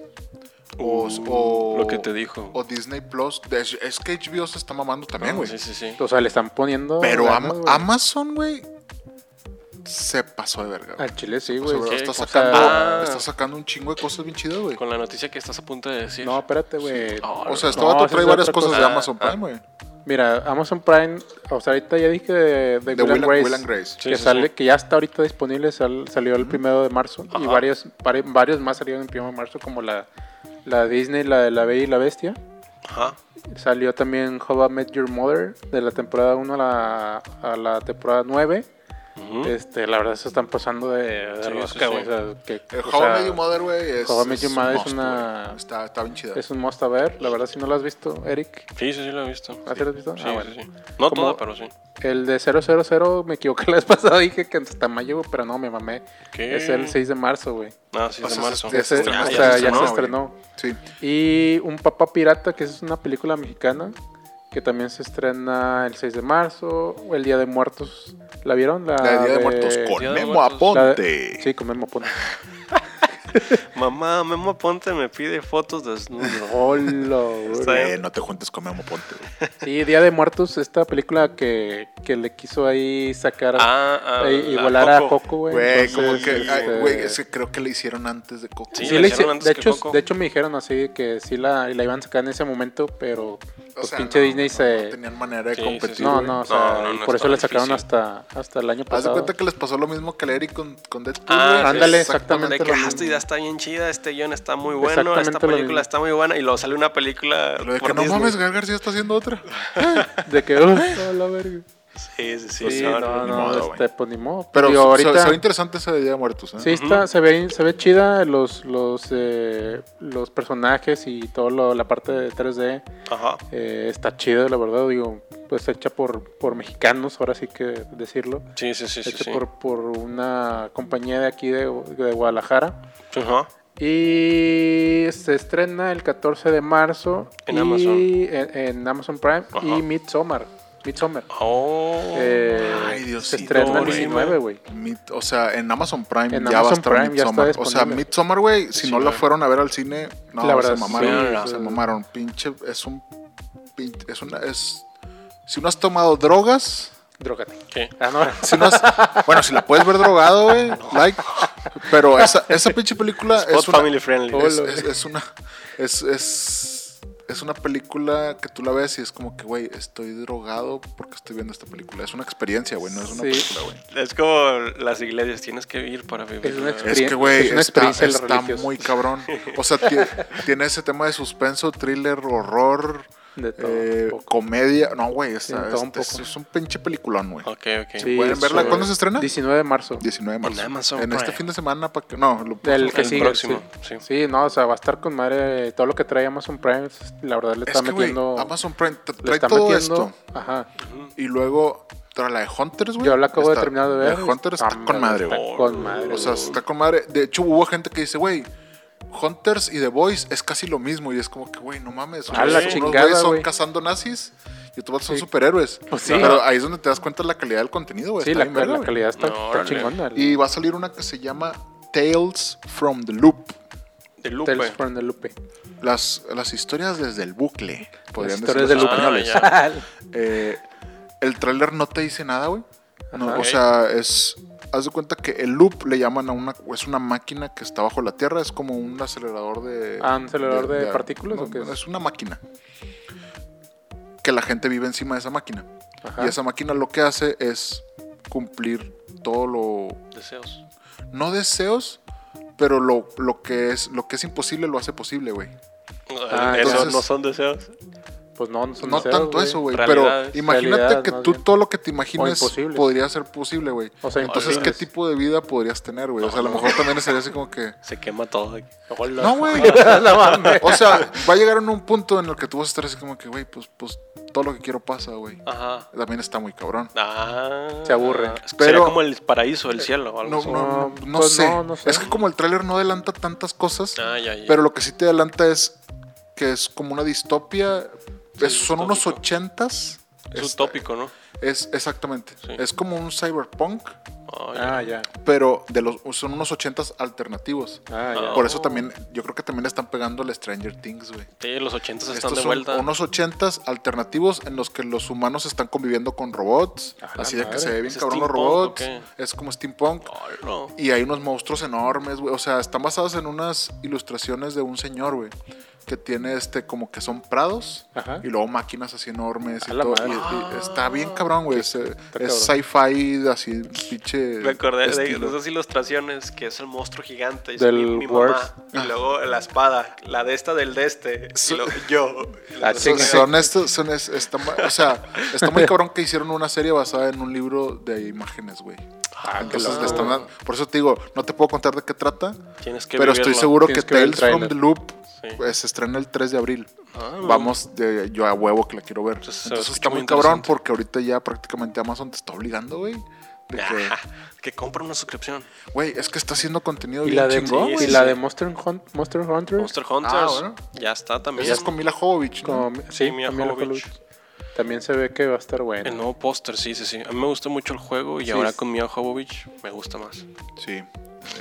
Speaker 4: O,
Speaker 5: Uh,
Speaker 4: Pues, o-
Speaker 5: lo que te dijo.
Speaker 4: O Disney Plus. De- Es que HBO se está mamando también,
Speaker 5: No,
Speaker 4: güey.
Speaker 5: Ah, sí, sí, sí.
Speaker 3: O sea, le están poniendo.
Speaker 4: Pero
Speaker 3: ganas,
Speaker 4: Ama-
Speaker 3: güey.
Speaker 4: Amazon, güey, se pasó de verga. güey.
Speaker 3: Al chile sí,
Speaker 4: O sea,
Speaker 3: güey.
Speaker 4: bro,
Speaker 5: ¿qué?
Speaker 4: está,
Speaker 5: O sea,
Speaker 4: sacando,
Speaker 5: ah.
Speaker 4: está sacando un chingo de cosas bien chidas, güey.
Speaker 5: Con la noticia que estás a punto de decir.
Speaker 3: No, espérate, güey.
Speaker 5: Oh,
Speaker 4: O sea, este
Speaker 3: No,
Speaker 4: vato
Speaker 3: esa
Speaker 4: trae
Speaker 3: es Ah,
Speaker 4: varias
Speaker 3: otra
Speaker 4: cosas
Speaker 3: cosa.
Speaker 4: de Amazon Prime, güey.
Speaker 3: Mira, Amazon Prime, o sea, ahorita ya dije de, de
Speaker 4: De
Speaker 3: Will, and Grace,
Speaker 4: Will and Grace.
Speaker 5: Sí,
Speaker 3: que
Speaker 5: sí,
Speaker 3: sale,
Speaker 5: sí.
Speaker 3: que ya está ahorita disponible, sal- salió el primero de marzo y
Speaker 5: Ajá.
Speaker 3: varios, pare- varios más salieron el primero de marzo, como la, la Disney, la de La Bella y la Bestia.
Speaker 5: Ajá.
Speaker 3: Salió también How I Met Your Mother de la temporada 1 a la, a la temporada 9.
Speaker 5: Ujú.
Speaker 3: Este, la verdad se están pasando de, de
Speaker 5: Sí,
Speaker 3: rosca,
Speaker 5: sí,
Speaker 3: güey,
Speaker 5: sí.
Speaker 3: o sea, que-
Speaker 4: El
Speaker 3: o
Speaker 4: Eh, How I
Speaker 3: sea,
Speaker 4: Met Your Mother, güey, es.
Speaker 3: How I Met Your
Speaker 4: un
Speaker 3: Mother es
Speaker 4: must,
Speaker 3: una-
Speaker 4: güey. Está, está bien chida.
Speaker 3: es un must a ver, la verdad si no lo has visto, Eric.
Speaker 5: Sí, sí, sí, lo he visto.
Speaker 3: ¿Ah, sí lo has visto?
Speaker 5: Sí,
Speaker 3: Ah, bueno.
Speaker 5: sí, sí. No
Speaker 3: Como-
Speaker 5: todo, pero sí.
Speaker 3: El de 000, me equivoqué la vez pasada, dije que en Tamayo, güey, pero no, me mamé.
Speaker 5: ¿Qué?
Speaker 3: Es el 6 de marzo, güey.
Speaker 5: Ah, sí,
Speaker 4: O
Speaker 5: es de
Speaker 4: sea,
Speaker 5: marzo.
Speaker 4: se- se
Speaker 3: Ese-
Speaker 4: estrenó,
Speaker 3: o
Speaker 4: ya
Speaker 3: sea,
Speaker 4: se
Speaker 3: ya
Speaker 4: estrenó,
Speaker 3: se
Speaker 4: güey.
Speaker 3: estrenó.
Speaker 4: Sí.
Speaker 3: Y Un Papá Pirata, que es una película mexicana, que también se estrena el 6 de marzo, o el Día de Muertos. ¿La vieron? La,
Speaker 4: La de Día de Muertos
Speaker 5: Día
Speaker 4: con
Speaker 5: Eh, de
Speaker 4: Memo
Speaker 5: Muertos.
Speaker 3: la de-
Speaker 4: Aponte.
Speaker 3: Sí, con Memo Ponte.
Speaker 5: Mamá, Memo Aponte me pide fotos desnudo.
Speaker 3: Hola, güey.
Speaker 5: Está bien.
Speaker 4: Eh, no te juntes con Memo Aponte, güey.
Speaker 3: Sí, Día de Muertos, esta película que, que le igualar ahí sacar,
Speaker 5: Ah, ah,
Speaker 3: eh,
Speaker 5: a
Speaker 3: igualar a
Speaker 5: Coco.
Speaker 3: Coco, güey.
Speaker 4: Güey,
Speaker 3: Entonces,
Speaker 4: como que. ay,
Speaker 3: este,
Speaker 4: Güey, es que creo que le hicieron antes de Coco.
Speaker 5: Sí,
Speaker 3: Sí,
Speaker 5: la
Speaker 3: le
Speaker 5: hicieron
Speaker 3: hice-
Speaker 5: antes
Speaker 3: de,
Speaker 5: que
Speaker 3: hecho,
Speaker 5: Coco.
Speaker 3: de hecho me dijeron así que sí la, la iban a sacar en ese momento, pero pues
Speaker 4: sea,
Speaker 3: pinche
Speaker 4: no,
Speaker 3: Disney
Speaker 4: no, No
Speaker 3: se...
Speaker 4: tenían manera de
Speaker 5: Sí, sí, sí.
Speaker 4: competir.
Speaker 3: No,
Speaker 4: güey.
Speaker 3: no, o sea,
Speaker 5: No, no,
Speaker 3: y
Speaker 5: no,
Speaker 3: por eso
Speaker 5: estaba
Speaker 3: le sacaron
Speaker 5: difícil.
Speaker 3: hasta, hasta el año
Speaker 4: Haz de
Speaker 3: pasado.
Speaker 4: cuenta que les pasó lo mismo que a Larry con, con Deadpool.
Speaker 5: Ah,
Speaker 4: güey.
Speaker 5: sí, ándale,
Speaker 3: exactamente
Speaker 5: De
Speaker 3: lo
Speaker 5: que ah,
Speaker 3: mismo.
Speaker 5: esta idea está bien chida, este guión está muy bueno,
Speaker 3: Exactamente
Speaker 5: esta
Speaker 3: lo
Speaker 5: película
Speaker 3: mismo.
Speaker 5: está muy buena y luego sale una película
Speaker 4: Lo de que
Speaker 5: por
Speaker 4: no
Speaker 5: Disney.
Speaker 4: mames, Gael García está haciendo otra.
Speaker 3: De que, "Uy, no, la verga".
Speaker 5: Sí, sí, sí.
Speaker 3: Sí, no,
Speaker 5: no, no,
Speaker 3: no,
Speaker 4: ni modo, güey.
Speaker 3: este, pues ni modo.
Speaker 4: Pero
Speaker 3: Digo,
Speaker 4: se- se-
Speaker 3: ahorita...
Speaker 4: se ve interesante ese de Día de Muertos. ¿eh?
Speaker 3: Sí, está, se, ve, se ve chida los, los, eh, los personajes y toda la parte de 3D.
Speaker 5: Ajá.
Speaker 3: eh, está chida, la verdad. Digo, pues hecha por, por mexicanos, ahora sí que decirlo.
Speaker 5: Sí, sí, sí,
Speaker 3: hecho
Speaker 5: sí. sí.
Speaker 3: este, Por, por una compañía de aquí de, de Guadalajara.
Speaker 5: Ajá.
Speaker 3: Y se estrena el 14 de marzo
Speaker 5: En
Speaker 3: y-
Speaker 5: Amazon.
Speaker 3: en, en Amazon Prime
Speaker 5: Ajá.
Speaker 3: y Midsommar. Midsommar.
Speaker 5: Oh.
Speaker 3: Eh,
Speaker 4: ay,
Speaker 3: se
Speaker 4: Diosito,
Speaker 3: estrena el
Speaker 5: güey.
Speaker 3: 19, güey.
Speaker 4: Mid- o sea, en Amazon Prime
Speaker 3: En
Speaker 4: ya va a
Speaker 3: Amazon
Speaker 4: estar
Speaker 3: Prime ya está
Speaker 4: Midsommar. o sea,
Speaker 3: disponible.
Speaker 4: Midsommar, güey, si
Speaker 5: Sí,
Speaker 4: no la
Speaker 5: güey.
Speaker 4: fueron a ver al cine, no,
Speaker 3: La verdad,
Speaker 4: se
Speaker 5: sí,
Speaker 4: mamaron.
Speaker 5: la-
Speaker 4: se mamaron. Pinche, es un. pin- Es una. Es, si no has tomado drogas.
Speaker 3: Drogate.
Speaker 5: ¿Qué?
Speaker 3: Ah, no.
Speaker 4: Si no has- bueno, si la puedes ver drogado, güey, like. Pero esa, esa pinche película
Speaker 5: Spot
Speaker 4: es una,
Speaker 5: Family Friendly.
Speaker 3: Oh.
Speaker 4: es,
Speaker 3: Hola,
Speaker 4: es-
Speaker 3: güey.
Speaker 4: es una es, es, es una película que tú la ves y es como que, güey, estoy drogado porque estoy viendo esta película. Es una experiencia, güey, no es una
Speaker 3: Sí.
Speaker 4: película, güey.
Speaker 5: Es como las iglesias, tienes que ir para vivir.
Speaker 3: Es una
Speaker 5: la-
Speaker 3: experiencia.
Speaker 4: Es que, güey,
Speaker 3: Es una
Speaker 4: está,
Speaker 3: experiencia de los
Speaker 4: está
Speaker 3: religiosos.
Speaker 4: muy cabrón. O sea, tie- tiene ese tema de suspenso, thriller, horror,
Speaker 3: De todo.
Speaker 4: eh,
Speaker 3: un poco.
Speaker 4: comedia. No, güey,
Speaker 3: Sí,
Speaker 4: está-
Speaker 3: todo un
Speaker 4: este- es,
Speaker 3: poco.
Speaker 4: un pinche peliculón, güey.
Speaker 5: Ok, ok.
Speaker 3: Sí,
Speaker 4: ¿Pueden verla?
Speaker 3: sobre-
Speaker 4: ¿Cuándo se estrena?
Speaker 3: 19 de marzo.
Speaker 4: 19 de marzo.
Speaker 5: En Amazon
Speaker 4: En este
Speaker 5: Prime.
Speaker 4: fin de semana, para que. No, lo
Speaker 3: Del que
Speaker 5: El
Speaker 3: sigue.
Speaker 5: próximo,
Speaker 3: sí.
Speaker 5: sí.
Speaker 3: Sí, no, o sea, va a estar con madre todo lo que trae Amazon Prime. La verdad le
Speaker 4: Es
Speaker 3: está
Speaker 4: que, güey,
Speaker 3: metiendo.
Speaker 4: Amazon Prime tra-
Speaker 3: le
Speaker 4: trae
Speaker 3: está
Speaker 4: todo
Speaker 3: metiendo.
Speaker 4: esto.
Speaker 3: Ajá.
Speaker 4: Y luego, tras la de Hunters, güey.
Speaker 3: Yo la acabo
Speaker 4: está-
Speaker 3: de terminar de ver.
Speaker 4: La de Hunters está
Speaker 3: hombre,
Speaker 4: con madre,
Speaker 3: está
Speaker 4: güey.
Speaker 3: Con madre.
Speaker 4: O sea,
Speaker 3: güey.
Speaker 4: está con madre. De hecho, hubo gente que dice, güey, Hunters y The Boys es casi lo mismo. Y es como que, güey, no mames.
Speaker 3: A
Speaker 4: unos-
Speaker 3: la
Speaker 4: unos
Speaker 3: chingada,
Speaker 4: güeyes son
Speaker 3: güey.
Speaker 4: cazando nazis y otros vatos son
Speaker 3: Sí.
Speaker 4: superhéroes.
Speaker 3: Pues sí.
Speaker 4: Pero ahí es donde te das cuenta de la calidad del contenido, güey.
Speaker 3: sí,
Speaker 4: está
Speaker 3: la,
Speaker 4: bien
Speaker 3: la
Speaker 4: verga, güey.
Speaker 3: calidad está,
Speaker 5: No,
Speaker 3: está
Speaker 5: órale.
Speaker 3: chingona.
Speaker 4: Y va a salir una que se llama Tales from the Loop.
Speaker 5: De Lupe.
Speaker 3: Tales from the Lupe.
Speaker 4: Las, las historias desde el bucle. Podrían decir
Speaker 3: historias del
Speaker 4: los
Speaker 5: Ah,
Speaker 4: españoles.
Speaker 5: ya.
Speaker 4: Eh, el tráiler no te dice nada, güey. No,
Speaker 3: Ajá.
Speaker 4: o sea, es. Haz de cuenta que el loop le llaman a una. Es una máquina que está bajo la tierra. Es como un acelerador de.
Speaker 3: Ah, ¿un acelerador de partículas o qué
Speaker 4: es?
Speaker 3: es?
Speaker 4: una máquina. Que la gente vive encima de esa máquina.
Speaker 3: Ajá.
Speaker 4: Y esa máquina lo que hace es cumplir todo lo.
Speaker 5: Deseos.
Speaker 4: No deseos, pero lo, lo que es. Lo que es imposible lo hace posible, güey.
Speaker 5: Eh, Eso
Speaker 3: Ah,
Speaker 4: entonces-
Speaker 5: no son deseos.
Speaker 3: Pues no, son
Speaker 4: No
Speaker 3: deseos,
Speaker 4: tanto
Speaker 3: güey.
Speaker 4: eso, güey. Pero
Speaker 5: Realidades.
Speaker 4: imagínate
Speaker 3: Realidades,
Speaker 4: que
Speaker 3: más
Speaker 4: tú
Speaker 3: bien.
Speaker 4: todo lo que te
Speaker 3: O
Speaker 4: imagines
Speaker 3: imposibles.
Speaker 4: podría ser posible, güey.
Speaker 3: O sea,
Speaker 4: Entonces, ¿qué
Speaker 3: imposibles.
Speaker 4: tipo de vida podrías tener, güey? O sea, a lo mejor también sería así como que.
Speaker 5: Se quema todo. aquí.
Speaker 3: Hola.
Speaker 4: No, güey.
Speaker 3: No mames.
Speaker 4: O sea, va a llegar en un punto en el que tú vas a estar así como que, güey, pues, pues todo lo que quiero pasa, güey.
Speaker 5: Ajá.
Speaker 4: También está muy cabrón.
Speaker 5: Ah.
Speaker 3: Se aburre.
Speaker 5: Es que
Speaker 4: Pero- Eh,
Speaker 5: sería como el paraíso, el cielo. o Algo
Speaker 4: No,
Speaker 5: así.
Speaker 4: no, no, no
Speaker 3: Pues
Speaker 4: sé.
Speaker 3: no, no sé.
Speaker 4: Es que como el tráiler no adelanta tantas cosas,
Speaker 5: Ah, ya, ya.
Speaker 4: pero lo que sí te adelanta es que es como una distopia.
Speaker 5: Sí,
Speaker 4: Es- son unos
Speaker 5: distópico.
Speaker 4: ochentas.
Speaker 5: es
Speaker 4: Este,
Speaker 5: utópico, ¿no?
Speaker 4: Es exactamente.
Speaker 5: Sí.
Speaker 4: Es como un cyberpunk,
Speaker 5: Ah, ya.
Speaker 3: Ah, ya.
Speaker 4: pero de los son unos ochentas alternativos.
Speaker 3: Ah, ya.
Speaker 4: Por eso también, yo creo que también le están pegando el Stranger Things, güey.
Speaker 5: Sí, los 80 están
Speaker 4: Estos
Speaker 5: de
Speaker 4: son
Speaker 5: vuelta.
Speaker 4: unos ochentas alternativos en los que los humanos están conviviendo con robots.
Speaker 3: A la
Speaker 4: así de que
Speaker 3: madre.
Speaker 4: se ve bien
Speaker 5: ¿Es
Speaker 4: cabrón los
Speaker 5: steampunk o
Speaker 4: robots.
Speaker 5: qué?
Speaker 4: Es como steampunk.
Speaker 5: no.
Speaker 4: Y hay unos monstruos enormes, güey. O sea, están basados en unas ilustraciones de un señor, güey. Que tiene este, como que son prados.
Speaker 3: Ajá.
Speaker 4: Y luego máquinas así enormes y
Speaker 3: A la
Speaker 4: todo.
Speaker 3: madre.
Speaker 4: Y- y está bien cabrón, güey. Es, eh, es
Speaker 3: cabrón.
Speaker 4: sci-fi, así, pinche.
Speaker 5: Me acordé de,
Speaker 4: estilo.
Speaker 5: de esas ilustraciones que es el monstruo gigante y es
Speaker 3: Del
Speaker 5: mi, mi
Speaker 3: Words.
Speaker 5: mamá. Y luego la espada, la de esta del de este. Y luego yo.
Speaker 3: Ah,
Speaker 4: Son,
Speaker 3: chinga.
Speaker 4: son estos, son es- está, ma- o sea, está muy cabrón que hicieron una serie basada en un libro de imágenes, güey.
Speaker 3: Ah, qué
Speaker 4: Entonces,
Speaker 3: loco.
Speaker 4: le están dando- por eso te digo, no te puedo contar de qué trata,
Speaker 5: Tienes que
Speaker 4: pero
Speaker 5: vivirlo.
Speaker 4: estoy seguro que,
Speaker 3: Tienes que ver el
Speaker 4: Tales from
Speaker 3: tráiler.
Speaker 4: the Loop
Speaker 5: Sí.
Speaker 4: pues, se estrena el 3 de abril.
Speaker 5: Ah,
Speaker 4: Vamos, de- yo a huevo que la quiero ver.
Speaker 5: Entonces,
Speaker 4: Entonces,
Speaker 5: se
Speaker 4: está
Speaker 5: escucha muy
Speaker 4: muy cabrón
Speaker 5: interesante.
Speaker 4: porque ahorita ya prácticamente Amazon te está obligando, güey. De
Speaker 5: Ah,
Speaker 4: que,
Speaker 5: que compra una suscripción.
Speaker 4: güey, es que está haciendo contenido
Speaker 3: Y
Speaker 4: bien
Speaker 3: la de,
Speaker 4: chingón,
Speaker 3: y
Speaker 4: güey.
Speaker 3: la de Monster, Hun- Monster Hunter.
Speaker 5: Monster Hunters.
Speaker 4: Ah, bueno.
Speaker 5: Ya está también.
Speaker 4: Esa es con Mila Jovovich, ¿no?
Speaker 3: como- sí,
Speaker 5: Mia
Speaker 3: también, lo
Speaker 5: Jovovich.
Speaker 3: colo- también se ve que va a estar bueno.
Speaker 5: El nuevo póster, sí, sí, sí. A mí me gustó mucho el juego y
Speaker 3: Sí.
Speaker 5: ahora con Mia Jovovich me gusta más.
Speaker 4: Sí.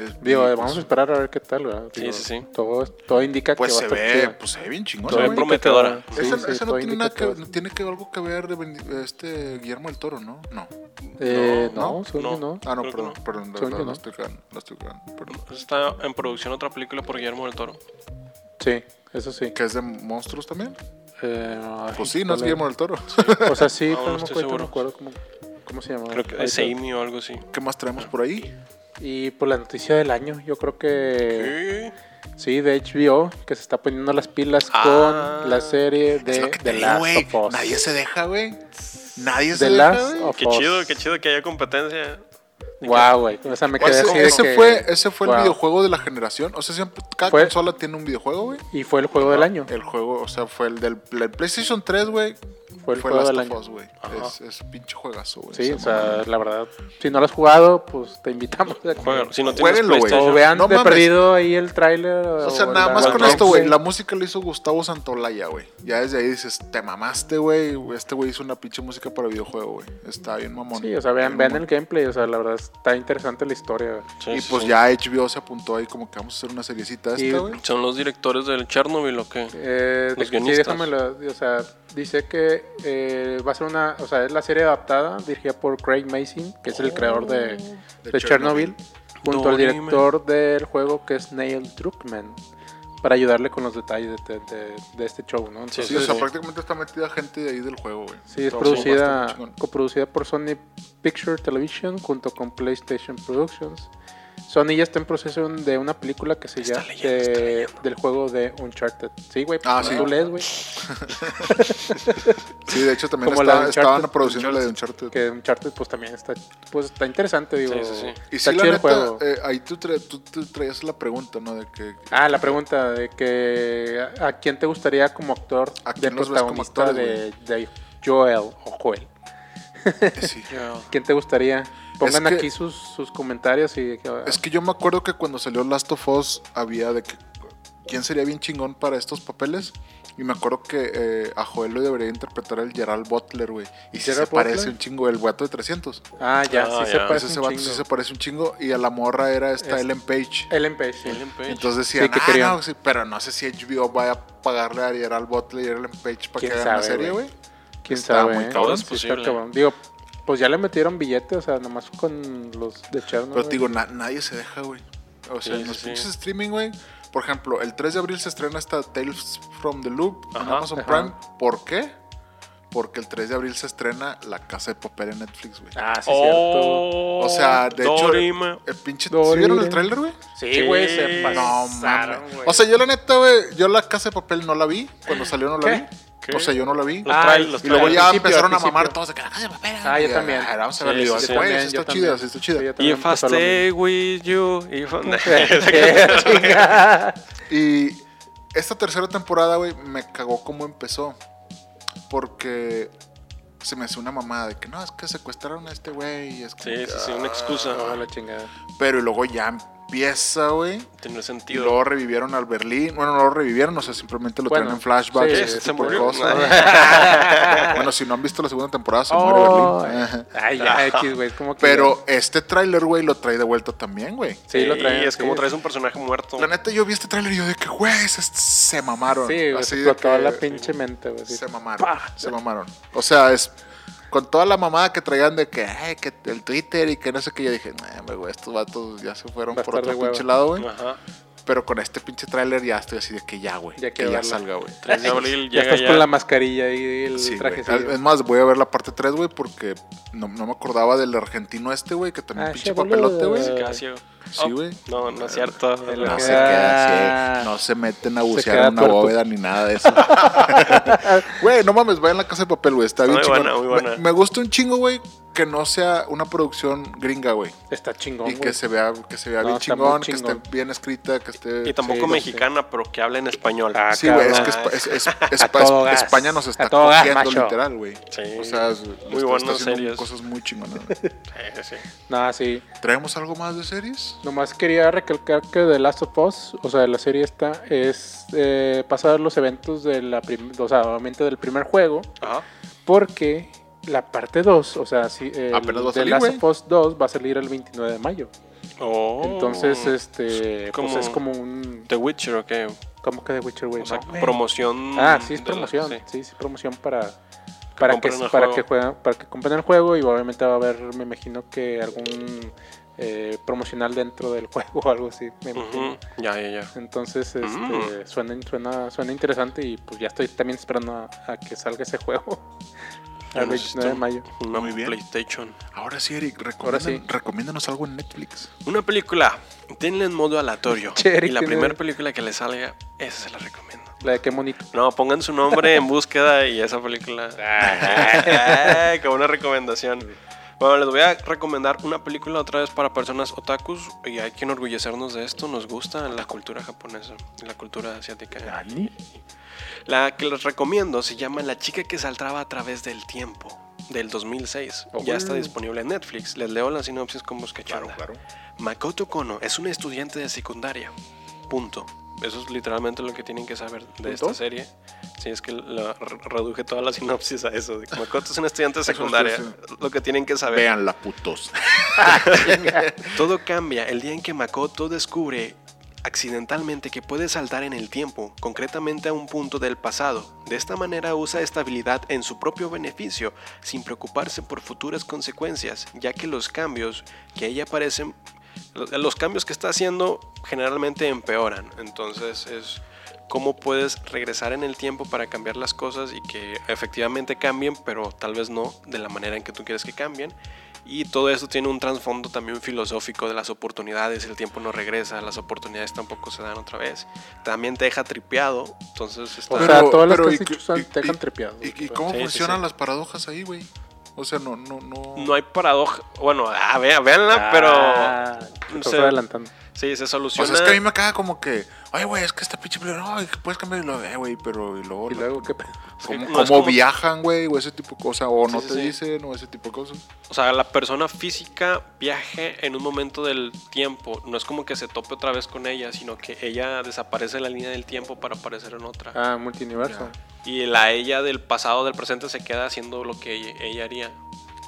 Speaker 4: Es-
Speaker 3: Digo,
Speaker 4: y,
Speaker 3: eh, vamos a
Speaker 4: pues,
Speaker 3: esperar a ver qué tal, ¿verdad?
Speaker 5: Sí,
Speaker 3: Digo,
Speaker 5: sí, sí.
Speaker 3: Todo, todo indica
Speaker 4: Pues
Speaker 3: que
Speaker 4: se
Speaker 3: va a estar
Speaker 4: ve,
Speaker 3: chida.
Speaker 4: pues se ve bien chingón,
Speaker 3: Todo
Speaker 5: ve
Speaker 4: güey.
Speaker 3: indica que
Speaker 5: prometedora.
Speaker 3: va-
Speaker 4: Esa,
Speaker 3: sí, sí,
Speaker 4: esa no
Speaker 3: todo
Speaker 4: tiene
Speaker 3: indica
Speaker 4: nada que,
Speaker 3: va a
Speaker 4: no tiene que algo que ver de Ben- este Guillermo del Toro, ¿no? No.
Speaker 3: Eh,
Speaker 4: No,
Speaker 3: no, según yo
Speaker 5: no.
Speaker 3: no.
Speaker 4: Ah, no,
Speaker 5: Creo que
Speaker 4: perdón,
Speaker 5: no.
Speaker 4: perdón, la
Speaker 3: Según
Speaker 4: verdad,
Speaker 3: yo
Speaker 4: la
Speaker 3: no.
Speaker 4: estoy cagando, la estoy cagando, perdón.
Speaker 5: Está en producción otra película por Guillermo del Toro.
Speaker 3: Sí, eso sí.
Speaker 4: ¿Que es de monstruos también?
Speaker 3: Eh, ay,
Speaker 4: Pues sí, no es
Speaker 3: ¿cuál
Speaker 4: Guillermo del Toro.
Speaker 3: era? O sea, sí,
Speaker 5: No,
Speaker 3: pero
Speaker 5: no
Speaker 3: no, me
Speaker 5: estoy
Speaker 3: acuerdo, no
Speaker 5: seguro.
Speaker 3: me acuerdo cómo, cómo se llamaba.
Speaker 5: Creo que
Speaker 3: Ah, Ahí
Speaker 5: es
Speaker 3: está.
Speaker 5: Amy o algo así.
Speaker 4: ¿Qué más traemos por ahí?
Speaker 3: Y por la noticia del año, yo creo que
Speaker 5: Sí.
Speaker 3: sí, de HBO, que se está poniendo las pilas
Speaker 5: Ah.
Speaker 3: con la serie de
Speaker 4: Es lo que te
Speaker 3: The
Speaker 4: digo,
Speaker 3: Last
Speaker 4: güey.
Speaker 3: of Us.
Speaker 4: Nadie se deja, güey. Nadie se
Speaker 3: The
Speaker 4: deja,
Speaker 3: Last
Speaker 4: güey.
Speaker 3: of
Speaker 5: Qué
Speaker 3: Us.
Speaker 5: chido, qué chido que haya competencia.
Speaker 3: Wow, güey. O sea, me quedé así
Speaker 4: Ese,
Speaker 3: de
Speaker 4: ese
Speaker 3: que-
Speaker 4: fue, ese fue el
Speaker 3: wow.
Speaker 4: videojuego de la generación. O sea, siempre, cada
Speaker 3: Fue-
Speaker 4: consola tiene un videojuego, güey.
Speaker 3: Y fue el juego
Speaker 5: Ah,
Speaker 3: del año.
Speaker 4: El juego, o sea, fue el del el PlayStation 3, güey.
Speaker 3: Fue el
Speaker 4: Fue
Speaker 3: juego
Speaker 4: Last
Speaker 3: del
Speaker 4: of
Speaker 3: año.
Speaker 4: Us, güey. Es, es un pinche juegazo, güey.
Speaker 3: Sí,
Speaker 4: Esa
Speaker 3: o sea,
Speaker 4: madre.
Speaker 3: la verdad, si no lo has jugado, pues te invitamos. a que-
Speaker 5: Juégalo. Si no tienes
Speaker 4: Jueguenlo, güey.
Speaker 5: PlayStation.
Speaker 3: O vean
Speaker 4: No
Speaker 3: de
Speaker 4: mames.
Speaker 3: perdido ahí el tráiler.
Speaker 4: O sea, nada
Speaker 3: la-
Speaker 4: más con
Speaker 5: la-
Speaker 4: esto, güey.
Speaker 3: sí.
Speaker 4: La música la hizo Gustavo Santolaya, güey. Ya desde ahí dices, te mamaste, güey. Este güey hizo una pinche música para videojuego, güey. Está bien mamón.
Speaker 3: Sí, o sea, vean,
Speaker 4: Bien
Speaker 3: vean el
Speaker 4: mamón.
Speaker 3: gameplay. O sea, la verdad está interesante la historia.
Speaker 5: Sí,
Speaker 4: Y
Speaker 5: sí,
Speaker 4: pues
Speaker 5: sí.
Speaker 4: ya HBO se apuntó ahí como que vamos a hacer una seriecita
Speaker 3: Sí.
Speaker 4: esta, güey.
Speaker 5: ¿Son los directores del Chernobyl o qué?
Speaker 3: Eh,
Speaker 5: Los
Speaker 3: de- sí,
Speaker 5: guionistas.
Speaker 3: déjamelo. O sea, dice que eh, va a ser una. O sea, es la serie adaptada, dirigida por Craig Mason, que es el creador Oh. de, de, Chernobyl, junto al
Speaker 5: Dory,
Speaker 3: director del juego que es Neil Druckmann, para ayudarle con los detalles de, de- de este show, ¿no?
Speaker 5: Sí,
Speaker 3: Entonces,
Speaker 4: Sí, o sea,
Speaker 5: sí.
Speaker 4: prácticamente está metida gente de ahí del juego, güey.
Speaker 3: Sí, es
Speaker 4: Está
Speaker 3: producida,
Speaker 4: bastante chingón.
Speaker 3: coproducida por Sony Picture Television junto con PlayStation Productions. Sony ya está en proceso de una película que se
Speaker 5: Está
Speaker 3: llama
Speaker 5: leyendo, está
Speaker 3: de-
Speaker 5: leyendo.
Speaker 3: del juego de Uncharted. Sí, güey,
Speaker 4: Ah,
Speaker 3: pues,
Speaker 4: sí.
Speaker 3: tú lees, güey,
Speaker 4: Sí, de hecho también
Speaker 3: Como la
Speaker 4: está-
Speaker 3: de Uncharted.
Speaker 4: estaban produciendo la de Uncharted.
Speaker 3: que Uncharted pues también está pues está interesante, digo.
Speaker 5: Sí, sí, sí.
Speaker 4: Y
Speaker 3: Está
Speaker 4: sí, la
Speaker 3: chido el
Speaker 4: neta,
Speaker 3: juego.
Speaker 4: eh, ahí tú, tra- tú- tú traías la pregunta, ¿no? De que...
Speaker 3: Ah, la pregunta de que a a quién te gustaría como actor
Speaker 4: ¿A
Speaker 3: de
Speaker 4: quién los ves como
Speaker 3: protagonista de,
Speaker 4: actores,
Speaker 3: de Joel o Joel.
Speaker 4: Sí.
Speaker 5: Ya.
Speaker 3: ¿Quién te gustaría? Pongan
Speaker 4: que-
Speaker 3: aquí sus, sus comentarios y
Speaker 4: Es que yo me acuerdo que cuando salió Last of Us había de que quién sería bien chingón para estos papeles. Y me acuerdo que eh, a Joel lo debería interpretar el Gerald Butler, güey. Y sí se
Speaker 3: ¿Gerald
Speaker 4: parece
Speaker 3: Butler?
Speaker 4: un chingo el guato de 300.
Speaker 3: Ah, ya,
Speaker 5: Ah,
Speaker 3: sí
Speaker 5: ya.
Speaker 3: se
Speaker 4: Ese,
Speaker 3: parece
Speaker 4: ese
Speaker 3: un
Speaker 4: vato sí
Speaker 3: chingo.
Speaker 4: se parece un chingo. Y a la morra era esta
Speaker 3: Es-
Speaker 4: Ellen Page.
Speaker 3: Ellen Page, sí.
Speaker 5: Ellen Page.
Speaker 4: Entonces decían,
Speaker 3: que
Speaker 4: "Ah,
Speaker 3: querían".
Speaker 4: no, sí", pero no sé si HBO vaya a pagarle a Gerald Butler y a Ellen Page para que
Speaker 3: ¿Quién
Speaker 4: hagan la
Speaker 3: sabe,
Speaker 4: serie,
Speaker 3: güey?
Speaker 4: güey.
Speaker 3: ¿Quién
Speaker 4: Está
Speaker 3: sabe?
Speaker 4: muy
Speaker 3: eh?
Speaker 4: cabrón.
Speaker 5: Es
Speaker 3: Sí, está
Speaker 5: posible.
Speaker 3: cabrón. Digo, pues ya le metieron billetes, o sea, nomás con los de Chernobyl.
Speaker 4: Pero te digo, na- nadie se deja, güey. O sea,
Speaker 5: Sí,
Speaker 4: en los
Speaker 5: sí,
Speaker 4: pinches
Speaker 5: sí.
Speaker 4: streaming, güey. Por ejemplo, el 3 de abril se estrena esta Tales from the Loop en
Speaker 5: Ajá,
Speaker 4: Amazon
Speaker 3: ajá.
Speaker 4: Prime. ¿Por qué? Porque el 3 de abril se estrena La Casa de Papel en Netflix, güey.
Speaker 3: Ah, sí,
Speaker 5: Oh,
Speaker 4: O sea, de hecho-
Speaker 5: Dorime.
Speaker 4: El pinche. ¿Sí
Speaker 3: Dorime.
Speaker 4: vieron el tráiler, güey?
Speaker 3: cierto. Sí, güey,
Speaker 5: Sí.
Speaker 3: se
Speaker 5: No,
Speaker 4: No
Speaker 3: pasaron,
Speaker 4: mames.
Speaker 3: güey.
Speaker 4: O sea, yo la neta, güey, yo La Casa de Papel no la vi. Cuando salió no la
Speaker 3: ¿Qué?
Speaker 4: vi. O sea, yo no la vi.
Speaker 5: Los trail-
Speaker 3: Ah, y-
Speaker 5: los
Speaker 4: y luego
Speaker 5: trail
Speaker 4: ya
Speaker 3: al principio,
Speaker 4: empezaron a
Speaker 3: al principio.
Speaker 4: mamar todos de que, "Ay, espera,
Speaker 3: Ah, yo
Speaker 4: ya,
Speaker 3: también.
Speaker 4: ah, Vamos a
Speaker 5: Sí,
Speaker 4: verlo.
Speaker 5: sí,
Speaker 4: y yo,
Speaker 5: sí,
Speaker 4: "Güey, sí
Speaker 3: también, yo
Speaker 4: está
Speaker 3: también.
Speaker 4: chida, sí está chida.
Speaker 3: Sí, yo también
Speaker 5: If I
Speaker 3: pasó lo
Speaker 5: stay with you, if
Speaker 3: mismo.
Speaker 5: I-
Speaker 3: Chinga.
Speaker 4: Y esta tercera temporada, güey, me cagó cómo empezó. Porque se me hace una mamada de que no, es que secuestraron a este güey. y es como
Speaker 5: Sí,
Speaker 4: que,
Speaker 5: sí, sí, una excusa.
Speaker 3: Ah, la chingada.
Speaker 4: Pero y luego ya empieza, güey.
Speaker 5: Tiene
Speaker 4: Y
Speaker 5: sentido.
Speaker 4: luego revivieron al Berlín. Bueno, no lo revivieron, o sea, simplemente lo
Speaker 3: Bueno,
Speaker 4: tienen en flashbacks.
Speaker 3: sí,
Speaker 4: y
Speaker 5: ¿Qué?
Speaker 4: ese
Speaker 5: se
Speaker 4: tipo de
Speaker 5: murió.
Speaker 4: cosas. bueno, si no han visto la segunda temporada, se muere
Speaker 3: Oh,
Speaker 4: Berlín. Ajá.
Speaker 3: ay, ya, X, güey. es como que-
Speaker 4: Pero este tráiler, güey, lo trae de vuelta también, güey.
Speaker 3: Sí, lo traen.
Speaker 5: Y es como
Speaker 3: sí,
Speaker 5: traes un personaje muerto.
Speaker 4: La neta, yo vi este tráiler y yo de que, güey, se, se mamaron.
Speaker 3: Sí, güey,
Speaker 4: Así
Speaker 3: se
Speaker 4: de
Speaker 3: explotó
Speaker 4: que-
Speaker 3: la pinche mente, güey. sí.
Speaker 4: Se mamaron. Se mamaron. O sea, es con toda la mamada que traían de que, ay, que el Twitter y que no sé qué, yo dije, "Nah, hombre, güey, estos vatos ya se fueron
Speaker 3: Va a
Speaker 4: por
Speaker 3: estar
Speaker 4: otro
Speaker 3: de hueva".
Speaker 4: pinche lado, güey.
Speaker 5: Ajá.
Speaker 4: Pero con este pinche tráiler ya estoy así de que ya, güey.
Speaker 3: Ya
Speaker 4: que
Speaker 3: quiero
Speaker 4: ya
Speaker 3: verla.
Speaker 4: salga, güey.
Speaker 5: 3 de abril
Speaker 3: Ya
Speaker 5: llega
Speaker 3: estás
Speaker 5: ya.
Speaker 3: con la mascarilla y el
Speaker 4: Sí, güey.
Speaker 3: trajecillo.
Speaker 4: Es más, voy a ver la parte 3, güey, porque no, no me acordaba del argentino este, güey, que también
Speaker 3: Ah,
Speaker 4: pinche
Speaker 3: ese boludo. Ah.
Speaker 4: papelote, güey.
Speaker 5: Se queda ciego.
Speaker 4: Sí, güey.
Speaker 5: Oh, No, no es cierto.
Speaker 3: El-
Speaker 4: No
Speaker 5: No.
Speaker 4: se
Speaker 3: queda-
Speaker 4: queda así, no se meten a bucear
Speaker 3: queda
Speaker 4: en una
Speaker 3: tuerto.
Speaker 4: bóveda ni nada de eso. Güey, no mames, vayan a la casa de papel, güey, está
Speaker 5: Muy
Speaker 4: bien chingón.
Speaker 5: buena,
Speaker 4: Me-
Speaker 5: muy buena.
Speaker 4: Me, gusta un chingo, güey, que no sea una producción gringa, güey.
Speaker 3: Está chingón,
Speaker 4: Y
Speaker 3: güey.
Speaker 4: que se vea, que se vea
Speaker 3: No,
Speaker 4: bien
Speaker 3: está
Speaker 4: chingón,
Speaker 3: muy
Speaker 4: que esté
Speaker 3: chingón.
Speaker 4: bien escrita, que esté...
Speaker 5: Y tampoco
Speaker 3: Sí, no sé.
Speaker 5: mexicana, pero que habla en español.
Speaker 3: Ah,
Speaker 4: Sí, güey, es
Speaker 3: cabrón.
Speaker 4: que Espa- es- es- es-
Speaker 3: A todo gas.
Speaker 4: España nos está
Speaker 3: A todo gas,
Speaker 4: cogiendo
Speaker 3: macho.
Speaker 4: literal, güey.
Speaker 5: Sí.
Speaker 4: O sea, es- está-
Speaker 5: Muy
Speaker 4: está
Speaker 5: buenas
Speaker 4: haciendo
Speaker 5: series.
Speaker 4: cosas muy chingonas. güey.
Speaker 5: Sí, sí.
Speaker 3: No, sí.
Speaker 4: ¿Traemos algo más de series?
Speaker 3: Nomás quería recalcar que The Last of Us, o sea, la serie esta, es eh, pasar los eventos de la prim- o sea, obviamente del primer juego,
Speaker 5: Ajá.
Speaker 3: porque la parte 2, o sea, sí, el
Speaker 4: Apenas va a
Speaker 3: The
Speaker 4: salir,
Speaker 3: Last
Speaker 4: güey.
Speaker 3: of Us 2 va a salir el 29 de mayo.
Speaker 5: Oh.
Speaker 3: Entonces, este,
Speaker 5: como-
Speaker 3: pues es como un,
Speaker 5: The Witcher o qué?
Speaker 3: como que de Witcher, güey.
Speaker 5: O sea,
Speaker 3: Pues ¿no, güey?
Speaker 5: promoción.
Speaker 3: Ah, sí, es
Speaker 5: Mm, de la-
Speaker 3: promoción,
Speaker 5: sí.
Speaker 3: sí, sí, promoción para... Para que,
Speaker 5: compren el
Speaker 3: para,
Speaker 5: juego.
Speaker 3: que jueguen, para que compren el juego y obviamente va a haber, me imagino que algún eh, promocional dentro del juego o algo así, me imagino.
Speaker 5: Ujú. Ya, ya, ya.
Speaker 3: Entonces, este,
Speaker 5: Mm.
Speaker 3: suena, suena, suena interesante y pues ya estoy también esperando a, a que salga ese juego.
Speaker 5: Ya
Speaker 3: El
Speaker 5: necesito
Speaker 3: 29 de mayo.
Speaker 5: Una
Speaker 4: Muy bien.
Speaker 5: PlayStation.
Speaker 4: Ahora sí, Eric,
Speaker 3: Ahora
Speaker 4: recomiéndanos,
Speaker 3: sí.
Speaker 4: recomiéndanos algo en Netflix.
Speaker 5: Una película. Denle en modo aleatorio.
Speaker 3: Che, Eric,
Speaker 5: y la
Speaker 3: tiene-
Speaker 5: primera película que le salga, esa se la recomiendo.
Speaker 3: La de qué bonito.
Speaker 5: No, pongan su nombre en búsqueda y esa película. Ay, Como una recomendación. Bueno, les voy a recomendar una película otra vez para personas otakus y hay que enorgullecernos de esto. Nos gusta la cultura japonesa y la cultura asiática. La que les recomiendo se llama La chica que saltaba a través del tiempo, del 2006. ya está disponible en Netflix. Les leo la sinopsis con boscachada. Makoto Kono es una estudiante de secundaria. Punto. Eso es literalmente lo que tienen que saber de esta serie. Sí, es que la- re- reduje toda la sinopsis a eso. de que Makoto es una estudiante de
Speaker 4: Eso es
Speaker 5: secundaria.
Speaker 4: todo,
Speaker 5: Lo que tienen que saber.
Speaker 4: Vean la putos.
Speaker 5: Todo cambia el día en que Makoto descubre accidentalmente que puede saltar en el tiempo, concretamente a un punto del pasado. De esta manera usa esta habilidad en su propio beneficio, sin preocuparse por futuras consecuencias, ya que los cambios que ella parecen, lo- los cambios que está haciendo generalmente empeoran. Entonces es cómo puedes regresar en el tiempo para cambiar las cosas y que efectivamente cambien, pero tal vez no de la manera en que tú quieres que cambien. Y todo esto tiene un trasfondo también filosófico de las oportunidades, el tiempo no regresa, las oportunidades tampoco se dan otra vez. También te deja tripeado, entonces está...
Speaker 3: O sea, todas las que
Speaker 4: ¿y
Speaker 3: has dicho
Speaker 4: qué-
Speaker 3: son-
Speaker 4: y-
Speaker 3: te dejan
Speaker 4: y-
Speaker 3: trepeado.
Speaker 4: ¿Y, y cómo
Speaker 5: Sí, sí,
Speaker 4: funcionan
Speaker 5: sí.
Speaker 4: las paradojas ahí, güey? O sea, no, no, no.
Speaker 5: no hay paradoja, bueno, a ver, véanla, pero
Speaker 3: Ah, te estás
Speaker 5: se-
Speaker 3: adelantando.
Speaker 5: sí, se
Speaker 4: O
Speaker 5: soluciona.
Speaker 4: sea, es que a mí me caga como que, ay, güey, es que esta pinche película, no, ay, que puedes cambiar y lo eh, güey, pero y luego,
Speaker 3: Y luego, ¿qué pe-
Speaker 4: ¿cómo,
Speaker 5: no es
Speaker 4: cómo
Speaker 5: como-
Speaker 4: viajan, güey? O ese tipo de cosas, o no
Speaker 5: Sí,
Speaker 4: te
Speaker 5: sí, sí.
Speaker 4: dicen, o ese tipo de cosas.
Speaker 5: O sea, la persona física viaje en un momento del tiempo. No es como que se tope otra vez con ella, sino que ella desaparece de la línea del tiempo para aparecer en otra.
Speaker 3: Ah, multiverso.
Speaker 5: Y la ella del pasado, del presente, se queda haciendo lo que ella, ella haría.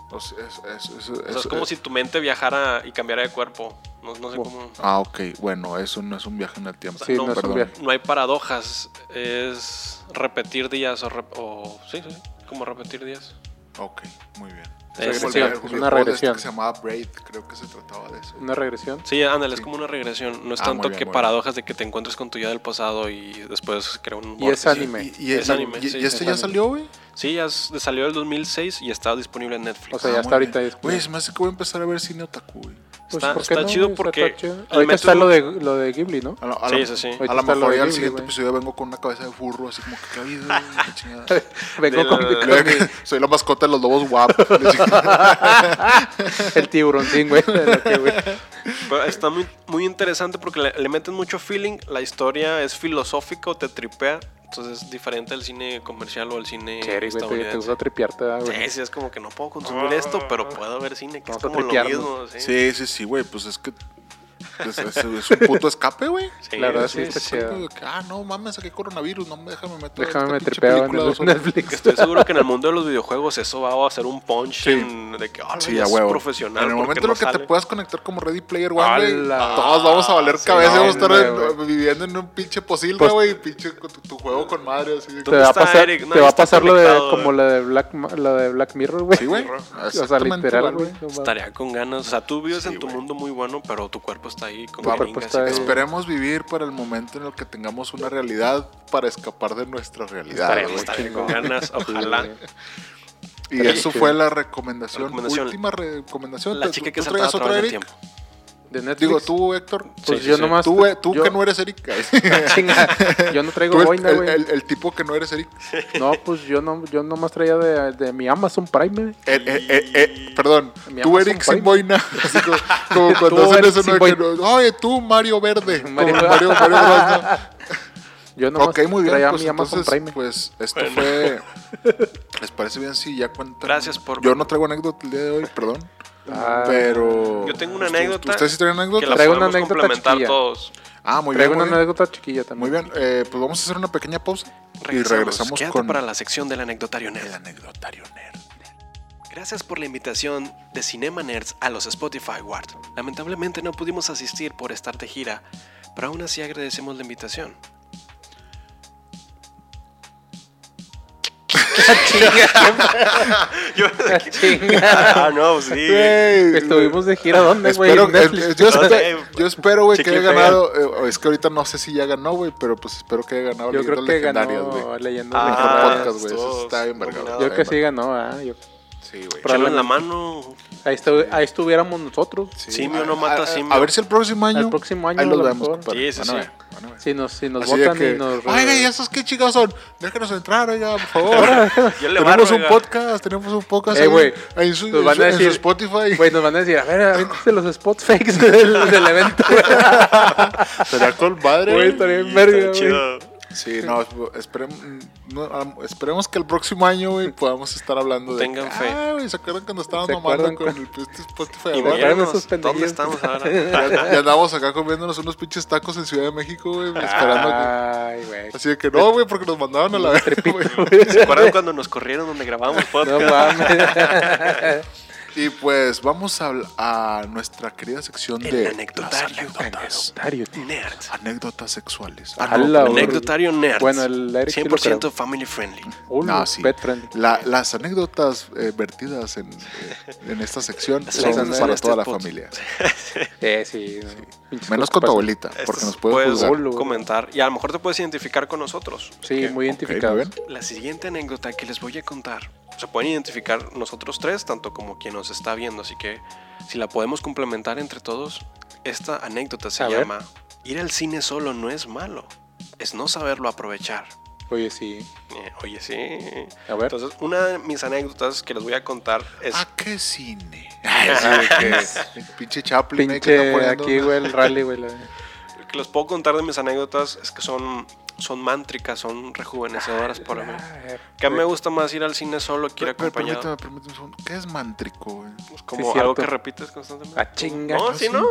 Speaker 4: O sea, es, es, es,
Speaker 5: O sea, es como si tu mente viajara y cambiara de cuerpo. No, no sé cómo.
Speaker 4: Ah, ok, bueno, eso no es un viaje en el tiempo.
Speaker 3: Sí, no es un
Speaker 4: perdón.
Speaker 3: viaje.
Speaker 5: No hay paradojas. Es repetir días o. rep- o- sí, sí, sí, como repetir días.
Speaker 4: Ok, muy bien.
Speaker 5: Es
Speaker 4: como el-
Speaker 3: regresión,
Speaker 4: el
Speaker 3: es una
Speaker 4: videojuego de este
Speaker 3: regresión.
Speaker 4: que se llamaba Braid, creo que se trataba de eso.
Speaker 3: Una regresión.
Speaker 5: Sí, ándale, es
Speaker 4: Sí.
Speaker 5: como una regresión. No es
Speaker 4: Ah, muy
Speaker 5: tanto
Speaker 4: bien,
Speaker 5: que
Speaker 4: muy bien.
Speaker 5: paradojas de que te encuentres con tu yo del pasado y después crea un.
Speaker 3: Y es
Speaker 5: vórtice.
Speaker 3: anime.
Speaker 4: Y, y,
Speaker 5: Es
Speaker 4: y-
Speaker 5: anime,
Speaker 4: y-
Speaker 5: sí,
Speaker 4: y
Speaker 5: es
Speaker 4: este ya
Speaker 3: anime.
Speaker 4: salió, güey.
Speaker 5: Sí, ya es- salió el 2006 y está disponible en Netflix.
Speaker 3: O sea, ya
Speaker 4: Ah,
Speaker 3: está
Speaker 4: muy
Speaker 3: ahorita
Speaker 4: bien.
Speaker 3: disponible.
Speaker 4: Güey, se me hace que voy a empezar a ver cine otaku, güey.
Speaker 3: Pues,
Speaker 5: está
Speaker 3: ¿por qué
Speaker 5: está
Speaker 3: no,
Speaker 5: chido
Speaker 3: güey? Está-
Speaker 5: porque
Speaker 3: está chido.
Speaker 5: el
Speaker 3: Ahorita está
Speaker 5: método-
Speaker 3: lo de, lo de Ghibli, ¿no?
Speaker 4: A, lo- a
Speaker 5: Sí,
Speaker 4: lo-
Speaker 5: sí, sí.
Speaker 4: a
Speaker 3: Ahorita
Speaker 4: lo
Speaker 3: está lo
Speaker 4: mejor
Speaker 3: de
Speaker 4: ya el
Speaker 3: Ghibli,
Speaker 4: siguiente
Speaker 3: güey.
Speaker 4: episodio vengo con una cabeza de burro, así como que qué ha habido, güey? La chingada.
Speaker 3: Vengo
Speaker 5: Del-
Speaker 3: con
Speaker 4: Y
Speaker 3: mi-
Speaker 4: luego que Soy la mascota de los lobos guap.
Speaker 3: el tiburoncín, güey. de lo que, güey.
Speaker 5: Pero está muy, muy interesante porque le, le meten mucho feeling, la historia es filosófico, te tripea, entonces es diferente al cine comercial o al cine
Speaker 3: Cherry, güey, te- te,
Speaker 5: estadounidense.
Speaker 3: gusta tripearte, ¿verdad,
Speaker 5: Sí,
Speaker 3: güey.
Speaker 5: sí, es como que no puedo
Speaker 4: Ah,
Speaker 5: consumir esto, pero puedo ver cine, que es
Speaker 3: Vamos a
Speaker 5: como lo
Speaker 3: tripearnos.
Speaker 5: mismo. Sí,
Speaker 4: sí, sí, sí, güey. Pues es que es, es- es un puto escape, güey.
Speaker 5: Sí,
Speaker 3: la verdad sí está
Speaker 4: Es
Speaker 3: chido.
Speaker 4: algo de que, Ah, no mames, saqué coronavirus. No, déjame meter.
Speaker 3: Déjame
Speaker 4: esta
Speaker 3: me
Speaker 4: pinche
Speaker 3: tripeo en
Speaker 4: película de dos
Speaker 3: el
Speaker 4: horas.
Speaker 5: Que
Speaker 3: Netflix.
Speaker 5: estoy seguro que en el mundo de los videojuegos eso va a ser un punch
Speaker 4: Sí.
Speaker 5: en- de que "Ah,
Speaker 4: Sí,
Speaker 5: ya
Speaker 4: a
Speaker 5: es
Speaker 4: huevo.
Speaker 5: profesional.
Speaker 4: En el
Speaker 5: porque
Speaker 4: momento en
Speaker 5: no
Speaker 4: lo que te
Speaker 5: sale.
Speaker 4: puedas conectar como Ready Player One, güey,
Speaker 3: ¡Hala!
Speaker 4: todos vamos a valer cabeza y vamos a estar
Speaker 3: hombre,
Speaker 4: en- viviendo en un pinche posilga,
Speaker 3: Pues-
Speaker 4: güey, y pinche con tu, tu juego con madre, así. de-
Speaker 3: Te va a
Speaker 5: está
Speaker 3: pasar,
Speaker 5: Eric? No,
Speaker 3: te va a
Speaker 5: está
Speaker 3: pasar lo de,
Speaker 5: conectado,
Speaker 3: como
Speaker 5: güey.
Speaker 3: la de, Black, Ma- la de Black Mirror, güey.
Speaker 4: Sí, güey.
Speaker 3: O sea,
Speaker 4: Exactamente
Speaker 3: literal,
Speaker 4: igual,
Speaker 3: güey. No mames.
Speaker 5: Estaría con ganas. O sea, tú vives en tu mundo muy bueno, pero tu cuerpo está ahí con
Speaker 3: cuerpo
Speaker 5: jeringas
Speaker 3: está
Speaker 5: y
Speaker 3: ahí.
Speaker 5: todo.
Speaker 4: Esperemos vivir para el momento en el que tengamos una realidad para escapar de nuestra realidad.
Speaker 5: Estaremos,
Speaker 4: güey.
Speaker 5: estaré
Speaker 3: chingón.
Speaker 5: con ganas, ojalá.
Speaker 3: Sí,
Speaker 4: Y
Speaker 3: güey.
Speaker 4: eso
Speaker 3: Sí.
Speaker 4: fue la recomendación,
Speaker 5: La recomendación.
Speaker 4: última recomendación.
Speaker 5: La
Speaker 4: ¿Tú-
Speaker 5: chica que
Speaker 4: tú
Speaker 5: saltaba a
Speaker 4: traías otra,
Speaker 5: través del
Speaker 4: Eric?
Speaker 5: tiempo.
Speaker 3: De Netflix.
Speaker 4: Digo, tú, Héctor.
Speaker 3: Pues
Speaker 5: Sí,
Speaker 3: yo
Speaker 5: sí,
Speaker 3: nomás.
Speaker 4: tú, eh, tú
Speaker 3: yo- Ah,
Speaker 4: que no eres Eric.
Speaker 3: Chinga, yo no traigo
Speaker 4: Tú el-
Speaker 3: boina,
Speaker 4: el-
Speaker 3: güey.
Speaker 4: el- el tipo que no eres Eric.
Speaker 3: No, pues yo no, yo nomás traía de, de mi Amazon Prime, güey.
Speaker 4: Eh, eh, eh, eh, perdón,
Speaker 3: Mi
Speaker 4: tú
Speaker 3: Amazon
Speaker 4: Eric sin
Speaker 3: Prime.
Speaker 4: boina. Así como, como
Speaker 3: Tú,
Speaker 4: cuando hacen
Speaker 3: Eric
Speaker 4: eso,
Speaker 3: sin
Speaker 4: ¿no? Que
Speaker 3: boina.
Speaker 4: no, Oye, tú Mario Verde. como
Speaker 3: Mario-
Speaker 4: Mario, Mario Bros, ¿no?
Speaker 3: Yo nomás
Speaker 4: Ok, muy bien.
Speaker 3: traía
Speaker 4: Pues,
Speaker 3: mi Amazon
Speaker 4: entonces,
Speaker 3: Prime.
Speaker 4: pues esto fue. ¿Les parece bien si ya cuentan?
Speaker 5: Gracias por-
Speaker 4: Yo no traigo anécdota el día de hoy, perdón.
Speaker 3: Ah.
Speaker 4: pero.
Speaker 5: Yo tengo una
Speaker 4: ¿Ustedes-
Speaker 5: anécdota
Speaker 4: ¿Ustedes sí traen
Speaker 5: Que la
Speaker 4: anécdota?
Speaker 3: Traigo una
Speaker 5: podemos
Speaker 3: anécdota
Speaker 5: complementar
Speaker 3: chiquilla.
Speaker 5: todos.
Speaker 4: Ah, muy bien.
Speaker 3: Traigo
Speaker 4: Muy
Speaker 3: una
Speaker 4: bien.
Speaker 3: anécdota chiquilla
Speaker 4: Muy
Speaker 3: también.
Speaker 4: bien, eh, pues vamos a hacer una pequeña pausa
Speaker 5: Regresamos.
Speaker 4: y regresamos
Speaker 5: Quédate
Speaker 4: con
Speaker 5: para la sección del anecdotario nerd.
Speaker 4: el anecdotario nerd.
Speaker 5: Gracias por la invitación de Cinema Nerds a los Spotify Ward. Lamentablemente no pudimos asistir por estar de gira, pero aún así agradecemos la invitación. Yo-
Speaker 3: Chinga.
Speaker 5: ah, no, sí.
Speaker 4: Güey,
Speaker 3: Estuvimos de gira, ¿dónde, güey?
Speaker 4: Espero,
Speaker 3: En Netflix.
Speaker 4: eh, yo, espe-
Speaker 5: No sé.
Speaker 4: yo espero, güey, que
Speaker 5: Chicle
Speaker 4: haya
Speaker 5: y pega.
Speaker 4: ganado. eh, es que ahorita no sé si ya ganó, güey, pero pues espero que haya ganado.
Speaker 3: Yo creo
Speaker 4: Leyendas
Speaker 3: que
Speaker 4: Legendarias,
Speaker 3: ganó
Speaker 4: güey.
Speaker 3: Leyendas
Speaker 5: Ah,
Speaker 4: Mejor
Speaker 3: Legendarias.
Speaker 4: podcast, güey. Eso
Speaker 5: estuvo
Speaker 4: está bien vergado.
Speaker 5: nominado.
Speaker 3: Yo creo que sí ganó, ah, yo-
Speaker 4: Sí, güey.
Speaker 5: Chalo en la mano.
Speaker 3: ahí, estu- ahí estuviéramos nosotros.
Speaker 5: Simio no
Speaker 4: a-
Speaker 5: mata
Speaker 4: a-
Speaker 5: simio.
Speaker 4: A ver si el próximo año.
Speaker 3: El próximo año,
Speaker 4: Ahí
Speaker 3: a
Speaker 4: los
Speaker 3: lo
Speaker 4: vemos,
Speaker 3: mejor.
Speaker 4: compadre.
Speaker 5: Sí, sí,
Speaker 4: Van a
Speaker 5: sí.
Speaker 4: ver, van a ver.
Speaker 3: Si nos, si nos
Speaker 4: Así de
Speaker 3: votan
Speaker 4: que,
Speaker 3: y nos... re-
Speaker 4: Oiga, ¿y esos qué chicos son? Déjenos entrar, oiga, por favor.
Speaker 5: Yo le
Speaker 4: tenemos
Speaker 5: barro,
Speaker 4: un
Speaker 5: oiga.
Speaker 4: podcast, tenemos un podcast.
Speaker 3: Eh,
Speaker 4: ahí-
Speaker 3: güey,
Speaker 4: ahí en su,
Speaker 3: nos
Speaker 4: en
Speaker 3: van
Speaker 4: su-
Speaker 3: a
Speaker 4: en su
Speaker 3: decir-
Speaker 4: Spotify.
Speaker 3: Güey, nos van a decir, a ver, avéntate los spots fakes del, del evento.
Speaker 4: Será con madre.
Speaker 3: Güey,
Speaker 4: güey.
Speaker 3: estaría en
Speaker 5: Está
Speaker 3: verga, güey.
Speaker 5: chido.
Speaker 4: Sí, no, esperemos, no, am- esperemos que el próximo año, güey, podamos estar hablando de.
Speaker 5: Tengan
Speaker 4: que,
Speaker 5: fe.
Speaker 4: "Ay, güey, ¿se acuerdan cuando estábamos
Speaker 3: ¿Se
Speaker 4: mamando
Speaker 3: acuerdan
Speaker 4: con
Speaker 3: cuando-
Speaker 4: el este Spotify? ¿verdad?"
Speaker 5: Y
Speaker 3: Guardaron
Speaker 5: míranos,
Speaker 3: esos pendejillos.
Speaker 5: ¿Dónde estamos ahora?
Speaker 4: Ya, ya andamos acá comiéndonos unos pinches tacos en Ciudad de México, güey, esperando. que-
Speaker 3: Ay, güey.
Speaker 4: Así de que no, güey, porque nos mandaron a la verga, güey.
Speaker 5: ¿Se acuerdan cuando nos corrieron donde grabamos
Speaker 3: No
Speaker 5: podcast?
Speaker 3: mames.
Speaker 4: Y pues vamos a, habl- a nuestra querida sección
Speaker 5: El
Speaker 4: de
Speaker 5: anecdotario.
Speaker 4: las anécdotas,
Speaker 5: Nerd.
Speaker 4: anécdotas sexuales.
Speaker 3: A la verga.
Speaker 5: Anecdotario nerd.
Speaker 3: Bueno, el Eric sí lo
Speaker 5: 100%
Speaker 3: creo.
Speaker 5: family friendly.
Speaker 3: Uy,
Speaker 4: No, sí.
Speaker 3: pet friendly.
Speaker 4: La- las anécdotas eh, vertidas en, eh, en esta sección
Speaker 5: Las
Speaker 4: son
Speaker 5: anécdotas
Speaker 4: para
Speaker 5: en
Speaker 4: toda
Speaker 5: este
Speaker 4: la
Speaker 5: podcast.
Speaker 4: familia.
Speaker 3: Eh, sí. no. Pinches
Speaker 4: Menos con tu
Speaker 3: preocupaciones.
Speaker 4: abuelita, porque
Speaker 5: Estas
Speaker 4: nos puede
Speaker 5: puedes
Speaker 4: juzgar.
Speaker 3: Ulo, güey.
Speaker 5: comentar y a lo mejor te puedes identificar con nosotros.
Speaker 3: Sí, muy
Speaker 4: Ok, muy
Speaker 3: identificado.
Speaker 4: bien.
Speaker 5: La siguiente anécdota que les voy a contar, se pueden identificar nosotros tres, tanto como quien nos está viendo, así que si la podemos complementar entre todos, esta anécdota se
Speaker 3: A ver.
Speaker 5: llama Ir al cine solo no es malo, es no saberlo aprovechar.
Speaker 3: Oye, sí.
Speaker 5: Eh, oye, sí.
Speaker 3: A ver.
Speaker 5: Entonces, una de mis anécdotas que les voy a contar es...
Speaker 4: ¿A qué cine? Ay, sí, de que el pinche Chaplin ahí que está
Speaker 3: Ah, Pinche
Speaker 4: poniendo-
Speaker 3: aquí, güey, el rally, güey. la-
Speaker 5: que les puedo contar de mis anécdotas es que son, son mántricas, son rejuvenecedoras para mí. Que Ah, a mí me gusta más ir al cine solo que ir
Speaker 4: Pero- pero
Speaker 5: acompañado.
Speaker 4: Permíteme, permíteme un segundo. ¿Qué es mántrico? güey?
Speaker 5: Es como
Speaker 3: Sí,
Speaker 5: algo
Speaker 3: cierto.
Speaker 5: que repites constantemente.
Speaker 3: Ah, chinga.
Speaker 5: No,
Speaker 3: Ah,
Speaker 5: sí,
Speaker 4: sí.
Speaker 5: no.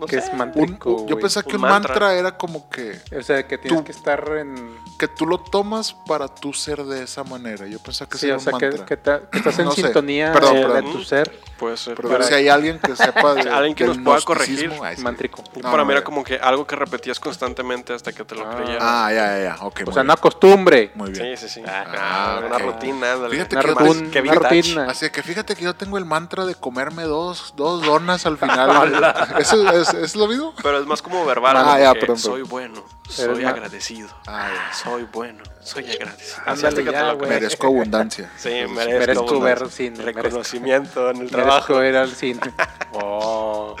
Speaker 5: No
Speaker 3: Que
Speaker 5: sé.
Speaker 3: es
Speaker 4: Un-
Speaker 3: mantrico,
Speaker 4: un- yo
Speaker 3: güey.
Speaker 4: pensaba que
Speaker 5: Un
Speaker 4: un
Speaker 5: mantra.
Speaker 4: mantra. era como que,
Speaker 3: O sea, que tienes
Speaker 4: Tú.
Speaker 3: que estar en...
Speaker 4: que tú lo tomas para tú ser de esa manera. Yo pensaba que
Speaker 3: Sí,
Speaker 4: era
Speaker 3: o sea,
Speaker 4: un
Speaker 3: que,
Speaker 4: mantra.
Speaker 3: que ta- que estás en
Speaker 4: No sé.
Speaker 3: sintonía
Speaker 4: Perdón,
Speaker 3: eh, de,
Speaker 4: perdón.
Speaker 3: tu ser
Speaker 5: Puede ser.
Speaker 4: Pero
Speaker 5: Para,
Speaker 4: si hay alguien que sepa de,
Speaker 5: Alguien que
Speaker 4: del
Speaker 5: nos pueda corregir.
Speaker 4: gnosticismo, ay, sí.
Speaker 3: mantrico.
Speaker 4: No,
Speaker 5: para mí era
Speaker 4: ya.
Speaker 5: como que algo que repetías constantemente hasta que te lo
Speaker 3: Ah.
Speaker 5: creyeras.
Speaker 4: Ah, ya, ya, ya. Ok,
Speaker 3: O
Speaker 4: muy
Speaker 3: sea,
Speaker 4: bien.
Speaker 3: una costumbre.
Speaker 4: Muy bien.
Speaker 5: sí, sí, sí.
Speaker 4: Ah,
Speaker 5: Ah, una
Speaker 4: ok.
Speaker 5: rutina. ándale.
Speaker 4: Fíjate
Speaker 3: Una,
Speaker 4: que
Speaker 3: rutun-
Speaker 4: más-
Speaker 3: una
Speaker 5: que vintage.
Speaker 3: rutina.
Speaker 4: Así que fíjate que yo tengo el mantra de comerme dos, dos donas al final. eso, ¿Es, es lo mismo?
Speaker 5: Pero es más como verbal.
Speaker 4: Ah,
Speaker 5: como
Speaker 4: ya,
Speaker 5: que
Speaker 4: perdón,
Speaker 5: Soy
Speaker 4: perdón.
Speaker 5: bueno,
Speaker 3: Eres
Speaker 5: soy
Speaker 3: ma-
Speaker 5: agradecido.
Speaker 4: Ah, ya.
Speaker 5: Soy bueno, soy agradecido.
Speaker 3: Ándale
Speaker 5: Así es que
Speaker 3: ya,
Speaker 5: te lo
Speaker 3: güey.
Speaker 5: crees.
Speaker 4: Merezco abundancia.
Speaker 5: Sí,
Speaker 4: Entonces,
Speaker 5: merezco,
Speaker 3: merezco
Speaker 5: abundancia,
Speaker 3: ver cine, merezco.
Speaker 5: Reconocimiento en el trabajo.
Speaker 3: Trabajo ir al cine. Oh,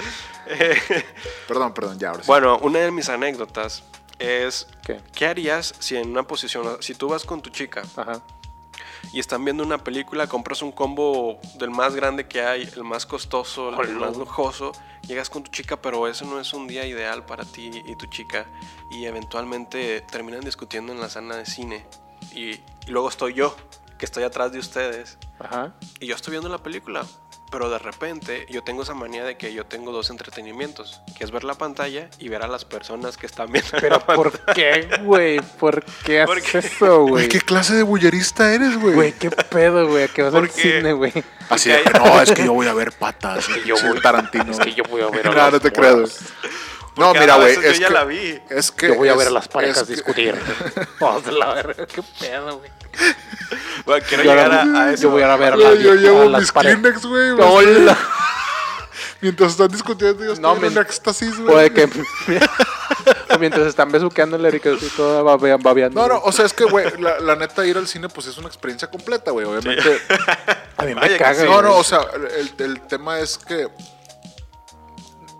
Speaker 4: Perdón, perdón, ya, ahora sí.
Speaker 5: Bueno, una de mis anécdotas es
Speaker 3: ¿qué?
Speaker 5: ¿Qué harías si en una posición, si tú vas con tu chica
Speaker 3: Ajá.
Speaker 5: y están viendo una película, compras un combo del más grande que hay, el más costoso, el más lujoso, llegas con tu chica, pero eso no es un día ideal para ti y tu chica y eventualmente terminan discutiendo en la sala de cine y, y luego estoy yo, que estoy atrás de ustedes
Speaker 3: Ajá.
Speaker 5: y yo estoy viendo la película, pero de repente yo tengo esa manía de que yo tengo dos entretenimientos, que es ver la pantalla y ver a las personas que están viendo.
Speaker 3: Pero
Speaker 5: la
Speaker 3: ¿por qué, güey? ¿Por qué
Speaker 5: ¿Por
Speaker 3: haces
Speaker 5: qué?
Speaker 3: eso, güey?
Speaker 4: Güey, ¿Qué clase de bullerista eres,
Speaker 3: Güey,
Speaker 4: güey?
Speaker 3: qué pedo, güey, ¿a qué vas al
Speaker 5: Porque-
Speaker 3: cine, güey?
Speaker 4: Así de que no, es que yo voy a ver patas. Es que yo voy Tarantino. Es que yo voy a ver No, no te creo. güey. No,
Speaker 5: Porque
Speaker 4: mira,
Speaker 5: a
Speaker 4: güey.
Speaker 5: veces
Speaker 4: Es
Speaker 5: Yo ya la
Speaker 4: que,
Speaker 5: vi.
Speaker 4: es que.
Speaker 6: Yo voy a ver a
Speaker 4: es-
Speaker 6: las parejas
Speaker 4: es que-
Speaker 6: discutir.
Speaker 3: Vamos a la verga, qué pedo, güey.
Speaker 5: Bueno, quiero
Speaker 3: Yo
Speaker 5: llegar
Speaker 3: ahora-
Speaker 5: a, a eso.
Speaker 3: yo voy a ver a
Speaker 4: Yo, yo
Speaker 3: la- a
Speaker 4: llevo
Speaker 3: las
Speaker 4: mis
Speaker 3: parejas.
Speaker 4: Kleenex, güey.
Speaker 3: Hola.
Speaker 4: Mientras están discutiendo, yo estoy
Speaker 3: No,
Speaker 4: en un
Speaker 3: men-
Speaker 4: éxtasis,
Speaker 3: O
Speaker 4: güey.
Speaker 3: de que. o mientras están besuqueando la Erika, así toda babe- babeando.
Speaker 4: No, no, o sea, es que, güey, la, la neta, ir al cine, pues es una experiencia completa, güey. Obviamente.
Speaker 3: a mí me
Speaker 5: Vaya que
Speaker 3: caga,
Speaker 5: sí.
Speaker 4: No,
Speaker 3: güey.
Speaker 4: no, o sea, el, el tema es que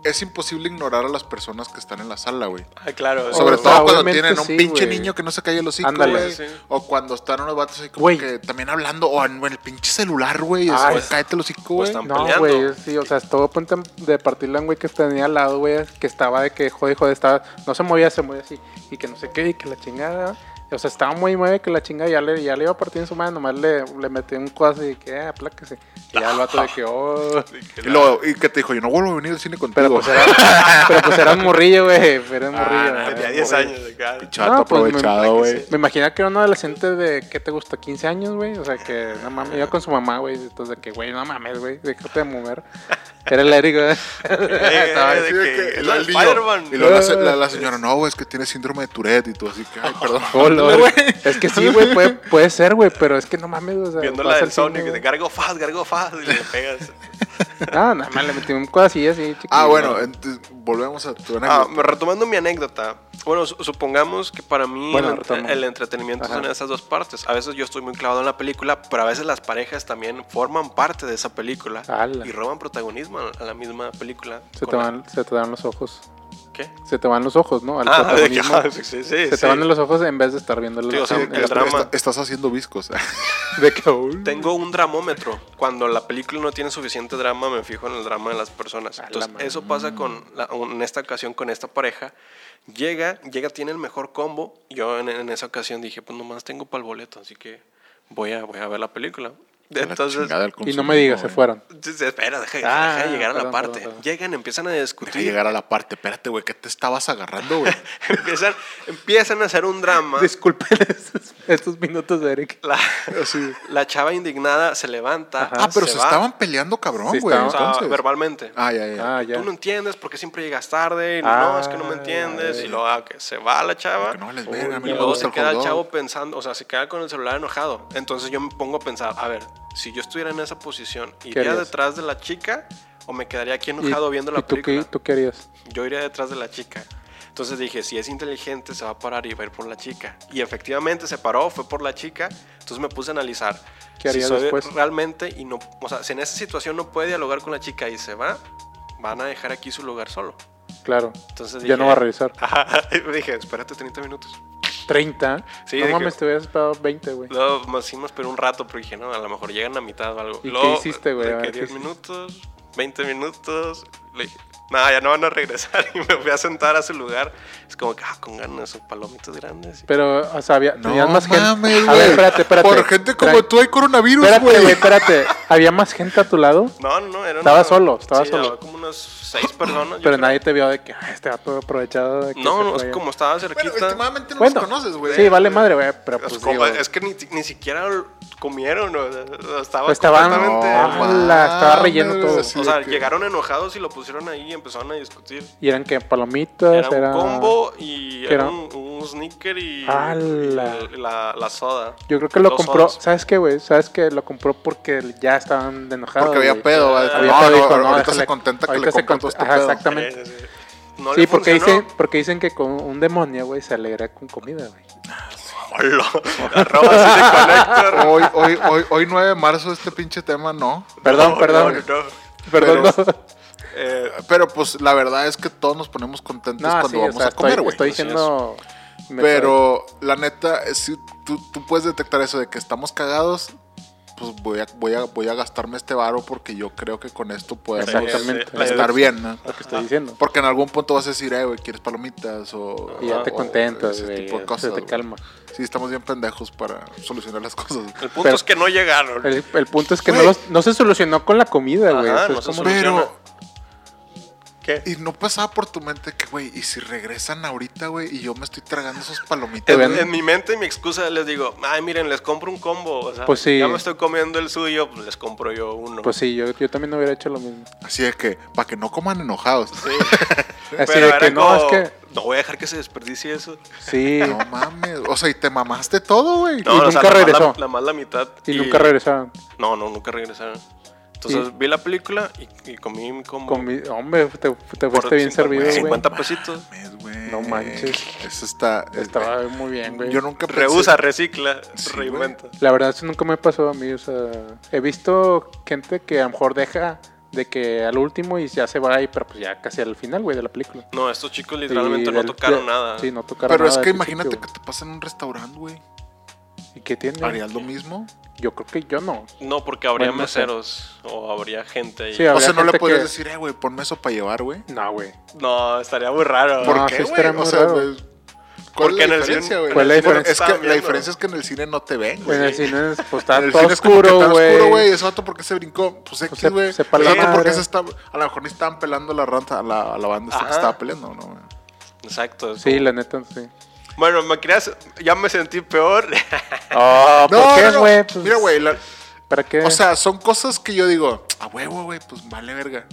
Speaker 4: es imposible ignorar a las personas que están en la sala, güey.
Speaker 5: Ah, claro.
Speaker 4: Sobre
Speaker 3: o sea,
Speaker 4: todo cuando
Speaker 3: obviamente
Speaker 4: tienen a un
Speaker 3: sí,
Speaker 4: pinche
Speaker 3: güey.
Speaker 4: niño que no se cae el hocico,
Speaker 3: Ándale.
Speaker 4: güey.
Speaker 5: Sí, sí.
Speaker 4: O cuando están unos vatos así como
Speaker 3: Güey. Ah,
Speaker 4: que también hablando, o en, en el pinche celular, güey. es,
Speaker 3: Ay,
Speaker 4: güey,
Speaker 3: sí.
Speaker 4: cállate el hocico,
Speaker 5: Pues
Speaker 4: güey.
Speaker 5: tampoco.
Speaker 3: No,
Speaker 5: peleando.
Speaker 3: güey, sí, o sea, estuvo a punto de partirla un güey que tenía al lado, güey, que estaba de que jode, jode, estaba, no se movía, se movía así, y que no sé qué, y que la chingada, o sea, estaba muy mueve que la chingada ya le, ya le iba a partir en su mano, nomás le, le metí un codazo y que, ah, apláquese, y ya el vato de que, oh,
Speaker 4: y, luego, y que te dijo, yo no vuelvo a venir al cine contigo.
Speaker 3: pero pues era, pero pues era un morrillo, güey, pero era un
Speaker 4: Ah,
Speaker 3: morrillo.
Speaker 4: no,
Speaker 3: era
Speaker 5: Tenía
Speaker 3: un
Speaker 5: 10
Speaker 3: morrillo.
Speaker 5: años de cara.
Speaker 4: Chato
Speaker 3: No, pues, me-
Speaker 4: aprovechado, güey.
Speaker 3: Me imagino que era uno adolescente de, ¿qué te gusta? 15 años, güey. O sea, que no mames, iba con su mamá, güey. Entonces, de que, güey, no mames, güey, déjate de mover. Era el Eric, güey. Estaba
Speaker 5: eh,
Speaker 3: así.
Speaker 5: de que-
Speaker 4: que
Speaker 5: es
Speaker 4: la
Speaker 5: el
Speaker 4: lío.
Speaker 5: Spider-Man.
Speaker 4: Y luego la, se-
Speaker 5: Eh.
Speaker 4: la- la señora, no, güey, es que tiene síndrome de Tourette y tú así que, ay, perdón.
Speaker 5: Oh,
Speaker 3: Hola, Oh, güey. Es que sí, güey, puede, puede ser, güey, pero es que no mames, o sea.
Speaker 5: Viendo
Speaker 3: vas
Speaker 5: la del
Speaker 3: al cine,
Speaker 5: Sonic, que
Speaker 3: güey.
Speaker 5: te cargo fast, cargo fast, y le pegas.
Speaker 3: No, nada más le metí un cuadacillo así, chiquillo.
Speaker 4: Ah, bueno, entonces, volvemos a tu
Speaker 5: Ah,
Speaker 4: anécdota.
Speaker 5: me- retomando mi anécdota. Bueno, su- supongamos que para mí
Speaker 3: Bueno,
Speaker 5: el, entre-
Speaker 3: retomo.
Speaker 5: el entretenimiento
Speaker 3: Ajá.
Speaker 5: son esas dos partes. A veces yo estoy muy clavado en la película, pero a veces las parejas también forman parte de esa película
Speaker 3: Ala.
Speaker 5: y roban protagonismo a a la misma película.
Speaker 3: Se
Speaker 5: con
Speaker 3: te,
Speaker 5: la-
Speaker 3: van, se te dan los ojos.
Speaker 5: ¿Qué?
Speaker 3: Se te van los ojos, ¿no? Al
Speaker 5: Ah, de que-
Speaker 3: protagonismo.
Speaker 5: sí, sí,
Speaker 3: se te
Speaker 5: sí.
Speaker 3: van los ojos en vez de estar viendo
Speaker 5: Sí, o sea,
Speaker 4: Sí,
Speaker 5: el
Speaker 4: que está-
Speaker 5: drama.
Speaker 4: está- estás haciendo viscos.
Speaker 3: de que, uy,
Speaker 5: Tengo un dramómetro. Cuando la película no tiene suficiente drama, me fijo en el drama de las personas. Entonces, eso
Speaker 3: Mm.
Speaker 5: pasa con la- en esta ocasión con esta pareja. Llega, llega, tiene el mejor combo. Yo en, en esa ocasión dije, pues nomás tengo para el boleto, así que voy a, voy a ver la película. Entonces,
Speaker 3: Y no me digas, se fueron.
Speaker 5: entonces, espera, deja,
Speaker 3: Ah,
Speaker 5: deja de llegar a la
Speaker 3: perdón,
Speaker 5: parte.
Speaker 3: perdón, perdón.
Speaker 5: Llegan, empiezan a
Speaker 4: Deja
Speaker 5: discutir.
Speaker 4: llegar a la parte. Espérate, güey, ¿qué te estabas agarrando, güey?
Speaker 5: empiezan, empiezan a hacer un drama.
Speaker 3: Disculpen estos, estos minutos de Eric.
Speaker 5: La,
Speaker 4: Así.
Speaker 5: la chava indignada se levanta.
Speaker 4: Ah, pero se,
Speaker 5: va.
Speaker 4: estaban peleando, cabrón,
Speaker 3: Sí,
Speaker 4: güey.
Speaker 5: O sea,
Speaker 3: estaban-
Speaker 4: entonces.
Speaker 5: verbalmente.
Speaker 4: Ah, ya, ya.
Speaker 3: Ah, ya.
Speaker 5: Eh, Tú no entiendes porque siempre llegas tarde. y no,
Speaker 3: Ah,
Speaker 5: es que no me entiendes. Y luego ah, que se va la chava.
Speaker 4: Que no les verga, a mí no
Speaker 5: y
Speaker 4: me
Speaker 5: luego
Speaker 4: gusta
Speaker 5: se
Speaker 4: el
Speaker 5: queda
Speaker 4: hot
Speaker 5: el
Speaker 4: dog.
Speaker 5: chavo pensando, o sea, se queda con el celular enojado. Entonces yo me pongo a pensar, a ver, si yo estuviera en esa posición, ¿iría
Speaker 3: harías?
Speaker 5: detrás de la chica o me quedaría aquí
Speaker 3: ¿Y-
Speaker 5: enojado viendo
Speaker 3: y
Speaker 5: la
Speaker 3: tú qué-
Speaker 5: película?
Speaker 3: ¿Tú qué harías?
Speaker 5: Yo iría detrás de la chica. Entonces dije, si es inteligente, se va a parar y va a ir por la chica. Y efectivamente se paró, fue por la chica. Entonces me puse a analizar.
Speaker 3: ¿Qué haría
Speaker 5: si soy
Speaker 3: después?
Speaker 5: realmente y no, o sea, si en esa situación no puede dialogar con la chica y se va, van a dejar aquí su lugar solo.
Speaker 3: Claro.
Speaker 5: Entonces ah.
Speaker 3: Ya no va a regresar.
Speaker 5: Ajá, y me dije, espérate 30 minutos.
Speaker 3: 30.
Speaker 5: Sí,
Speaker 3: no
Speaker 5: dije-
Speaker 3: mames, te hubieras esperado 20, güey.
Speaker 5: Luego más sí me esperé un rato, pero dije, no, a lo mejor llegan a mitad o algo.
Speaker 3: ¿Y qué
Speaker 5: Luego,
Speaker 3: hiciste, güey?
Speaker 5: de
Speaker 3: A
Speaker 5: que
Speaker 3: ver, ¿qué
Speaker 5: 10
Speaker 3: hiciste?
Speaker 5: minutos, 20 minutos. Le dije, no, ya no van a regresar. Y me voy a sentar a su lugar. Es como que, ah, con ganas, son palomitas grandes.
Speaker 3: Pero, o sea, había
Speaker 4: No
Speaker 3: tenías más
Speaker 4: mames,
Speaker 3: gente. A
Speaker 4: güey.
Speaker 3: ver, espérate, espérate.
Speaker 4: Por gente como
Speaker 3: Tran-
Speaker 4: tú hay coronavirus,
Speaker 3: Espérate,
Speaker 4: güey.
Speaker 3: güey, espérate. ¿Había más gente a tu lado?
Speaker 5: No, no, no, era
Speaker 3: Estaba
Speaker 5: una-
Speaker 3: solo, estaba
Speaker 5: sí,
Speaker 3: solo.
Speaker 5: había como unas 6 personas. yo
Speaker 3: Pero
Speaker 5: creo.
Speaker 3: nadie te vio de que "Ah, este vato aprovechado. De que
Speaker 5: No,
Speaker 3: se
Speaker 5: no,
Speaker 3: fue".
Speaker 5: es como estaba cerquita.
Speaker 4: Bueno, este últimamente no
Speaker 3: Bueno,
Speaker 4: los conoces, güey.
Speaker 3: Sí, vale madre, güey. Pero
Speaker 5: Pues
Speaker 3: pues.
Speaker 5: como-
Speaker 3: digo,
Speaker 5: es que ni, ni siquiera comieron, o sea, estaba
Speaker 3: pues, Estaban- Ah,
Speaker 5: completamente-
Speaker 3: No, Ala, estaba relleno
Speaker 4: mames,
Speaker 3: todo.
Speaker 4: así
Speaker 5: o sea,
Speaker 4: de que-
Speaker 5: llegaron enojados y lo pusieron ahí y empezaron a discutir.
Speaker 3: Y eran que palomitas,
Speaker 5: Era
Speaker 3: Pues era.
Speaker 5: un combo y
Speaker 3: ¿qué
Speaker 5: era
Speaker 3: era?
Speaker 5: un, un sneaker y,
Speaker 3: Ala.
Speaker 5: y la, la soda.
Speaker 3: Yo creo que lo
Speaker 5: Dos
Speaker 3: compró.
Speaker 5: sodas.
Speaker 3: ¿Sabes qué, güey? ¿Sabes que Lo compró porque ya estaban enojados.
Speaker 4: Porque había
Speaker 3: güey.
Speaker 4: pedo, güey.
Speaker 3: Había
Speaker 4: No,
Speaker 3: pedo,
Speaker 4: no,
Speaker 3: dijo,
Speaker 4: ahorita
Speaker 3: déjale-
Speaker 4: se contenta que
Speaker 3: ahorita
Speaker 4: le
Speaker 3: se
Speaker 4: compras
Speaker 3: cont-
Speaker 4: todo este
Speaker 3: Ajá,
Speaker 4: pedo.
Speaker 3: exactamente.
Speaker 5: Sí, sí, sí. no
Speaker 3: sí,
Speaker 5: le
Speaker 3: porque,
Speaker 5: funcionó.
Speaker 3: dicen, porque dicen que con un demonio, güey, se alegra con comida, güey.
Speaker 5: Hola. Arroba Cine Connector.
Speaker 4: Hoy, hoy, hoy, hoy 9 de marzo este pinche tema no.
Speaker 3: Perdón,
Speaker 5: No,
Speaker 3: perdón,
Speaker 5: no, no.
Speaker 3: perdón.
Speaker 4: pero-
Speaker 3: no.
Speaker 5: Eh,
Speaker 4: Pero pues la verdad es que todos nos ponemos contentos
Speaker 3: No,
Speaker 4: cuando
Speaker 3: sí,
Speaker 4: vamos
Speaker 3: o sea,
Speaker 4: a comer,
Speaker 3: estoy,
Speaker 4: güey.
Speaker 3: estoy
Speaker 5: así es.
Speaker 3: diciendo... me-
Speaker 4: Pero la neta, eh, si tú, tú puedes detectar eso de que estamos cagados, pues voy a, voy a, voy a gastarme este varo porque yo creo que con esto podemos
Speaker 3: Exactamente.
Speaker 5: Sí, sí, sí.
Speaker 4: estar bien, ¿no?
Speaker 3: Lo que estoy diciendo.
Speaker 4: Porque en algún punto vas a decir, eh, güey, ¿quieres palomitas? O,
Speaker 3: Y ya te
Speaker 4: o
Speaker 3: contentas,
Speaker 4: Ah, ese
Speaker 3: güey.
Speaker 4: tipo de
Speaker 3: Se
Speaker 4: cosas,
Speaker 3: te
Speaker 4: güey.
Speaker 3: calma.
Speaker 4: Sí, estamos bien pendejos para solucionar las cosas.
Speaker 5: el punto
Speaker 3: Pero-
Speaker 5: es que no llegaron.
Speaker 3: El, el punto es que no,
Speaker 4: Güey.
Speaker 3: los- no se solucionó con la comida, güey.
Speaker 5: Ajá,
Speaker 3: Eso
Speaker 5: no
Speaker 3: es
Speaker 5: se
Speaker 3: como-
Speaker 5: solucionó.
Speaker 4: Pero,
Speaker 5: ¿Qué?
Speaker 4: y no pasaba por tu mente que, güey, ¿y si regresan ahorita, güey? Y yo me estoy tragando esos palomitas.
Speaker 3: Te ven-
Speaker 5: En, en mi mente y mi excusa les digo, ay, miren, les compro un combo. O sea,
Speaker 3: Pues sí.
Speaker 5: Ya me estoy comiendo el suyo, pues les compro yo uno.
Speaker 3: Pues sí, yo, yo también hubiera hecho lo mismo.
Speaker 4: Así de que, para que no coman enojados.
Speaker 3: Así
Speaker 5: Pero
Speaker 3: de
Speaker 5: era
Speaker 3: que no,
Speaker 5: como,
Speaker 3: es que.
Speaker 5: No voy a dejar que se desperdicie eso.
Speaker 3: Sí.
Speaker 4: No mames. O sea, y te mamaste todo, güey.
Speaker 5: No,
Speaker 3: Y
Speaker 5: o
Speaker 3: nunca
Speaker 5: sea, la más
Speaker 3: regresó.
Speaker 5: La, la más la mitad.
Speaker 3: y, nunca regresaron.
Speaker 5: No, no, nunca regresaron. Entonces vi la película y, y comí mi combo.
Speaker 3: Con mi- hombre, te, te
Speaker 5: por
Speaker 3: fuiste este bien
Speaker 5: 50,
Speaker 3: servido, güey.
Speaker 5: 50 pesitos.
Speaker 4: Mames, güey.
Speaker 3: No manches.
Speaker 4: Eso está. eh,
Speaker 3: Estaba muy bien, güey.
Speaker 4: Yo nunca pensé-
Speaker 5: Reusa, recicla,
Speaker 4: Sí, güey.
Speaker 5: reinventa.
Speaker 3: La verdad, eso nunca me pasó a mí. O sea, he visto gente que a lo mejor deja de que al último y ya se va ahí, pero pues ya casi al final, güey, de la película.
Speaker 5: No, estos chicos literalmente
Speaker 3: Y
Speaker 5: no
Speaker 3: del-
Speaker 5: tocaron
Speaker 3: de-
Speaker 5: nada.
Speaker 3: Sí, no tocaron
Speaker 4: Pero
Speaker 3: nada.
Speaker 4: es que
Speaker 3: del
Speaker 4: imagínate que
Speaker 3: principio,
Speaker 4: te pasa en un restaurante, güey.
Speaker 3: güey. ¿Y qué tiene?
Speaker 4: ¿Harías lo mismo?
Speaker 3: Yo creo que yo no.
Speaker 5: No, porque habría
Speaker 3: Bueno, no sé.
Speaker 5: meseros o habría gente ahí.
Speaker 3: Sí, habría
Speaker 4: O sea, no le
Speaker 3: gente
Speaker 4: podías
Speaker 3: que-
Speaker 4: decir, eh, güey, ponme eso para llevar, güey.
Speaker 3: No, güey.
Speaker 5: No, estaría muy
Speaker 3: No,
Speaker 5: raro.
Speaker 4: ¿Por
Speaker 3: sí
Speaker 4: qué, güey?
Speaker 3: estaría muy
Speaker 4: O sea, pues,
Speaker 3: raro.
Speaker 4: güey, ¿cuál
Speaker 5: Porque
Speaker 4: es
Speaker 5: en
Speaker 4: la
Speaker 5: el
Speaker 4: diferencia,
Speaker 5: cine.
Speaker 4: güey?
Speaker 5: en
Speaker 3: ¿Cuál
Speaker 5: el
Speaker 3: es la
Speaker 5: cine no
Speaker 3: diferencia?
Speaker 5: te
Speaker 4: Es
Speaker 5: estaban
Speaker 4: que la
Speaker 5: viendo.
Speaker 4: diferencia es que en el cine no te ven, güey.
Speaker 3: En el cine es- pues,
Speaker 4: En
Speaker 3: está
Speaker 4: el
Speaker 3: todo
Speaker 4: cine es como que
Speaker 3: oscuro,
Speaker 4: está oscuro, güey.
Speaker 3: güey.
Speaker 4: Ese vato porque se brincó, pues X,
Speaker 3: se-
Speaker 4: güey.
Speaker 3: se
Speaker 4: Ese
Speaker 3: pala
Speaker 4: vato
Speaker 3: madre.
Speaker 4: porque se estaba, a lo mejor ni estaban pelando la ranta, a la, a la banda esta que
Speaker 5: Ajá.
Speaker 4: estaba peleando, ¿no, güey?
Speaker 5: Exacto. es
Speaker 3: Sí,
Speaker 5: como-
Speaker 3: la neta, sí.
Speaker 5: Bueno, me creas, ya me sentí peor.
Speaker 3: Ah, ¿por
Speaker 4: No,
Speaker 3: qué,
Speaker 4: no, no.
Speaker 3: güey? Pues,
Speaker 4: Mira, güey, la-
Speaker 3: ¿Para qué?
Speaker 4: o sea, son cosas que yo digo, a huevo, güey, pues vale verga.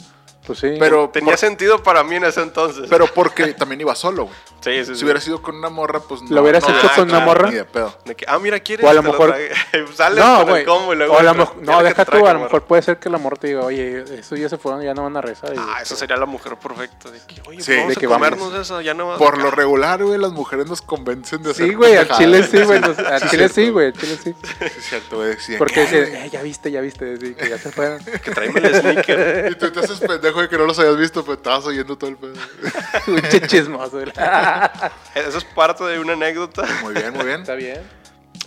Speaker 3: pues sí.
Speaker 4: Pero,
Speaker 5: Tenía
Speaker 4: por-
Speaker 5: sentido para mí en ese entonces.
Speaker 4: pero porque también iba solo, güey.
Speaker 5: sí, sí, sí.
Speaker 4: Si hubiera sido con una morra, pues no.
Speaker 3: ¿Lo hubieras
Speaker 4: no,
Speaker 3: hecho
Speaker 4: no,
Speaker 3: con una
Speaker 4: claro,
Speaker 3: morra?
Speaker 4: Ni de pedo.
Speaker 5: De que, ah, mira, quieres.
Speaker 3: O a lo
Speaker 5: Te
Speaker 3: mejor-
Speaker 5: traje. Sales
Speaker 3: No,
Speaker 5: con el
Speaker 3: güey.
Speaker 5: combo y luego.
Speaker 3: O a lo
Speaker 5: te-
Speaker 3: mejor-
Speaker 5: mira
Speaker 3: no,
Speaker 5: que te
Speaker 3: deja tú,
Speaker 5: traje,
Speaker 3: a lo
Speaker 5: morra.
Speaker 3: mejor puede ser que la morra te diga, oye, eso ya se fueron, ya no van a rezar. Y-
Speaker 5: Ah, esa sería la mujer perfecta. De que, oye,
Speaker 4: Sí,
Speaker 5: vamos
Speaker 4: de
Speaker 5: a
Speaker 3: que
Speaker 5: comernos
Speaker 3: vamos.
Speaker 5: eso, ya no vas a
Speaker 4: Por lo
Speaker 5: dejar".
Speaker 4: regular, güey, las mujeres nos convencen de hacer
Speaker 3: Sí, güey, al
Speaker 4: pendejadas.
Speaker 3: chile sí, güey. nos- Al
Speaker 4: Sí,
Speaker 3: chile
Speaker 4: cierto.
Speaker 3: sí, güey, al chile sí.
Speaker 4: Sí, es cierto, güey. sí, de
Speaker 3: Porque
Speaker 4: que,
Speaker 3: dices,
Speaker 4: "Ay,
Speaker 3: eh, ya viste, ya viste, sí, que ya se fueron.
Speaker 5: Que tráeme el sneaker.
Speaker 4: güey". Y tú te haces pendejo de que no los habías visto, pero estabas oyendo todo el pedo.
Speaker 3: Un chichismoso. güey.
Speaker 5: Eso es parte de una anécdota.
Speaker 4: Muy bien, muy bien.
Speaker 3: Está bien.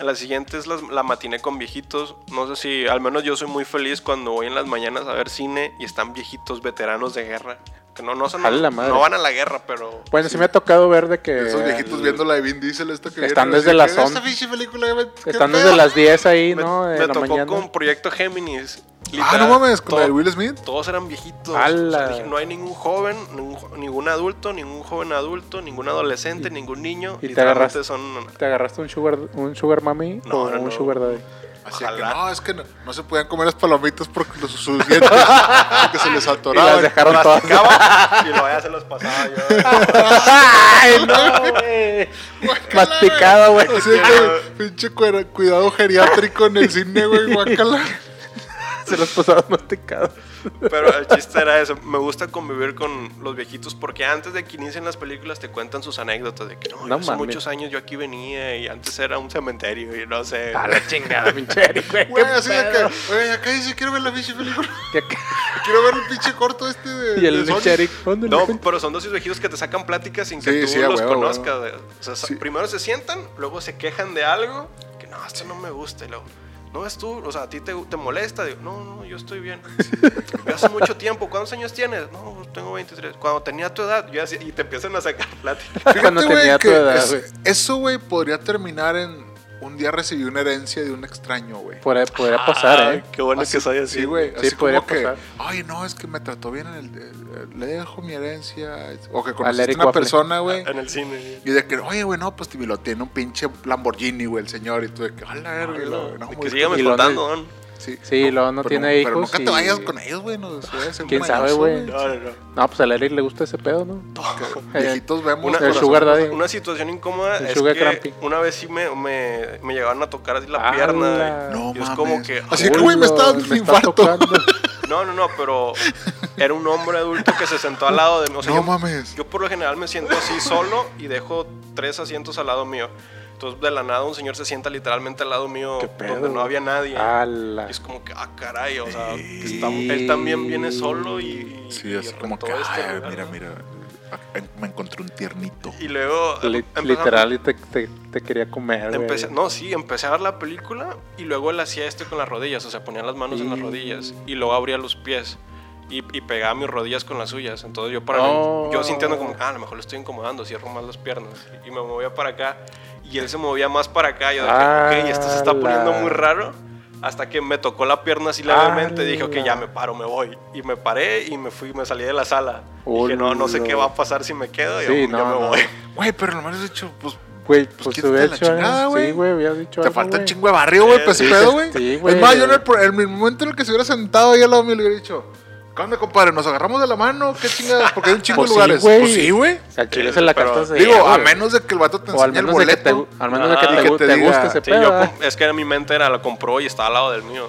Speaker 5: La siguiente es las- la, matiné con viejitos. No sé si, al menos yo soy muy feliz cuando voy en las mañanas a ver cine y están viejitos veteranos de guerra. Que no, no, son-
Speaker 3: Jale la madre. Pues
Speaker 5: no van a la guerra, pero.
Speaker 3: Bueno, sí me ha tocado ver de que.
Speaker 4: Esos viejitos
Speaker 3: el-
Speaker 4: viendo la de Vin Diesel, esta que
Speaker 3: Están
Speaker 4: vieron,
Speaker 3: desde
Speaker 4: así
Speaker 3: las
Speaker 4: que,
Speaker 3: on-
Speaker 4: "Esta pinche película, güey, ¿qué
Speaker 3: Están
Speaker 4: pedo?".
Speaker 3: desde las 10 ahí,
Speaker 5: Me,
Speaker 3: ¿no? De
Speaker 5: me
Speaker 3: la
Speaker 5: tocó
Speaker 3: mañana.
Speaker 5: con Proyecto Géminis.
Speaker 4: Ah,
Speaker 5: Literal,
Speaker 4: no mames, con
Speaker 5: todo-
Speaker 4: la de Will Smith.
Speaker 5: Todos eran viejitos.
Speaker 3: ¡Hala!
Speaker 5: O sea, dije, no hay ningún joven, ningún, jo- ningún adulto, ningún joven adulto, ningún adolescente, ningún niño.
Speaker 3: y te
Speaker 5: Literalmente
Speaker 3: agarraste-
Speaker 5: son.
Speaker 3: ¿Te agarraste un sugar, un sugar mami
Speaker 5: No,
Speaker 3: o
Speaker 5: no,
Speaker 3: un
Speaker 5: no.
Speaker 3: sugar daddy?
Speaker 4: Así de que
Speaker 5: Ojalá.
Speaker 4: no, es que no, no se podían comer las palomitas porque los, sus dientes porque se les
Speaker 3: Y las
Speaker 4: atoraban.
Speaker 3: dejaron todas.
Speaker 5: Acaba, y lo voy a hacer los pasados yo.
Speaker 3: ¡Ay, no, güey! Masticado, güey.
Speaker 4: Así de que, pinche cuera- cuidado geriátrico en el cine, güey, guacala.
Speaker 3: Se los pasaba masticado.
Speaker 5: Pero el chiste era eso. Me gusta convivir con los viejitos porque antes de que inicien las películas te cuentan sus anécdotas de que no,
Speaker 3: No
Speaker 5: hace
Speaker 3: mames.
Speaker 5: muchos años yo aquí venía y antes era un cementerio y no sé.
Speaker 3: A la chingada, pinche Eric, güey.
Speaker 4: Güey,
Speaker 3: qué
Speaker 4: así de
Speaker 3: pedo.
Speaker 4: que, güey, acá dice, quiero ver la pinche película.
Speaker 3: Ya que-
Speaker 4: Quiero ver el pinche corto este de.
Speaker 3: Y el
Speaker 4: de Sonic".
Speaker 3: pinche Eric. ¿dónde
Speaker 5: No,
Speaker 3: lo cuento?
Speaker 5: pero son dos viejitos que te sacan pláticas sin que
Speaker 4: Sí,
Speaker 5: tú
Speaker 4: sí, a
Speaker 5: los
Speaker 4: huevo, a
Speaker 5: conozcas. O sea, sa-
Speaker 4: Sí.
Speaker 5: primero se sientan, luego se quejan de algo, que no, esto no me gusta, y luego, no es tú, o sea, a ti te, te molesta, digo, no, no, yo estoy bien. Pero hace mucho tiempo, ¿cuántos años tienes? No, pues, tengo 23. Cuando tenía tu edad, yo así, y te empiezan a sacar pláticas.
Speaker 4: Fíjate,
Speaker 3: Cuando
Speaker 4: güey,
Speaker 3: tenía tu
Speaker 4: que
Speaker 3: edad,
Speaker 4: es-
Speaker 3: güey.
Speaker 4: Eso, güey, podría terminar en. Un día recibí una herencia de un extraño, güey.
Speaker 3: Podría,
Speaker 4: Ah,
Speaker 3: podría pasar, ¿eh?
Speaker 5: Qué bueno que soy así.
Speaker 4: Sí, güey.
Speaker 3: Sí,
Speaker 4: así
Speaker 3: podría
Speaker 4: como que,
Speaker 3: pasar.
Speaker 4: ay, no, es que me trató bien en el. eh, Le dejo mi herencia. O que
Speaker 3: Al
Speaker 4: conociste
Speaker 3: Eric
Speaker 4: una
Speaker 3: Waffle.
Speaker 4: persona,
Speaker 3: Ah,
Speaker 4: güey.
Speaker 5: En el cine.
Speaker 4: Y de que, oye, güey, no, pues me lo tiene un pinche Lamborghini, güey, el señor. Y tú de que, a la verga, y lo- no,
Speaker 5: De
Speaker 4: muy
Speaker 5: que sígame
Speaker 3: y lo-
Speaker 5: contando, don.
Speaker 4: Sí,
Speaker 3: Sí, luego no
Speaker 4: pero
Speaker 3: tiene
Speaker 4: Pero
Speaker 3: hijos
Speaker 4: nunca
Speaker 3: y-
Speaker 4: te vayas con ellos, güey. No, se ve, se ve
Speaker 3: ¿Quién sabe,
Speaker 4: mañoso,
Speaker 3: güey?
Speaker 5: No, no, no.
Speaker 3: No, pues al Eric le gusta ese pedo, ¿no?
Speaker 4: Que Viejitos vemos.
Speaker 5: Una,
Speaker 3: El
Speaker 5: una-
Speaker 4: corazón.
Speaker 3: sugar daddy.
Speaker 5: una situación incómoda
Speaker 3: El
Speaker 5: es
Speaker 3: sugar
Speaker 5: que
Speaker 3: crampy. Ah,
Speaker 5: una vez sí me, me, me llegaron a tocar así la
Speaker 3: ¡Hala!
Speaker 5: pierna. güey.
Speaker 4: No,
Speaker 5: Y es
Speaker 4: mames.
Speaker 5: como que,
Speaker 4: Así que, güey, me está dando
Speaker 3: me está
Speaker 4: infarto.
Speaker 3: tocando.
Speaker 5: No, no, no, pero era un hombre adulto que se sentó al lado de mí. O sea,
Speaker 4: No
Speaker 5: yo,
Speaker 4: mames.
Speaker 5: yo por lo general me siento así solo y dejo tres asientos al lado mío. Entonces de la nada un señor se sienta literalmente al lado mío
Speaker 3: ¿Qué pedo?
Speaker 5: donde no había nadie.
Speaker 4: Ah.
Speaker 3: Ala.
Speaker 5: Y es como que, ah, caray, o sea, que está- él también viene solo y...
Speaker 4: Sí,
Speaker 5: y
Speaker 4: es como
Speaker 5: retó
Speaker 4: que,
Speaker 5: este,
Speaker 4: "Ay,
Speaker 5: ¿verdad?
Speaker 4: mira, mira, a- me encontré un tiernito.
Speaker 5: Y luego...
Speaker 3: Li-
Speaker 5: empezamos-
Speaker 3: literal, y te, te- te quería comer, güey.
Speaker 5: Empecé, no, sí, empecé a ver la película y luego él hacía esto con las rodillas, o sea, ponía las manos en las
Speaker 3: Sí.
Speaker 5: rodillas y luego abría los pies y, y pegaba mis rodillas con las suyas. Entonces yo para
Speaker 3: Oh.
Speaker 5: yo sintiendo como, ah, a lo mejor lo estoy incomodando, cierro más las piernas y me movía para acá y él se movía más para acá. Yo dije, ok, esto se está poniendo
Speaker 3: Ala.
Speaker 5: muy raro. Hasta que me tocó la pierna así levemente, dije, ok, ya
Speaker 3: Ala.
Speaker 5: me paro, me voy. Y me paré y me fui, me salí de la sala. dije, no, no sé
Speaker 3: Hola.
Speaker 5: qué va a pasar si me quedo, y
Speaker 3: Oh, Sí,
Speaker 5: yo,
Speaker 3: no,
Speaker 5: me
Speaker 3: no.
Speaker 5: voy.
Speaker 4: Güey, pero lo menos dicho, pues.
Speaker 3: Güey,
Speaker 4: Pues
Speaker 3: pues,
Speaker 4: quítate
Speaker 3: hubiera
Speaker 4: la
Speaker 3: dicho algo.
Speaker 4: chingada, güey.
Speaker 3: Sí, güey, habías dicho
Speaker 4: Te
Speaker 3: algo,
Speaker 4: falta
Speaker 3: güey.
Speaker 4: un chingo de barrio, güey,
Speaker 5: Sí,
Speaker 4: pues
Speaker 5: sí,
Speaker 4: pedo,
Speaker 3: sí,
Speaker 4: güey.
Speaker 3: sí, güey.
Speaker 4: Es más, yo en el, pro- en el momento en el que se hubiera sentado ahí al lado mío, le hubiera dicho, ¿qué onda, compadre? ¿Nos agarramos de la mano? ¿Qué chingadas? Porque hay un chingo
Speaker 3: Pues
Speaker 4: de
Speaker 3: sí,
Speaker 4: lugares.
Speaker 3: güey.
Speaker 4: Pues sí, güey.
Speaker 3: Al chile se la
Speaker 5: Pero,
Speaker 3: cantas de-
Speaker 4: Digo, a
Speaker 3: güey.
Speaker 4: menos de que el vato te
Speaker 3: O al
Speaker 4: enseñe el
Speaker 3: menos de que te,
Speaker 4: boleto.
Speaker 3: al menos de que
Speaker 5: Ah,
Speaker 3: te,
Speaker 5: que
Speaker 3: gu-
Speaker 4: te
Speaker 3: te
Speaker 4: diga,
Speaker 3: guste ese
Speaker 5: Sí,
Speaker 3: pedo. ¿eh?
Speaker 5: yo
Speaker 3: ¿verdad?
Speaker 5: com- es que mi mente era, la compró y estaba al lado del mío.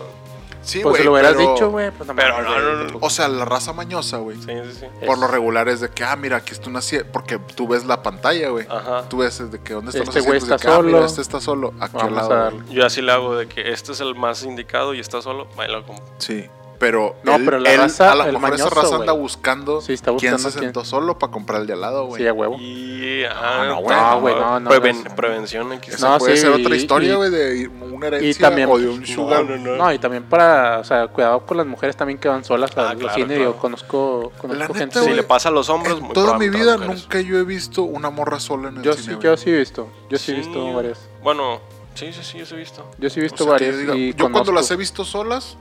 Speaker 4: Sí,
Speaker 3: Pues
Speaker 4: güey,
Speaker 3: lo hubieras
Speaker 4: pero-
Speaker 3: dicho, güey. Pues,
Speaker 5: pero
Speaker 3: mames,
Speaker 5: no,
Speaker 3: güey,
Speaker 5: no, no.
Speaker 3: tampoco.
Speaker 4: O sea, la raza mañosa, güey.
Speaker 5: Sí, sí, sí.
Speaker 4: Por lo regular es de que, ah, mira, aquí está una silla. Porque tú ves la pantalla, güey.
Speaker 5: Ajá.
Speaker 4: Tú ves de que dónde están
Speaker 3: Este
Speaker 4: los
Speaker 3: güey
Speaker 4: asientos. de
Speaker 3: está
Speaker 4: que, ah, mira,
Speaker 3: solo.
Speaker 4: este está solo. Aquí al
Speaker 3: Vamos
Speaker 4: lado.
Speaker 3: a
Speaker 4: güey.
Speaker 3: darle.
Speaker 5: Yo así le hago de que este es el más indicado y está solo. Ahí lo compro.
Speaker 4: Sí, pero.
Speaker 3: No,
Speaker 4: él-
Speaker 3: pero la
Speaker 4: él,
Speaker 3: raza-
Speaker 4: A lo
Speaker 3: el
Speaker 4: mejor
Speaker 3: mañoso,
Speaker 4: esa raza anda
Speaker 3: güey.
Speaker 4: buscando.
Speaker 3: Sí, está
Speaker 4: ¿Quién se
Speaker 3: buscando quién.
Speaker 4: sentó solo para comprar el de al lado, güey?
Speaker 3: Sí, a huevo.
Speaker 5: Y. ah,
Speaker 4: no,
Speaker 5: pues,
Speaker 4: güey, no,
Speaker 3: güey, no, no,
Speaker 5: preven-
Speaker 3: no.
Speaker 5: Prevención aquí.
Speaker 4: Esa
Speaker 3: No,
Speaker 4: puede
Speaker 3: sí,
Speaker 4: ser otra
Speaker 3: y-
Speaker 4: historia,
Speaker 3: y-
Speaker 4: güey, de una herencia
Speaker 3: también-
Speaker 4: o de un sugar.
Speaker 3: No, y también para, o sea, cuidado con las mujeres también que van solas
Speaker 5: Ah,
Speaker 3: al
Speaker 5: claro,
Speaker 3: cine.
Speaker 5: claro.
Speaker 3: Yo conozco,
Speaker 4: La
Speaker 3: conozco
Speaker 4: neta,
Speaker 3: gente.
Speaker 5: si
Speaker 4: güey,
Speaker 5: le pasa a los hombres,
Speaker 4: En
Speaker 5: muy
Speaker 4: toda mi
Speaker 5: probablemente
Speaker 4: vida
Speaker 5: a las mujeres.
Speaker 4: nunca yo he visto una morra sola en el
Speaker 3: yo sí,
Speaker 4: cine.
Speaker 3: yo
Speaker 4: güey.
Speaker 3: sí he visto. Yo sí he visto varias.
Speaker 5: Bueno, sí, sí, sí, yo sí he visto.
Speaker 3: Yo sí
Speaker 4: O
Speaker 3: he visto
Speaker 4: sea, que
Speaker 3: varias.
Speaker 4: yo diga,
Speaker 3: y
Speaker 4: yo cuando
Speaker 3: conozco.
Speaker 4: las he visto solas,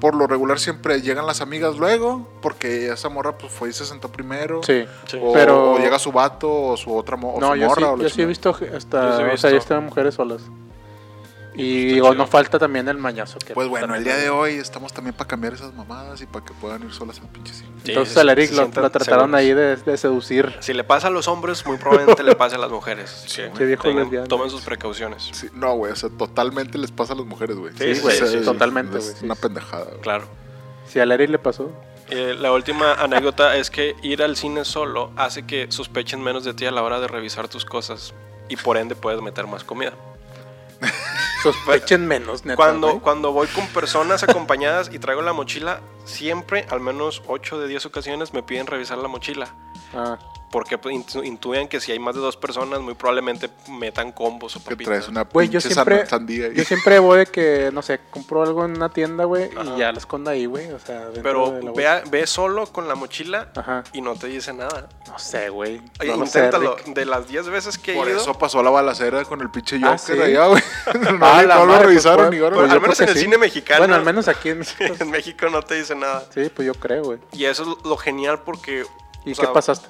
Speaker 4: por lo regular siempre llegan las amigas luego, porque esa morra pues fue y se sentó primero.
Speaker 3: Sí.
Speaker 5: Sí.
Speaker 4: O,
Speaker 3: Pero-
Speaker 4: o llega su vato o su otra mo- o
Speaker 3: No,
Speaker 4: su
Speaker 3: yo sí,
Speaker 4: morra. o la
Speaker 3: yo sí he
Speaker 4: chingada.
Speaker 3: visto ge- hasta,
Speaker 5: Yo sí he
Speaker 3: o sea, yo
Speaker 5: visto.
Speaker 3: estaba mujeres solas.
Speaker 5: pues,
Speaker 3: Y
Speaker 5: está
Speaker 3: digo,
Speaker 5: chido.
Speaker 3: no falta también el mañazo. Que
Speaker 4: Pues bueno, el
Speaker 3: también-
Speaker 4: día de hoy estamos también para cambiar esas mamadas y para que puedan ir solas al pinche cine.
Speaker 5: Sí,
Speaker 3: Entonces
Speaker 5: se-
Speaker 3: al Eric
Speaker 5: se
Speaker 3: lo,
Speaker 5: sientan
Speaker 3: lo trataron
Speaker 5: seguros.
Speaker 3: ahí de, de seducir.
Speaker 5: Si le pasa a los hombres, muy probablemente le pase a las mujeres. Así que
Speaker 3: Qué viejo
Speaker 5: tengan-
Speaker 3: lesbiano.
Speaker 5: tomen sus precauciones.
Speaker 4: Sí, no, güey, o sea, totalmente les pasa a las mujeres, güey.
Speaker 5: Sí, güey, sí,
Speaker 3: totalmente,
Speaker 4: Es
Speaker 3: güey, sí,
Speaker 4: una
Speaker 3: sí.
Speaker 4: pendejada, güey.
Speaker 5: Claro.
Speaker 3: Si al Eric le pasó.
Speaker 5: Eh, la última anécdota es que ir al cine solo hace que sospechen menos de ti a la hora de revisar tus cosas y por ende puedes meter más comida.
Speaker 3: Sospechen menos, neta.
Speaker 5: Cuando,
Speaker 3: güey.
Speaker 5: cuando voy con personas acompañadas y traigo la mochila, siempre, al menos 8 de 10 ocasiones, me piden revisar la mochila.
Speaker 3: Ah,
Speaker 5: Porque pues, intu- intuyen que si hay más de dos personas, muy probablemente metan combos o
Speaker 4: Que
Speaker 5: papitas.
Speaker 4: traes una
Speaker 3: Güey, yo
Speaker 4: pinche
Speaker 3: siempre-
Speaker 4: san- sandía. ahí.
Speaker 3: yo siempre voy de que, no sé, compro algo en una tienda, güey,
Speaker 5: Ajá.
Speaker 3: y ya lo escondo ahí, güey. O sea, dentro
Speaker 5: Pero
Speaker 3: de la
Speaker 5: ve,
Speaker 3: bolsa.
Speaker 5: a- ve solo con la mochila
Speaker 3: Ajá.
Speaker 5: y no te dice nada.
Speaker 3: No sé, güey.
Speaker 5: Oye,
Speaker 3: No lo sé,
Speaker 5: inténtalo.
Speaker 3: Rick.
Speaker 5: de las 10 veces que he
Speaker 4: Por
Speaker 5: ido, pues,
Speaker 4: eso pasó la balacera con el pinche Joker
Speaker 3: Ah, ¿sí?
Speaker 4: allá, güey. No,
Speaker 3: Ah, la
Speaker 4: no lo
Speaker 3: madre, pues,
Speaker 4: revisaron
Speaker 3: pues,
Speaker 4: ni ahora.
Speaker 3: yo
Speaker 5: pues, al
Speaker 3: creo
Speaker 5: menos
Speaker 3: que
Speaker 5: en el
Speaker 3: sí.
Speaker 5: cine mexicano.
Speaker 3: Bueno, al menos aquí en México.
Speaker 5: en México no te dice nada.
Speaker 3: Sí, pues yo creo, güey.
Speaker 5: Y eso es lo genial porque...
Speaker 3: ¿Y qué
Speaker 5: o sea,
Speaker 3: pasaste?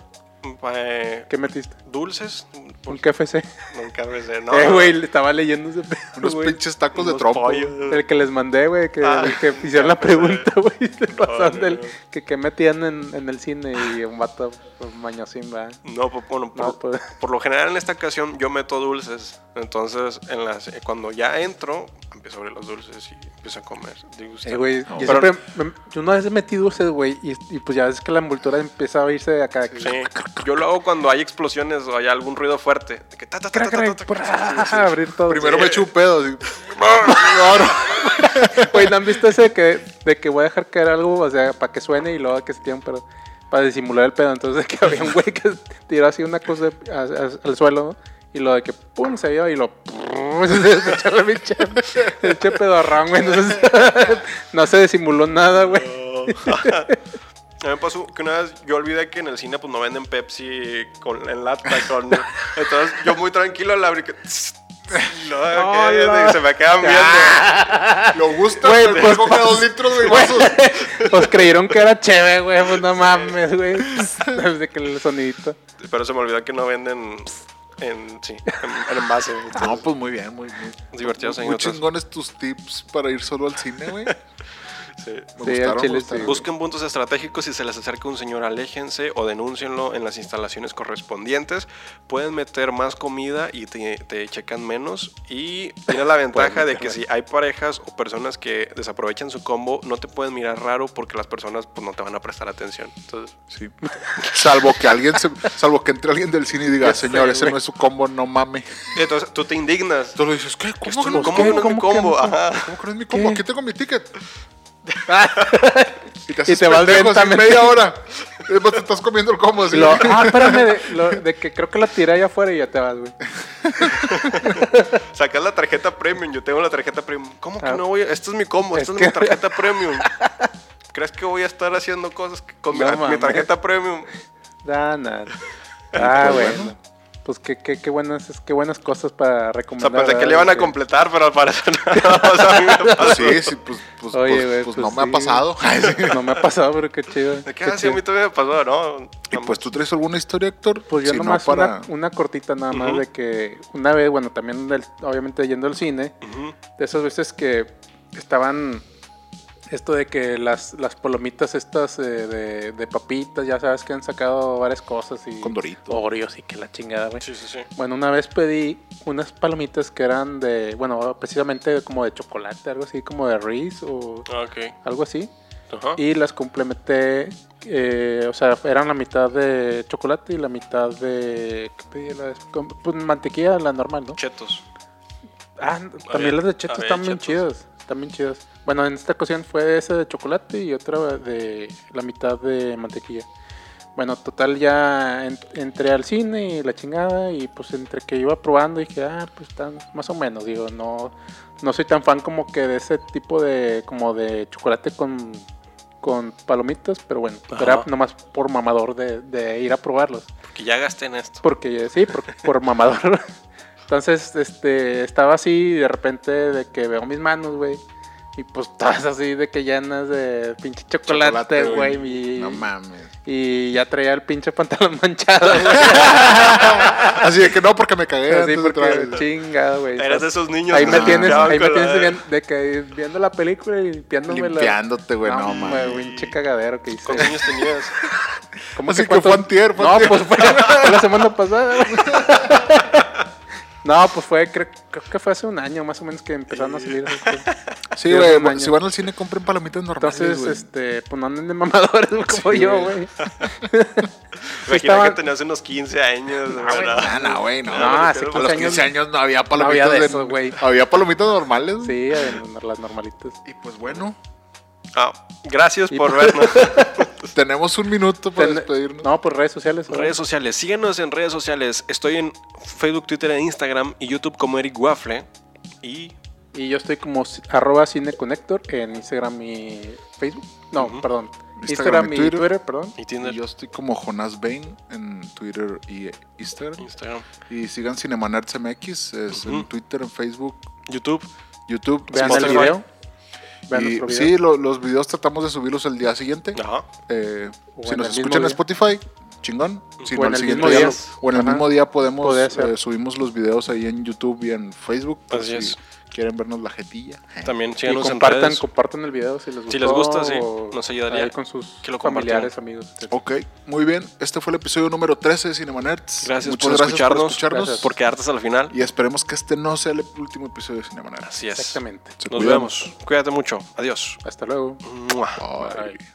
Speaker 5: eh,
Speaker 3: ¿Qué metiste?
Speaker 5: Dulces,
Speaker 3: ¿Un KFC?
Speaker 5: nunca me sé, pues, no.
Speaker 3: Eh, güey, le estaba leyendo ese pedo,
Speaker 4: Unos
Speaker 3: güey.
Speaker 4: pinches tacos de
Speaker 5: Unos
Speaker 4: trompo.
Speaker 5: pollos.
Speaker 3: El que les mandé, güey, que,
Speaker 5: Ah,
Speaker 3: el que hicieron la
Speaker 5: ya empecé.
Speaker 3: pregunta, güey, se pasaron
Speaker 5: no,
Speaker 3: del-
Speaker 5: no.
Speaker 3: que qué metían en, en el cine y un vato pues, mañosín, va.
Speaker 5: No, pues, bueno, por,
Speaker 3: No, pues.
Speaker 5: por lo general en esta ocasión yo meto dulces. Entonces, en las, eh, cuando ya entro, empiezo a abrir los dulces y empiezo a comer. Digo, usted-
Speaker 3: Eh, güey,
Speaker 4: No.
Speaker 3: yo
Speaker 5: Pero-
Speaker 3: siempre, me- yo una vez metí dulces, güey, y, y pues ya ves que la envoltura empieza a irse de acá.
Speaker 5: Sí, yo lo hago cuando hay explosiones o hay algún ruido fuerte. de que ta, ta, ta,
Speaker 3: Crac,
Speaker 5: ta, ta,
Speaker 3: crac,
Speaker 5: ta,
Speaker 3: pra, abrir todo.
Speaker 4: Primero
Speaker 3: Sí.
Speaker 4: me eché un pedo. así.
Speaker 3: Güey, ¿no han visto ese de que, de que voy a dejar caer algo, o sea, para que suene y luego que se tiene un pedo? Para disimular el pedo. Entonces, que había un güey que tiró así una cosa a- a- al suelo, ¿no? Y lo de que pum, se vio y lo. prrr, Se echó la pinche. Se echó pedorrón, güey. Entonces, no se disimuló nada, güey.
Speaker 5: A mí me pasó que una vez yo olvidé que en el cine pues no venden Pepsi con, en lata. Con, entonces yo muy tranquilo la abrí. que- No, que-
Speaker 3: no.
Speaker 5: Se me quedan viendo.
Speaker 4: Lo gusta,
Speaker 3: Güey,
Speaker 4: pero
Speaker 3: pues,
Speaker 4: coge
Speaker 3: pues,
Speaker 4: dos litros de
Speaker 3: Güey,
Speaker 4: vasos.
Speaker 3: Pues creyeron que era chévere, güey. Pues no mames, güey. Desde que el sonidito.
Speaker 5: Pero se me olvidó que no venden en, sí, en, en envase.
Speaker 4: No, pues muy bien, muy, muy.
Speaker 5: Divertidos
Speaker 4: Muy
Speaker 5: anécdotas.
Speaker 4: chingones tus tips para ir solo al cine, güey.
Speaker 5: Sí.
Speaker 4: Me
Speaker 3: Sí, al
Speaker 4: gustaron,
Speaker 3: chile
Speaker 4: me gustaron.
Speaker 3: sí.
Speaker 5: Busquen puntos estratégicos y se les acerca un señor, aléjense o denúncienlo en las instalaciones correspondientes. Pueden meter más comida y te, te checan menos. Y tiene la ventaja de que si hay parejas o personas que desaprovechan su combo, no te pueden mirar raro porque las personas pues, no te van a prestar atención. Entonces,
Speaker 4: Sí. Salvo que alguien se- salvo que entre alguien del cine y diga,
Speaker 5: Ya sé,
Speaker 4: señor, ese
Speaker 5: güey.
Speaker 4: no es su combo, no mame.
Speaker 5: entonces tú te indignas.
Speaker 4: Entonces le dices, ¿qué? ¿Cómo,
Speaker 5: Esto
Speaker 4: que
Speaker 5: no-
Speaker 4: no,
Speaker 5: ¿Cómo que no es mi
Speaker 3: ¿Cómo que
Speaker 5: combo?
Speaker 3: no?
Speaker 5: Ajá.
Speaker 4: ¿Cómo que no es mi combo?
Speaker 3: ¿Qué?
Speaker 4: Aquí tengo mi ticket. Y te,
Speaker 3: Y te vas
Speaker 4: pendejo así
Speaker 3: lentamente.
Speaker 4: media hora. Y Después te estás comiendo el combo así.
Speaker 3: Lo- ah, espérame, de, lo- de que creo que la tiré allá afuera y ya te vas, güey.
Speaker 5: Sacas la tarjeta premium, yo tengo la tarjeta premium. ¿Cómo que
Speaker 3: Ah.
Speaker 5: no voy? a- Esto es mi combo, esta es,
Speaker 3: Es
Speaker 5: mi
Speaker 3: que-
Speaker 5: tarjeta premium. ¿Crees que voy a estar haciendo cosas que- con mi-
Speaker 3: No
Speaker 5: mi
Speaker 3: mames.
Speaker 5: tarjeta premium?
Speaker 3: Ah, nada. Ah, bueno. Pues qué, qué, qué, buenas, qué buenas cosas para
Speaker 5: O sea,
Speaker 3: recomendar.
Speaker 5: pensé que
Speaker 3: ¿verdad?
Speaker 5: le iban a
Speaker 3: Porque-
Speaker 5: completar, pero al parecer no. O sea, a mí me
Speaker 3: Ah,
Speaker 5: pasó.
Speaker 4: Pues sí, sí, pues, pues,
Speaker 3: Oye,
Speaker 4: pues-
Speaker 3: güey,
Speaker 4: pues
Speaker 3: pues
Speaker 4: no me
Speaker 3: sí.
Speaker 4: ha pasado.
Speaker 3: No me ha pasado, pero qué chido.
Speaker 5: ¿De qué?
Speaker 3: qué
Speaker 5: Ah, sí, a
Speaker 3: chido.
Speaker 5: mí también me pasó, ¿no?
Speaker 4: y pues tú traes alguna historia, Héctor.
Speaker 3: Pues yo
Speaker 4: Si no,
Speaker 3: nomás
Speaker 4: para-
Speaker 3: una, una cortita nada más
Speaker 5: Ujú.
Speaker 3: de que una vez, bueno, también del- obviamente yendo al cine,
Speaker 5: Ujú.
Speaker 3: de esas veces que estaban esto de que las, las palomitas estas eh, de, de papitas, ya sabes que han sacado varias cosas y...
Speaker 4: Con Doritos.
Speaker 3: Oreos y que la chingada, güey.
Speaker 5: Sí, sí, sí.
Speaker 3: Bueno, una vez pedí unas palomitas que eran de, bueno, precisamente como de chocolate, algo así, como de Reese o
Speaker 5: Ah, Ok.
Speaker 3: algo así.
Speaker 5: Ajá.
Speaker 3: Y las complementé, eh, o sea, eran la mitad de chocolate y la mitad de, ¿qué pedí? La, con- pues mantequilla, la normal, ¿no?
Speaker 5: Chetos.
Speaker 3: Ah, n-
Speaker 5: Había-
Speaker 3: también las de chetos
Speaker 5: había
Speaker 3: están bien
Speaker 5: Chetos.
Speaker 3: chidas, están bien chidas. Bueno, en esta ocasión fue esa de chocolate y otra de la mitad de mantequilla. Bueno, total ya en- entré al cine y la chingada y pues entre que iba probando dije, ah, pues están más o menos, digo, no no soy tan fan como que de ese tipo de como de chocolate con con palomitas, pero bueno,
Speaker 5: Ajá.
Speaker 3: era nomás por mamador de, de ir a probarlos.
Speaker 5: Porque ya gasté en esto.
Speaker 3: Porque sí, por, por mamador. Entonces, este, estaba así y de repente de que veo mis manos, güey. Y pues todas así de que llenas de pinche chocolate, güey. y,
Speaker 4: No mames.
Speaker 3: y ya traía el pinche pantalón manchado, güey.
Speaker 4: Así de que no, porque me cagué.
Speaker 3: así
Speaker 4: antes de
Speaker 3: porque
Speaker 4: entrar.
Speaker 3: chingado, güey.
Speaker 5: Eras de esos niños.
Speaker 3: Ahí
Speaker 5: que
Speaker 3: me
Speaker 5: se
Speaker 3: tienes,
Speaker 5: limpiaban
Speaker 3: ahí me
Speaker 5: con la-
Speaker 3: tienes bien- de que viendo la película y limpiándome la-
Speaker 4: Limpiándote, güey, no,
Speaker 3: hombre,
Speaker 4: mames.
Speaker 3: güey, pinche cagadero que hice.
Speaker 5: ¿Cuántos años tenías?
Speaker 3: ¿Cómo
Speaker 4: Así que
Speaker 3: cuánto-
Speaker 4: fue antier, fue
Speaker 3: No,
Speaker 4: antier.
Speaker 3: pues fue, fue la semana pasada. no, pues fue, creo, creo que fue hace un año más o menos que empezaron a
Speaker 4: Eh,
Speaker 3: salir. esas cosas.
Speaker 4: Sí,
Speaker 3: Yo
Speaker 4: güey,
Speaker 3: hace un
Speaker 4: si
Speaker 3: año.
Speaker 4: van al cine compren palomitas normales,
Speaker 3: Entonces,
Speaker 4: güey.
Speaker 3: este, pues no anden de mamadores como yo, güey.
Speaker 5: Imagina que
Speaker 3: estaban-
Speaker 5: tenías unos 15 años. ¿verdad?
Speaker 4: Ah, no, güey, no.
Speaker 3: No,
Speaker 4: A
Speaker 3: hace
Speaker 5: pero
Speaker 3: 15
Speaker 4: los
Speaker 3: años.
Speaker 4: 15 años no había palomitas
Speaker 3: había de
Speaker 4: de-
Speaker 3: esos, güey.
Speaker 4: Había palomitas normales.
Speaker 3: Sí, en las normalitas.
Speaker 4: Y pues bueno,
Speaker 5: Ah, gracias
Speaker 3: Y- pues-
Speaker 5: por vernos.
Speaker 4: tenemos un minuto para
Speaker 3: Ten-
Speaker 4: despedirnos.
Speaker 3: No, por redes sociales. ¿verdad?
Speaker 5: redes sociales. Síguenos en redes sociales. Estoy en Facebook, Twitter, e Instagram y YouTube como Eric Waffle. Y
Speaker 3: Y yo estoy como c- arroba cineconnector en Instagram y Facebook. No,
Speaker 5: Ujú.
Speaker 3: perdón.
Speaker 4: Instagram
Speaker 3: Instagram,
Speaker 4: y
Speaker 3: y
Speaker 4: Twitter.
Speaker 3: Twitter, perdón.
Speaker 5: y
Speaker 4: Y
Speaker 5: Tinder.
Speaker 4: yo estoy como Jonas Bain en Twitter y Instagram.
Speaker 5: Instagram.
Speaker 4: Y sigan Cinemanerds MX, es en
Speaker 5: Ujú.
Speaker 4: Twitter, en Facebook,
Speaker 5: YouTube.
Speaker 4: YouTube.
Speaker 3: Vean el
Speaker 4: Spotify.
Speaker 3: video. Vean
Speaker 4: Y-
Speaker 3: nuestro video.
Speaker 4: sí, lo- los videos tratamos de subirlos el día siguiente.
Speaker 5: Ajá.
Speaker 4: Eh,
Speaker 3: O
Speaker 4: si
Speaker 3: en
Speaker 4: nos
Speaker 3: el mismo
Speaker 4: escuchan en
Speaker 3: día.
Speaker 4: Spotify, chingón. Si
Speaker 3: O
Speaker 4: no,
Speaker 3: en
Speaker 4: el
Speaker 3: el
Speaker 4: siguiente
Speaker 3: mismo
Speaker 4: día.
Speaker 3: día.
Speaker 4: lo- O en el
Speaker 3: Ajá.
Speaker 4: mismo día podemos,
Speaker 3: Podría ser.
Speaker 4: eh, subimos los videos ahí en YouTube y en Facebook. por
Speaker 5: Así
Speaker 4: si
Speaker 5: es.
Speaker 4: quieren vernos la jetilla.
Speaker 5: También
Speaker 3: Y
Speaker 5: síganos en
Speaker 3: compartan,
Speaker 5: redes.
Speaker 3: compartan el video si les gusta.
Speaker 5: Si les gusta, sí, nos ayudaría
Speaker 3: con sus
Speaker 5: que lo
Speaker 3: familiares, amigos. etcétera.
Speaker 4: Ok, muy bien. Este fue el episodio número 13 de Cinemanerds.
Speaker 5: Gracias
Speaker 4: Muchas
Speaker 5: por
Speaker 4: gracias
Speaker 5: escucharnos.
Speaker 4: por escucharnos.
Speaker 3: Gracias.
Speaker 5: Por quedarte hasta el final.
Speaker 4: Y esperemos que este no sea el último episodio de Cinemanerds.
Speaker 5: Así es.
Speaker 3: Exactamente.
Speaker 4: Se
Speaker 5: Nos
Speaker 4: cuidan.
Speaker 5: vemos. Cuídate mucho. Adiós.
Speaker 3: Hasta luego.
Speaker 5: Mua.
Speaker 4: Bye.
Speaker 3: Bye.